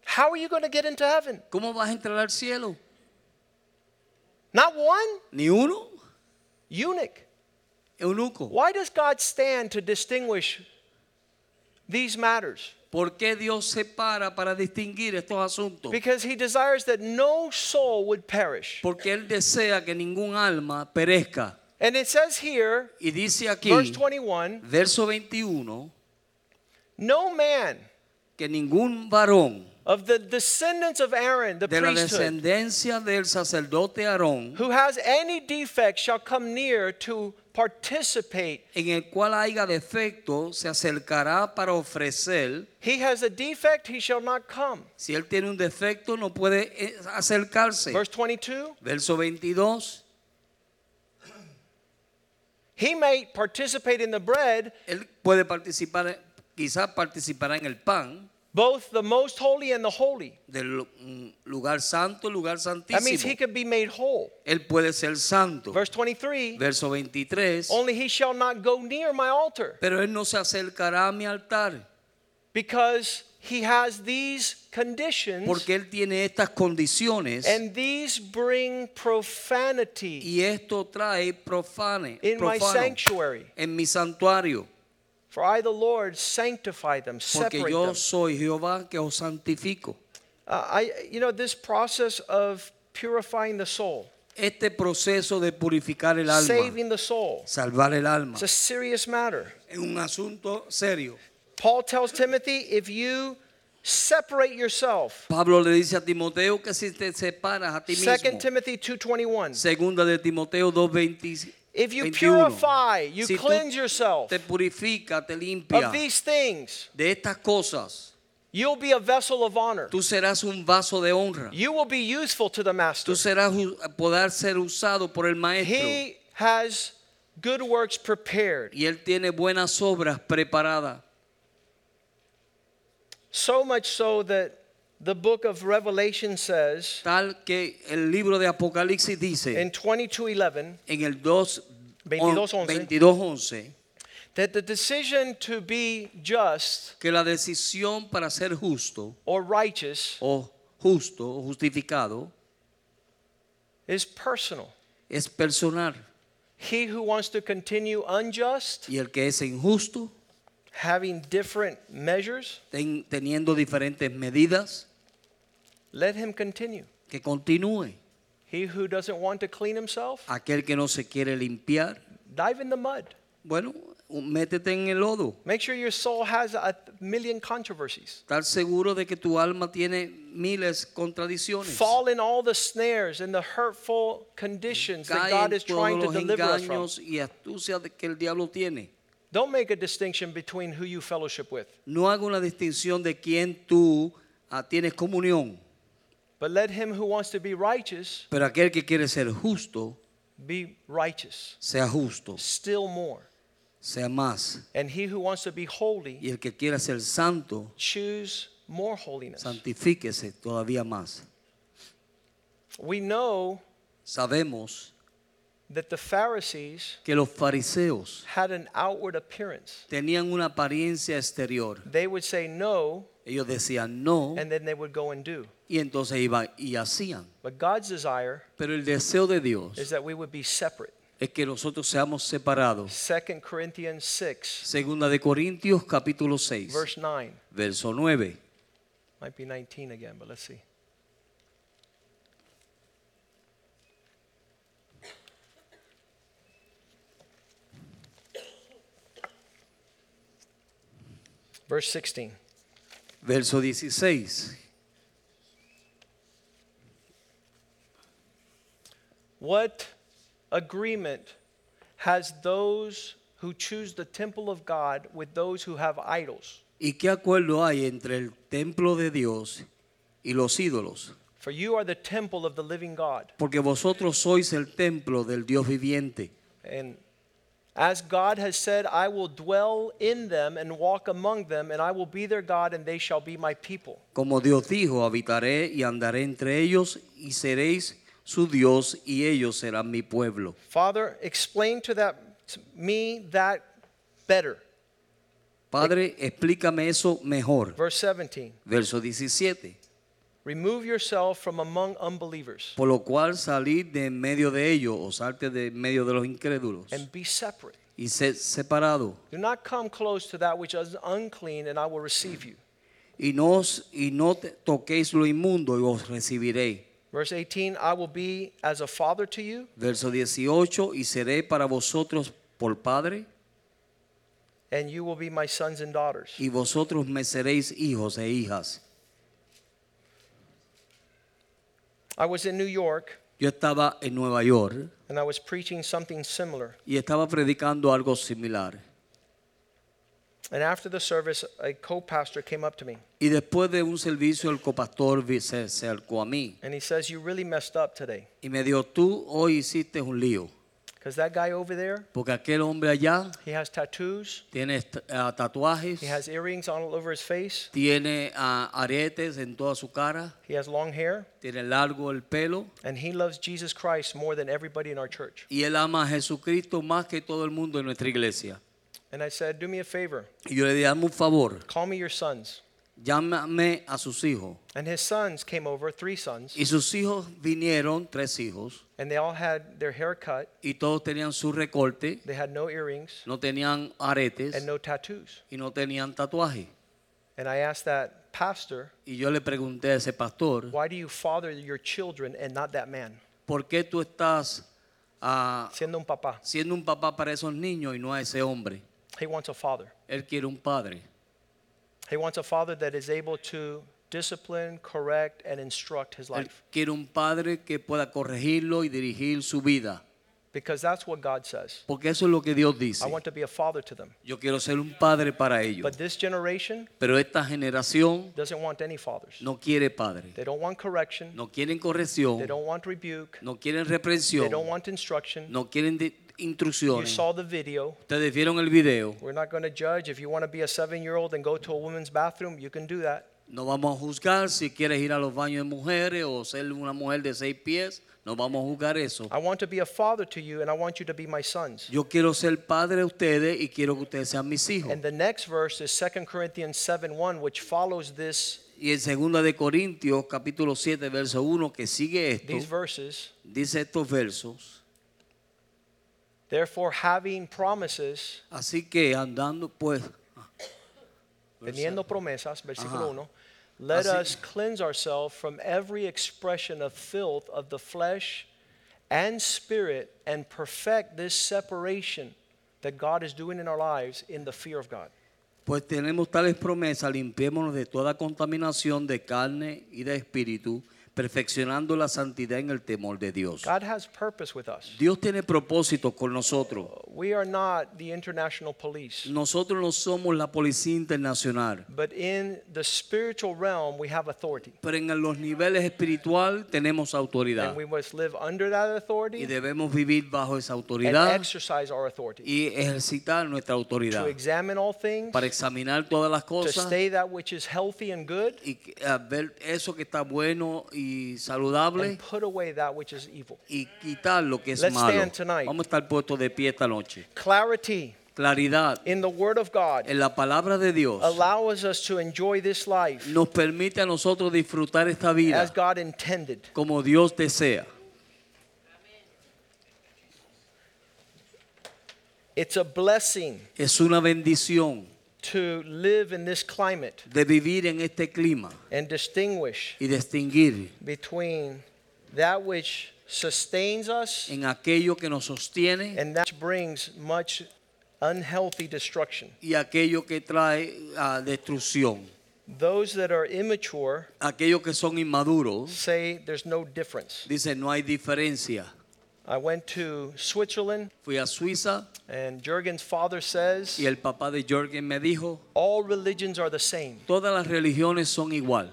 [SPEAKER 1] How are you going to get into heaven?
[SPEAKER 2] ¿cómo vas a entrar al cielo?
[SPEAKER 1] Not one
[SPEAKER 2] Ni uno,
[SPEAKER 1] eunuch.
[SPEAKER 2] eunuco.
[SPEAKER 1] Why does God stand to distinguish these matters?
[SPEAKER 2] ¿Por qué Dios se para para distinguir estos asuntos?
[SPEAKER 1] Because he desires that no soul would perish.
[SPEAKER 2] Porque él desea que ningún alma perezca.
[SPEAKER 1] And it says here,
[SPEAKER 2] Y dice aquí,
[SPEAKER 1] verse 21,
[SPEAKER 2] verso 21,
[SPEAKER 1] no man
[SPEAKER 2] que ningún varón
[SPEAKER 1] of the descendants of Aaron, the
[SPEAKER 2] de la
[SPEAKER 1] priesthood,
[SPEAKER 2] descendencia del sacerdote Aarón
[SPEAKER 1] who has any defect shall come near to participate.
[SPEAKER 2] en el cual haya defecto se acercará para ofrecer.
[SPEAKER 1] He has a defect, he shall not come.
[SPEAKER 2] Si él tiene un defecto no puede eh, acercarse.
[SPEAKER 1] Verse 22,
[SPEAKER 2] Verso 22.
[SPEAKER 1] he may participate in the bread,
[SPEAKER 2] Él puede participar, quizás participará en el pan
[SPEAKER 1] both the most holy and the holy.
[SPEAKER 2] del lu- mm, lugar santo, lugar
[SPEAKER 1] That means he
[SPEAKER 2] santísimo.
[SPEAKER 1] could be made whole.
[SPEAKER 2] Él puede ser santo.
[SPEAKER 1] Verse 23,
[SPEAKER 2] Verso 23.
[SPEAKER 1] only he shall not go near my altar.
[SPEAKER 2] Pero él no se acercará a mi altar
[SPEAKER 1] because he has these conditions
[SPEAKER 2] porque él tiene estas condiciones
[SPEAKER 1] and these bring profanity
[SPEAKER 2] y esto trae profane,
[SPEAKER 1] in my
[SPEAKER 2] profano
[SPEAKER 1] sanctuary
[SPEAKER 2] en mi santuario.
[SPEAKER 1] for i the lord sanctify them
[SPEAKER 2] Porque
[SPEAKER 1] separate
[SPEAKER 2] yo
[SPEAKER 1] them
[SPEAKER 2] soy Jehová que os santifico.
[SPEAKER 1] Uh, i you know this process of purifying the soul
[SPEAKER 2] Este proceso de purificar el alma,
[SPEAKER 1] saving the soul
[SPEAKER 2] salvar el alma,
[SPEAKER 1] it's a serious matter
[SPEAKER 2] es un asunto serio.
[SPEAKER 1] paul tells timothy if you separate yourself
[SPEAKER 2] Pablo le dice a Timoteo que si te separas a ti
[SPEAKER 1] 2
[SPEAKER 2] mismo.
[SPEAKER 1] timothy 2.21
[SPEAKER 2] Segunda de Timoteo 2:20.
[SPEAKER 1] if you
[SPEAKER 2] 21.
[SPEAKER 1] purify you
[SPEAKER 2] Si tú
[SPEAKER 1] cleanse yourself
[SPEAKER 2] te purifica, te limpia
[SPEAKER 1] of these things
[SPEAKER 2] de estas cosas,
[SPEAKER 1] you'll be a vessel of honor
[SPEAKER 2] tú serás un vaso de honra.
[SPEAKER 1] You will be useful to the master.
[SPEAKER 2] Tú serás u- poder ser usado por el maestro
[SPEAKER 1] He has good works prepared.
[SPEAKER 2] y él tiene buenas obras preparadas.
[SPEAKER 1] So much so that the book of Revelation says
[SPEAKER 2] Tal que el libro de Apocalipsis dice
[SPEAKER 1] in 22:11
[SPEAKER 2] en el 2
[SPEAKER 1] 22:11.
[SPEAKER 2] 22:11
[SPEAKER 1] that the decision to be just
[SPEAKER 2] que la decisión para ser justo
[SPEAKER 1] or righteous
[SPEAKER 2] o justo o justificado
[SPEAKER 1] is personal.
[SPEAKER 2] es personal
[SPEAKER 1] He who wants to continue unjust,
[SPEAKER 2] y el que es injusto
[SPEAKER 1] having different measures,
[SPEAKER 2] ten- teniendo diferentes medidas
[SPEAKER 1] let him continue.
[SPEAKER 2] que continúe
[SPEAKER 1] He who doesn't want to clean himself,
[SPEAKER 2] aquel que no se quiere limpiar
[SPEAKER 1] dive in the mud.
[SPEAKER 2] bueno métete en el lodo
[SPEAKER 1] Make sure your soul has a million controversies.
[SPEAKER 2] estar seguro de que tu alma tiene miles de contradicciones
[SPEAKER 1] fall in all the snares and the hurtful conditions that
[SPEAKER 2] Cae
[SPEAKER 1] God
[SPEAKER 2] en
[SPEAKER 1] is trying to
[SPEAKER 2] todos los
[SPEAKER 1] deliver us from.
[SPEAKER 2] engaños y astucias de- que el diablo tiene
[SPEAKER 1] Don't make a distinction between who you fellowship with,
[SPEAKER 2] no haga una distinción de quién tú ah, tienes comunión
[SPEAKER 1] but let him who wants to be righteous
[SPEAKER 2] pero aquel que quiere ser justo
[SPEAKER 1] Be righteous
[SPEAKER 2] sea justo,
[SPEAKER 1] still more.
[SPEAKER 2] sea más.
[SPEAKER 1] And he who wants to be holy,
[SPEAKER 2] Y el que quiera ser santo,
[SPEAKER 1] choose more holiness.
[SPEAKER 2] santifíquese todavía más.
[SPEAKER 1] We know
[SPEAKER 2] Sabemos
[SPEAKER 1] that the Pharisees
[SPEAKER 2] que los fariseos
[SPEAKER 1] had an outward appearance.
[SPEAKER 2] tenían una apariencia exterior.
[SPEAKER 1] They would say no,
[SPEAKER 2] Ellos decían no
[SPEAKER 1] and then they would go and do.
[SPEAKER 2] y entonces iban y hacían.
[SPEAKER 1] But God's desire
[SPEAKER 2] Pero el deseo de Dios
[SPEAKER 1] is that we would be separate.
[SPEAKER 2] es que nosotros seamos separados.
[SPEAKER 1] 2 Corinthians 6,
[SPEAKER 2] Segunda de Corintios capítulo 6,
[SPEAKER 1] verse 9.
[SPEAKER 2] verso 9.
[SPEAKER 1] Might be 19 again, but let's see. Verse 16.
[SPEAKER 2] Verso 16.
[SPEAKER 1] What agreement has those who choose the temple of God with those who have idols?
[SPEAKER 2] ¿Y qué acuerdo hay entre el templo de Dios y los ídolos?
[SPEAKER 1] For you are the temple of the living God.
[SPEAKER 2] Porque vosotros sois el templo del Dios viviente.
[SPEAKER 1] And as God has said, I will dwell in them and walk among them, and I will be their God, and they shall be my people.
[SPEAKER 2] Como Dios dijo, habitaré y andaré entre ellos y seréis su Dios y ellos serán mi pueblo.
[SPEAKER 1] Father, explain to that to me that better.
[SPEAKER 2] Padre, explícame eso mejor.
[SPEAKER 1] Verse 17.
[SPEAKER 2] Verso 17.
[SPEAKER 1] Remove yourself from among unbelievers
[SPEAKER 2] Por lo cual salid de en medio de ellos, o salte de en medio de los incrédulos,
[SPEAKER 1] and be separate.
[SPEAKER 2] y sed separado,
[SPEAKER 1] Do not come close to that which is unclean, and I will receive you.
[SPEAKER 2] y no, os- y no te- toquéis lo inmundo, y os recibiré.
[SPEAKER 1] Verse 18, I will be as a father to you,
[SPEAKER 2] Verso 18, y seré para vosotros por Padre,
[SPEAKER 1] and you will be my sons and daughters.
[SPEAKER 2] y vosotros me seréis hijos e hijas.
[SPEAKER 1] I was in New York,
[SPEAKER 2] Yo estaba en Nueva York
[SPEAKER 1] and I was preaching something similar.
[SPEAKER 2] y estaba predicando algo similar.
[SPEAKER 1] And after the service, a co pastor came up to me,
[SPEAKER 2] Y después de un servicio, el copastor vi- se se acercó a mí
[SPEAKER 1] and he says, You really messed up today,
[SPEAKER 2] y me dijo, tú hoy hiciste un lío,
[SPEAKER 1] because that guy over there,
[SPEAKER 2] porque aquel hombre allá
[SPEAKER 1] he has tattoos,
[SPEAKER 2] tiene est- ah, tatuajes,
[SPEAKER 1] he has earrings all over his face,
[SPEAKER 2] tiene ah, aretes en toda su cara,
[SPEAKER 1] he has long hair,
[SPEAKER 2] tiene largo el pelo
[SPEAKER 1] and he loves Jesus Christ more than everybody in our church.
[SPEAKER 2] y él ama a Jesucristo más que todo el mundo en nuestra iglesia.
[SPEAKER 1] And I said, Do me a favor,
[SPEAKER 2] Y yo le dije, hazme un favor,
[SPEAKER 1] call me your sons.
[SPEAKER 2] llámame a sus hijos.
[SPEAKER 1] And his sons came over, three sons,
[SPEAKER 2] Y sus hijos vinieron, tres hijos,
[SPEAKER 1] and they all had their hair cut,
[SPEAKER 2] y todos tenían su recorte,
[SPEAKER 1] they had no earrings,
[SPEAKER 2] no tenían aretes
[SPEAKER 1] and no tattoos.
[SPEAKER 2] y no tenían tatuaje.
[SPEAKER 1] And I asked that pastor,
[SPEAKER 2] Y yo le pregunté a ese pastor,
[SPEAKER 1] why do you father your children and not that man?
[SPEAKER 2] ¿por qué tú estás ah,
[SPEAKER 1] Siendo un papá,
[SPEAKER 2] siendo un papá para esos niños y no a ese hombre?
[SPEAKER 1] he wants a father.
[SPEAKER 2] Él quiere un padre.
[SPEAKER 1] He wants a father that is able to discipline, correct, and instruct his
[SPEAKER 2] Él
[SPEAKER 1] life.
[SPEAKER 2] quiere un padre que pueda corregirlo y dirigir su vida.
[SPEAKER 1] Because that's what God says.
[SPEAKER 2] Porque eso es lo que Dios
[SPEAKER 1] I
[SPEAKER 2] dice.
[SPEAKER 1] want to be a father to them.
[SPEAKER 2] Yo quiero ser un padre para ellos.
[SPEAKER 1] But this generation
[SPEAKER 2] Pero esta generación
[SPEAKER 1] doesn't want any fathers.
[SPEAKER 2] no quiere padre.
[SPEAKER 1] They don't want correction.
[SPEAKER 2] No
[SPEAKER 1] They
[SPEAKER 2] quieren corrección.
[SPEAKER 1] don't want rebuke.
[SPEAKER 2] No quieren
[SPEAKER 1] They
[SPEAKER 2] reprensión.
[SPEAKER 1] don't want instruction.
[SPEAKER 2] No quieren di-
[SPEAKER 1] You
[SPEAKER 2] instrucciones.
[SPEAKER 1] saw the video.
[SPEAKER 2] Ustedes vieron el video.
[SPEAKER 1] We're not going to judge. If you want to be a seven year old and go to a woman's bathroom, you can do that.
[SPEAKER 2] No vamos a juzgar si quieres ir a los baños de mujeres o ser una mujer de seis pies. No vamos a juzgar eso.
[SPEAKER 1] I want to be a father to you, and I want you to be my sons.
[SPEAKER 2] Yo quiero ser padre de ustedes y quiero que ustedes sean mis hijos.
[SPEAKER 1] And the next verse is 2 Corinthians 7 1, which follows this,
[SPEAKER 2] Y en segunda de Corintios capítulo 7 verso 1 que sigue
[SPEAKER 1] these
[SPEAKER 2] esto,
[SPEAKER 1] verses.
[SPEAKER 2] dice estos versos,
[SPEAKER 1] Therefore, having promises,
[SPEAKER 2] así que andando pues
[SPEAKER 1] teniendo promesas, versículo 1, let
[SPEAKER 2] Así-
[SPEAKER 1] us cleanse ourselves from every expression of filth of the flesh and spirit and perfect this separation that God is doing in our lives in the fear of God.
[SPEAKER 2] Pues tenemos tales promesas, limpiémonos de toda contaminación de carne y de espíritu, perfeccionando la santidad en el temor de Dios.
[SPEAKER 1] God has purpose with us.
[SPEAKER 2] Dios tiene propósito con nosotros.
[SPEAKER 1] We are not the international police,
[SPEAKER 2] Nosotros no somos la policía internacional,
[SPEAKER 1] but in the spiritual realm, we have authority.
[SPEAKER 2] pero en los niveles espiritual tenemos autoridad
[SPEAKER 1] And we must live under that
[SPEAKER 2] y
[SPEAKER 1] authority
[SPEAKER 2] debemos vivir bajo esa
[SPEAKER 1] and
[SPEAKER 2] autoridad
[SPEAKER 1] exercise our authority
[SPEAKER 2] y ejercitar nuestra autoridad
[SPEAKER 1] to examine all things,
[SPEAKER 2] para examinar todas las
[SPEAKER 1] to
[SPEAKER 2] cosas
[SPEAKER 1] stay that which is healthy and good,
[SPEAKER 2] y que- a ver eso que está bueno y
[SPEAKER 1] and
[SPEAKER 2] saludable
[SPEAKER 1] put away that which is evil.
[SPEAKER 2] y quitar lo que es
[SPEAKER 1] Let's
[SPEAKER 2] malo.
[SPEAKER 1] stand tonight.
[SPEAKER 2] Vamos a estar puestos de pie esta noche.
[SPEAKER 1] Clarity
[SPEAKER 2] Claridad
[SPEAKER 1] in the Word of God
[SPEAKER 2] en la palabra de Dios
[SPEAKER 1] allows us to enjoy this life
[SPEAKER 2] nos permite a nosotros disfrutar esta
[SPEAKER 1] as
[SPEAKER 2] vida
[SPEAKER 1] God intended.
[SPEAKER 2] como Dios desea.
[SPEAKER 1] It's a blessing
[SPEAKER 2] Es una bendición
[SPEAKER 1] to live in this climate
[SPEAKER 2] de vivir en este clima
[SPEAKER 1] and distinguish
[SPEAKER 2] y distinguir
[SPEAKER 1] between that which sustains us
[SPEAKER 2] en aquello que nos sostiene
[SPEAKER 1] and that which brings much unhealthy destruction.
[SPEAKER 2] y aquello que trae a destrucción.
[SPEAKER 1] Those that are immature
[SPEAKER 2] Aquellos que son inmaduros
[SPEAKER 1] say there's no difference.
[SPEAKER 2] dicen no hay diferencia.
[SPEAKER 1] I went to Switzerland,
[SPEAKER 2] Fui a Suiza
[SPEAKER 1] and Jurgen's father says
[SPEAKER 2] y el papá de Jorgen me dijo,
[SPEAKER 1] all religions are the same.
[SPEAKER 2] todas las religiones son igual.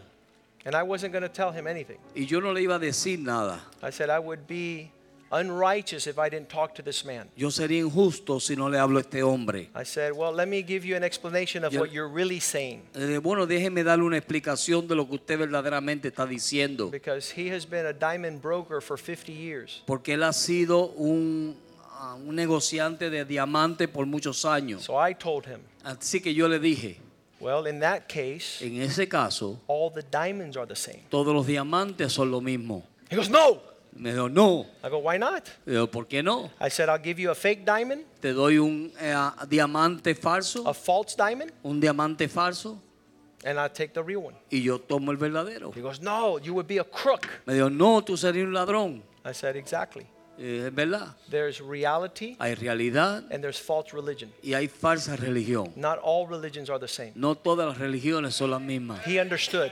[SPEAKER 1] And I wasn't going to tell him anything.
[SPEAKER 2] Y yo no le iba a decir nada.
[SPEAKER 1] I said I would be unrighteous if I didn't talk to this man.
[SPEAKER 2] Yo sería injusto si no le hablo a este hombre.
[SPEAKER 1] I said, Well, let me give you an explanation of
[SPEAKER 2] Yo-
[SPEAKER 1] what you're really saying.
[SPEAKER 2] Le dije, Eh, bueno, déjeme darle una explicación de lo que usted verdaderamente está diciendo.
[SPEAKER 1] Because he has been a diamond broker for 50 years.
[SPEAKER 2] Porque él ha sido un, ah, un negociante de diamante por muchos años.
[SPEAKER 1] So I told him,
[SPEAKER 2] Así que yo le dije,
[SPEAKER 1] Well, in that case,
[SPEAKER 2] en ese caso,
[SPEAKER 1] all the diamonds are the same.
[SPEAKER 2] todos los diamantes son lo mismo.
[SPEAKER 1] He goes, No.
[SPEAKER 2] Me dijo, no.
[SPEAKER 1] I go, Why not?
[SPEAKER 2] Le digo, ¿por qué no?
[SPEAKER 1] I said, I'll give you a fake diamond,
[SPEAKER 2] Te doy un eh, diamante falso,
[SPEAKER 1] a false diamond,
[SPEAKER 2] un diamante falso,
[SPEAKER 1] and I'll take the real one.
[SPEAKER 2] y yo tomo el verdadero.
[SPEAKER 1] He goes, No, you would be a crook.
[SPEAKER 2] Me dijo, no, tú serías un ladrón.
[SPEAKER 1] I said, Exactly.
[SPEAKER 2] Eh, Es verdad.
[SPEAKER 1] There's reality
[SPEAKER 2] Hay realidad
[SPEAKER 1] and there's false religion.
[SPEAKER 2] y hay falsa religión.
[SPEAKER 1] Not all religions are the same.
[SPEAKER 2] No todas las religiones son las mismas.
[SPEAKER 1] He understood.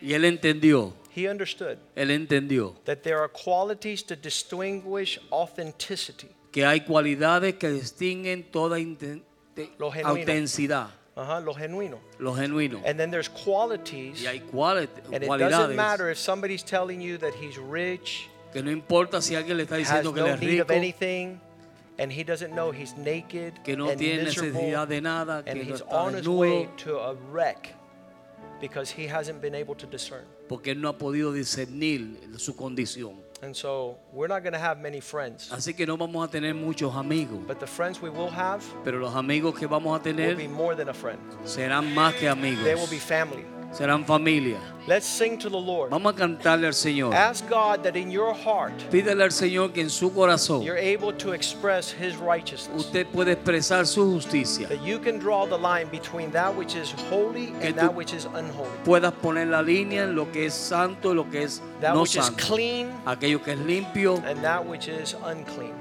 [SPEAKER 2] Y él entendió,
[SPEAKER 1] He understood
[SPEAKER 2] él entendió
[SPEAKER 1] that there are qualities to distinguish authenticity.
[SPEAKER 2] que hay cualidades que distinguen toda inten- te-
[SPEAKER 1] Lo genuino.
[SPEAKER 2] autenticidad,
[SPEAKER 1] Uh-huh, lo genuino.
[SPEAKER 2] lo genuino.
[SPEAKER 1] And then there's qualities,
[SPEAKER 2] Y hay cuali-
[SPEAKER 1] and it doesn't
[SPEAKER 2] cualidades
[SPEAKER 1] matter if somebody's telling you that he's rich,
[SPEAKER 2] que no importa si alguien le está
[SPEAKER 1] has
[SPEAKER 2] diciendo que le
[SPEAKER 1] no
[SPEAKER 2] es
[SPEAKER 1] need of
[SPEAKER 2] rico,
[SPEAKER 1] anything, and he doesn't know he's naked
[SPEAKER 2] que no
[SPEAKER 1] and
[SPEAKER 2] tiene
[SPEAKER 1] miserable,
[SPEAKER 2] necesidad de nada,
[SPEAKER 1] and
[SPEAKER 2] que no
[SPEAKER 1] he's
[SPEAKER 2] está
[SPEAKER 1] on his way
[SPEAKER 2] desnudo,
[SPEAKER 1] to a wreck because he hasn't been able to discern.
[SPEAKER 2] porque él no ha podido discernir su condición.
[SPEAKER 1] And so we're not going to have many friends,
[SPEAKER 2] Así que no vamos a tener muchos amigos,
[SPEAKER 1] but the friends we will have
[SPEAKER 2] pero los amigos que vamos a
[SPEAKER 1] will be
[SPEAKER 2] tener
[SPEAKER 1] more than a friend.
[SPEAKER 2] serán más que
[SPEAKER 1] They will be
[SPEAKER 2] amigos,
[SPEAKER 1] family.
[SPEAKER 2] serán familia.
[SPEAKER 1] Let's sing to the Lord.
[SPEAKER 2] Vamos a cantarle al Señor.
[SPEAKER 1] Ask God that in your heart
[SPEAKER 2] Pídele al Señor que en su corazón
[SPEAKER 1] you're able to express His righteousness.
[SPEAKER 2] usted puede expresar su justicia.
[SPEAKER 1] That you can draw the line between that which is holy
[SPEAKER 2] Que
[SPEAKER 1] and
[SPEAKER 2] tú
[SPEAKER 1] that which is unholy.
[SPEAKER 2] Puedas poner la línea en lo que es santo y lo que es
[SPEAKER 1] That
[SPEAKER 2] no
[SPEAKER 1] which is
[SPEAKER 2] santo.
[SPEAKER 1] clean
[SPEAKER 2] Aquello que es limpio
[SPEAKER 1] and that which is unclean.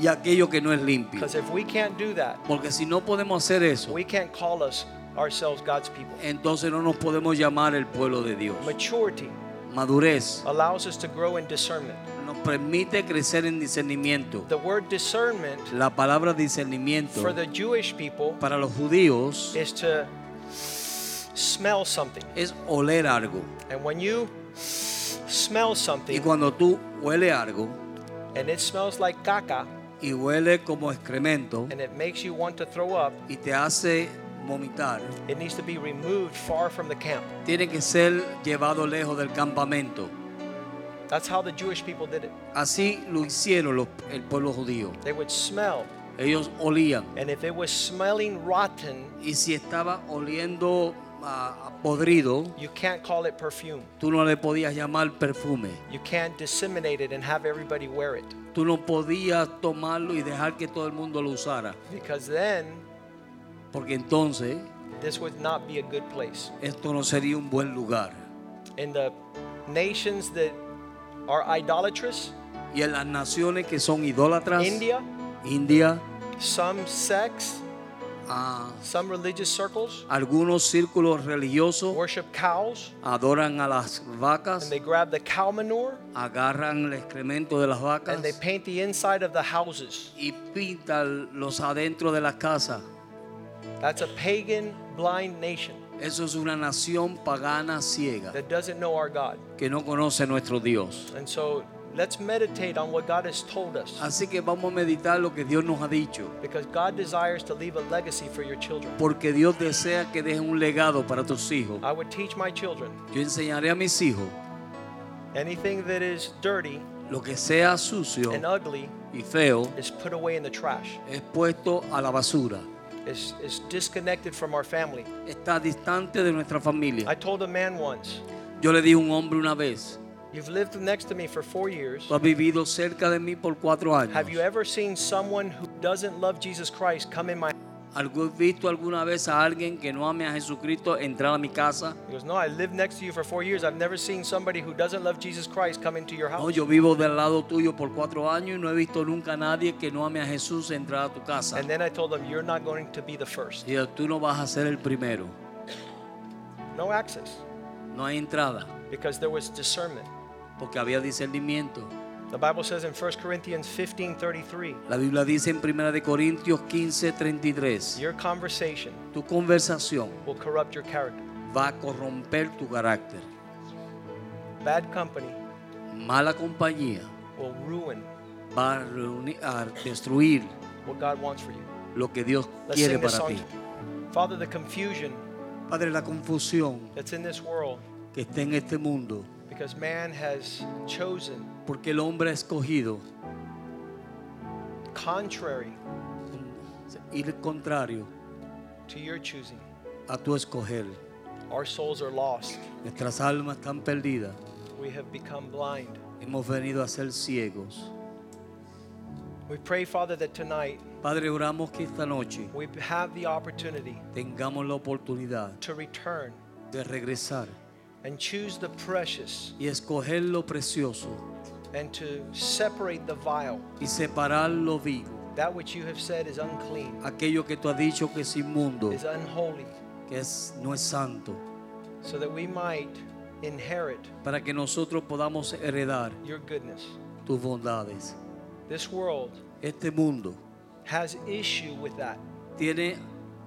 [SPEAKER 2] y aquello que no es limpio.
[SPEAKER 1] Because if we can't do that,
[SPEAKER 2] Porque si no podemos hacer eso,
[SPEAKER 1] we can't call us ourselves God's people.
[SPEAKER 2] entonces no nos podemos llamar el pueblo de Dios.
[SPEAKER 1] Maturity
[SPEAKER 2] Madurez
[SPEAKER 1] allows us to grow in discernment.
[SPEAKER 2] nos permite crecer en discernimiento.
[SPEAKER 1] The word discernment
[SPEAKER 2] La palabra discernimiento
[SPEAKER 1] for the Jewish people
[SPEAKER 2] para los judíos
[SPEAKER 1] is to smell something.
[SPEAKER 2] es oler algo.
[SPEAKER 1] And when you smell
[SPEAKER 2] Y
[SPEAKER 1] something
[SPEAKER 2] cuando tú huele algo
[SPEAKER 1] and it smells like caca
[SPEAKER 2] y huele como excremento,
[SPEAKER 1] and it makes you want to throw up,
[SPEAKER 2] y te hace vomitar,
[SPEAKER 1] it needs to be removed far from the camp.
[SPEAKER 2] tiene que ser llevado lejos del campamento.
[SPEAKER 1] That's how the Jewish people did it.
[SPEAKER 2] Así lo hicieron los- el pueblo judío.
[SPEAKER 1] They would smell,
[SPEAKER 2] Ellos olían.
[SPEAKER 1] and if it was smelling rotten,
[SPEAKER 2] Y si estaba oliendo a- a podrido,
[SPEAKER 1] you can't call it perfume.
[SPEAKER 2] tú no le podías llamar perfume.
[SPEAKER 1] You can't disseminate it and have everybody wear it
[SPEAKER 2] Tú no podías tomarlo y dejar que todo el mundo lo usara.
[SPEAKER 1] because then
[SPEAKER 2] Porque entonces
[SPEAKER 1] this would not be a good place.
[SPEAKER 2] esto no sería un buen lugar.
[SPEAKER 1] In the nations that are idolatrous,
[SPEAKER 2] Y en las naciones que son idólatras,
[SPEAKER 1] India,
[SPEAKER 2] India,
[SPEAKER 1] some sects
[SPEAKER 2] Ah.
[SPEAKER 1] Some religious circles
[SPEAKER 2] Algunos círculos religiosos
[SPEAKER 1] worship cows
[SPEAKER 2] adoran a las
[SPEAKER 1] and
[SPEAKER 2] vacas,
[SPEAKER 1] they grab the cow manure
[SPEAKER 2] agarran el excremento de las vacas
[SPEAKER 1] and they paint the inside of the houses.
[SPEAKER 2] y pintan los adentros de las casas.
[SPEAKER 1] That's a pagan blind nation
[SPEAKER 2] Eso es una nación pagana ciega
[SPEAKER 1] that doesn't know our God.
[SPEAKER 2] que no conoce a nuestro Dios.
[SPEAKER 1] And so let's meditate on what God has told us
[SPEAKER 2] Así que vamos a meditar lo que Dios nos ha dicho,
[SPEAKER 1] because God desires to leave a legacy for your children.
[SPEAKER 2] porque Dios desea que dejes un legado para tus hijos.
[SPEAKER 1] I would teach my children
[SPEAKER 2] Yo enseñaré a mis hijos
[SPEAKER 1] anything that is dirty
[SPEAKER 2] lo que sea sucio
[SPEAKER 1] and ugly
[SPEAKER 2] y feo
[SPEAKER 1] is put away in the trash.
[SPEAKER 2] es puesto a la basura.
[SPEAKER 1] Is, is disconnected from our family.
[SPEAKER 2] Está distante de nuestra familia.
[SPEAKER 1] I told a man once,
[SPEAKER 2] Yo le dije a un hombre una vez,
[SPEAKER 1] You've lived next to me for four years.
[SPEAKER 2] tú has vivido cerca de mí por cuatro años.
[SPEAKER 1] Have you ever seen someone who doesn't love Jesus Christ come in my
[SPEAKER 2] ¿Algo- ¿Has visto alguna vez a alguien que no ame a Jesucristo entrar a mi casa?
[SPEAKER 1] He goes, No, I lived next to you for four years. I've never seen somebody who doesn't love Jesus Christ come into your
[SPEAKER 2] No,
[SPEAKER 1] house.
[SPEAKER 2] yo vivo del lado tuyo por cuatro años y no he visto nunca a nadie que no ame a Jesús entrar a tu casa.
[SPEAKER 1] And then I told him, You're not going to be the first.
[SPEAKER 2] Y tú no vas a ser el primero.
[SPEAKER 1] No access.
[SPEAKER 2] No hay entrada
[SPEAKER 1] Because there was discernment.
[SPEAKER 2] porque había discernimiento.
[SPEAKER 1] The Bible says in 1 Corinthians 15 33,
[SPEAKER 2] La Biblia dice en 1 de Corintios 15, 33,
[SPEAKER 1] your conversation
[SPEAKER 2] tu conversación
[SPEAKER 1] will corrupt your character.
[SPEAKER 2] va a corromper tu carácter.
[SPEAKER 1] Bad company
[SPEAKER 2] Mala compañía
[SPEAKER 1] will ruin
[SPEAKER 2] va a, reuni- a destruir
[SPEAKER 1] what God wants for you.
[SPEAKER 2] lo que Dios
[SPEAKER 1] Let's
[SPEAKER 2] quiere
[SPEAKER 1] sing this
[SPEAKER 2] para
[SPEAKER 1] song.
[SPEAKER 2] ti.
[SPEAKER 1] to- Father, the confusion
[SPEAKER 2] Padre, la confusión
[SPEAKER 1] that's in this world
[SPEAKER 2] que está en este mundo,
[SPEAKER 1] because man has chosen
[SPEAKER 2] porque el hombre ha escogido
[SPEAKER 1] contrary
[SPEAKER 2] ir contrario
[SPEAKER 1] to your choosing.
[SPEAKER 2] a tu escoger.
[SPEAKER 1] Our souls are lost.
[SPEAKER 2] Nuestras almas están perdidas.
[SPEAKER 1] We have become blind.
[SPEAKER 2] Hemos venido a ser ciegos.
[SPEAKER 1] We pray, Father, that tonight
[SPEAKER 2] Padre, oramos que esta noche
[SPEAKER 1] we have the opportunity
[SPEAKER 2] tengamos la oportunidad
[SPEAKER 1] to return
[SPEAKER 2] de regresar
[SPEAKER 1] and choose the precious
[SPEAKER 2] y escoger lo precioso
[SPEAKER 1] and to separate the vile,
[SPEAKER 2] y separar lo vivo,
[SPEAKER 1] that which you have said is unclean,
[SPEAKER 2] aquello que tú has dicho que es inmundo,
[SPEAKER 1] is unholy,
[SPEAKER 2] que es, no es santo,
[SPEAKER 1] so that we might inherit
[SPEAKER 2] para que nosotros podamos heredar
[SPEAKER 1] your goodness.
[SPEAKER 2] tus bondades.
[SPEAKER 1] This world
[SPEAKER 2] Este mundo
[SPEAKER 1] has issue with that.
[SPEAKER 2] tiene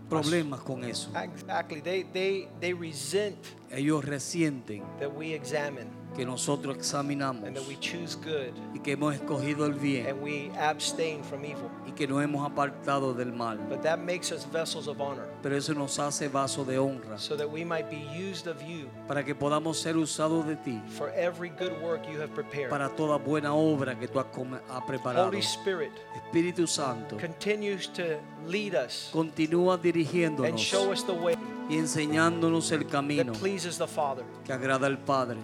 [SPEAKER 2] problemas con eso.
[SPEAKER 1] Exactly. They, they, they resent
[SPEAKER 2] Ellos resienten
[SPEAKER 1] that we examine
[SPEAKER 2] que nosotros examinamos
[SPEAKER 1] and that we choose good
[SPEAKER 2] y que hemos escogido el bien
[SPEAKER 1] and we abstain from evil.
[SPEAKER 2] y que nos hemos apartado del mal.
[SPEAKER 1] But that makes us vessels of honor
[SPEAKER 2] Pero eso nos hace vaso de honra
[SPEAKER 1] so that we might be used of you
[SPEAKER 2] para que podamos ser usados de ti
[SPEAKER 1] for every good work you have prepared.
[SPEAKER 2] para toda buena obra que tú has, come- has preparado.
[SPEAKER 1] Holy Spirit
[SPEAKER 2] Espíritu Santo,
[SPEAKER 1] continues to lead us
[SPEAKER 2] continúa
[SPEAKER 1] and
[SPEAKER 2] dirigiéndonos
[SPEAKER 1] show us the way
[SPEAKER 2] y enseñándonos el
[SPEAKER 1] that
[SPEAKER 2] camino
[SPEAKER 1] pleases the Father.
[SPEAKER 2] que agrada al Padre.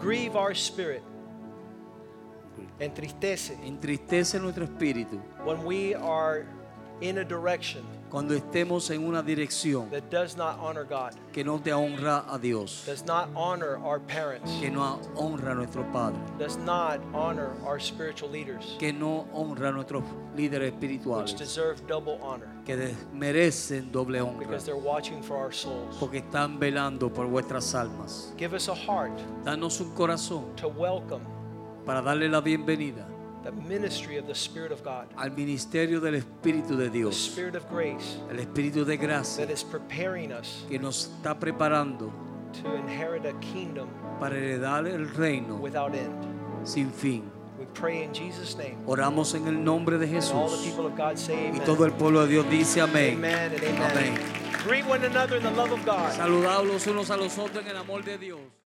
[SPEAKER 1] Grieve our spirit. Entristece
[SPEAKER 2] Entristece nuestro espíritu
[SPEAKER 1] when we are in a direction
[SPEAKER 2] cuando estemos en una dirección
[SPEAKER 1] that does not honor God,
[SPEAKER 2] que no te honra a Dios,
[SPEAKER 1] does not honor our parents,
[SPEAKER 2] que no honra a nuestro Padre,
[SPEAKER 1] does not honor our spiritual leaders,
[SPEAKER 2] que no honra a nuestros líderes
[SPEAKER 1] which
[SPEAKER 2] espirituales,
[SPEAKER 1] deserve double honor
[SPEAKER 2] que des- merecen doble honra,
[SPEAKER 1] because they're watching for our souls.
[SPEAKER 2] porque están velando por vuestras almas.
[SPEAKER 1] Give us a heart
[SPEAKER 2] Danos un corazón
[SPEAKER 1] to welcome
[SPEAKER 2] para darle la bienvenida
[SPEAKER 1] the ministry of the Spirit of God,
[SPEAKER 2] al ministerio del Espíritu de
[SPEAKER 1] the
[SPEAKER 2] Dios,
[SPEAKER 1] Spirit of grace
[SPEAKER 2] el Espíritu de gracia
[SPEAKER 1] that is preparing us
[SPEAKER 2] que nos está preparando
[SPEAKER 1] to inherit a kingdom
[SPEAKER 2] para heredar el reino
[SPEAKER 1] without end.
[SPEAKER 2] sin fin.
[SPEAKER 1] We pray in Jesus' name.
[SPEAKER 2] Oramos en el nombre de
[SPEAKER 1] And all the
[SPEAKER 2] Jesús.
[SPEAKER 1] people of God say
[SPEAKER 2] Y
[SPEAKER 1] amen.
[SPEAKER 2] todo el pueblo de Dios dice amén.
[SPEAKER 1] Amen and amen.
[SPEAKER 2] Amén.
[SPEAKER 1] Greet one another in the love of God.
[SPEAKER 2] Saludados unos a los otros en el amor de Dios.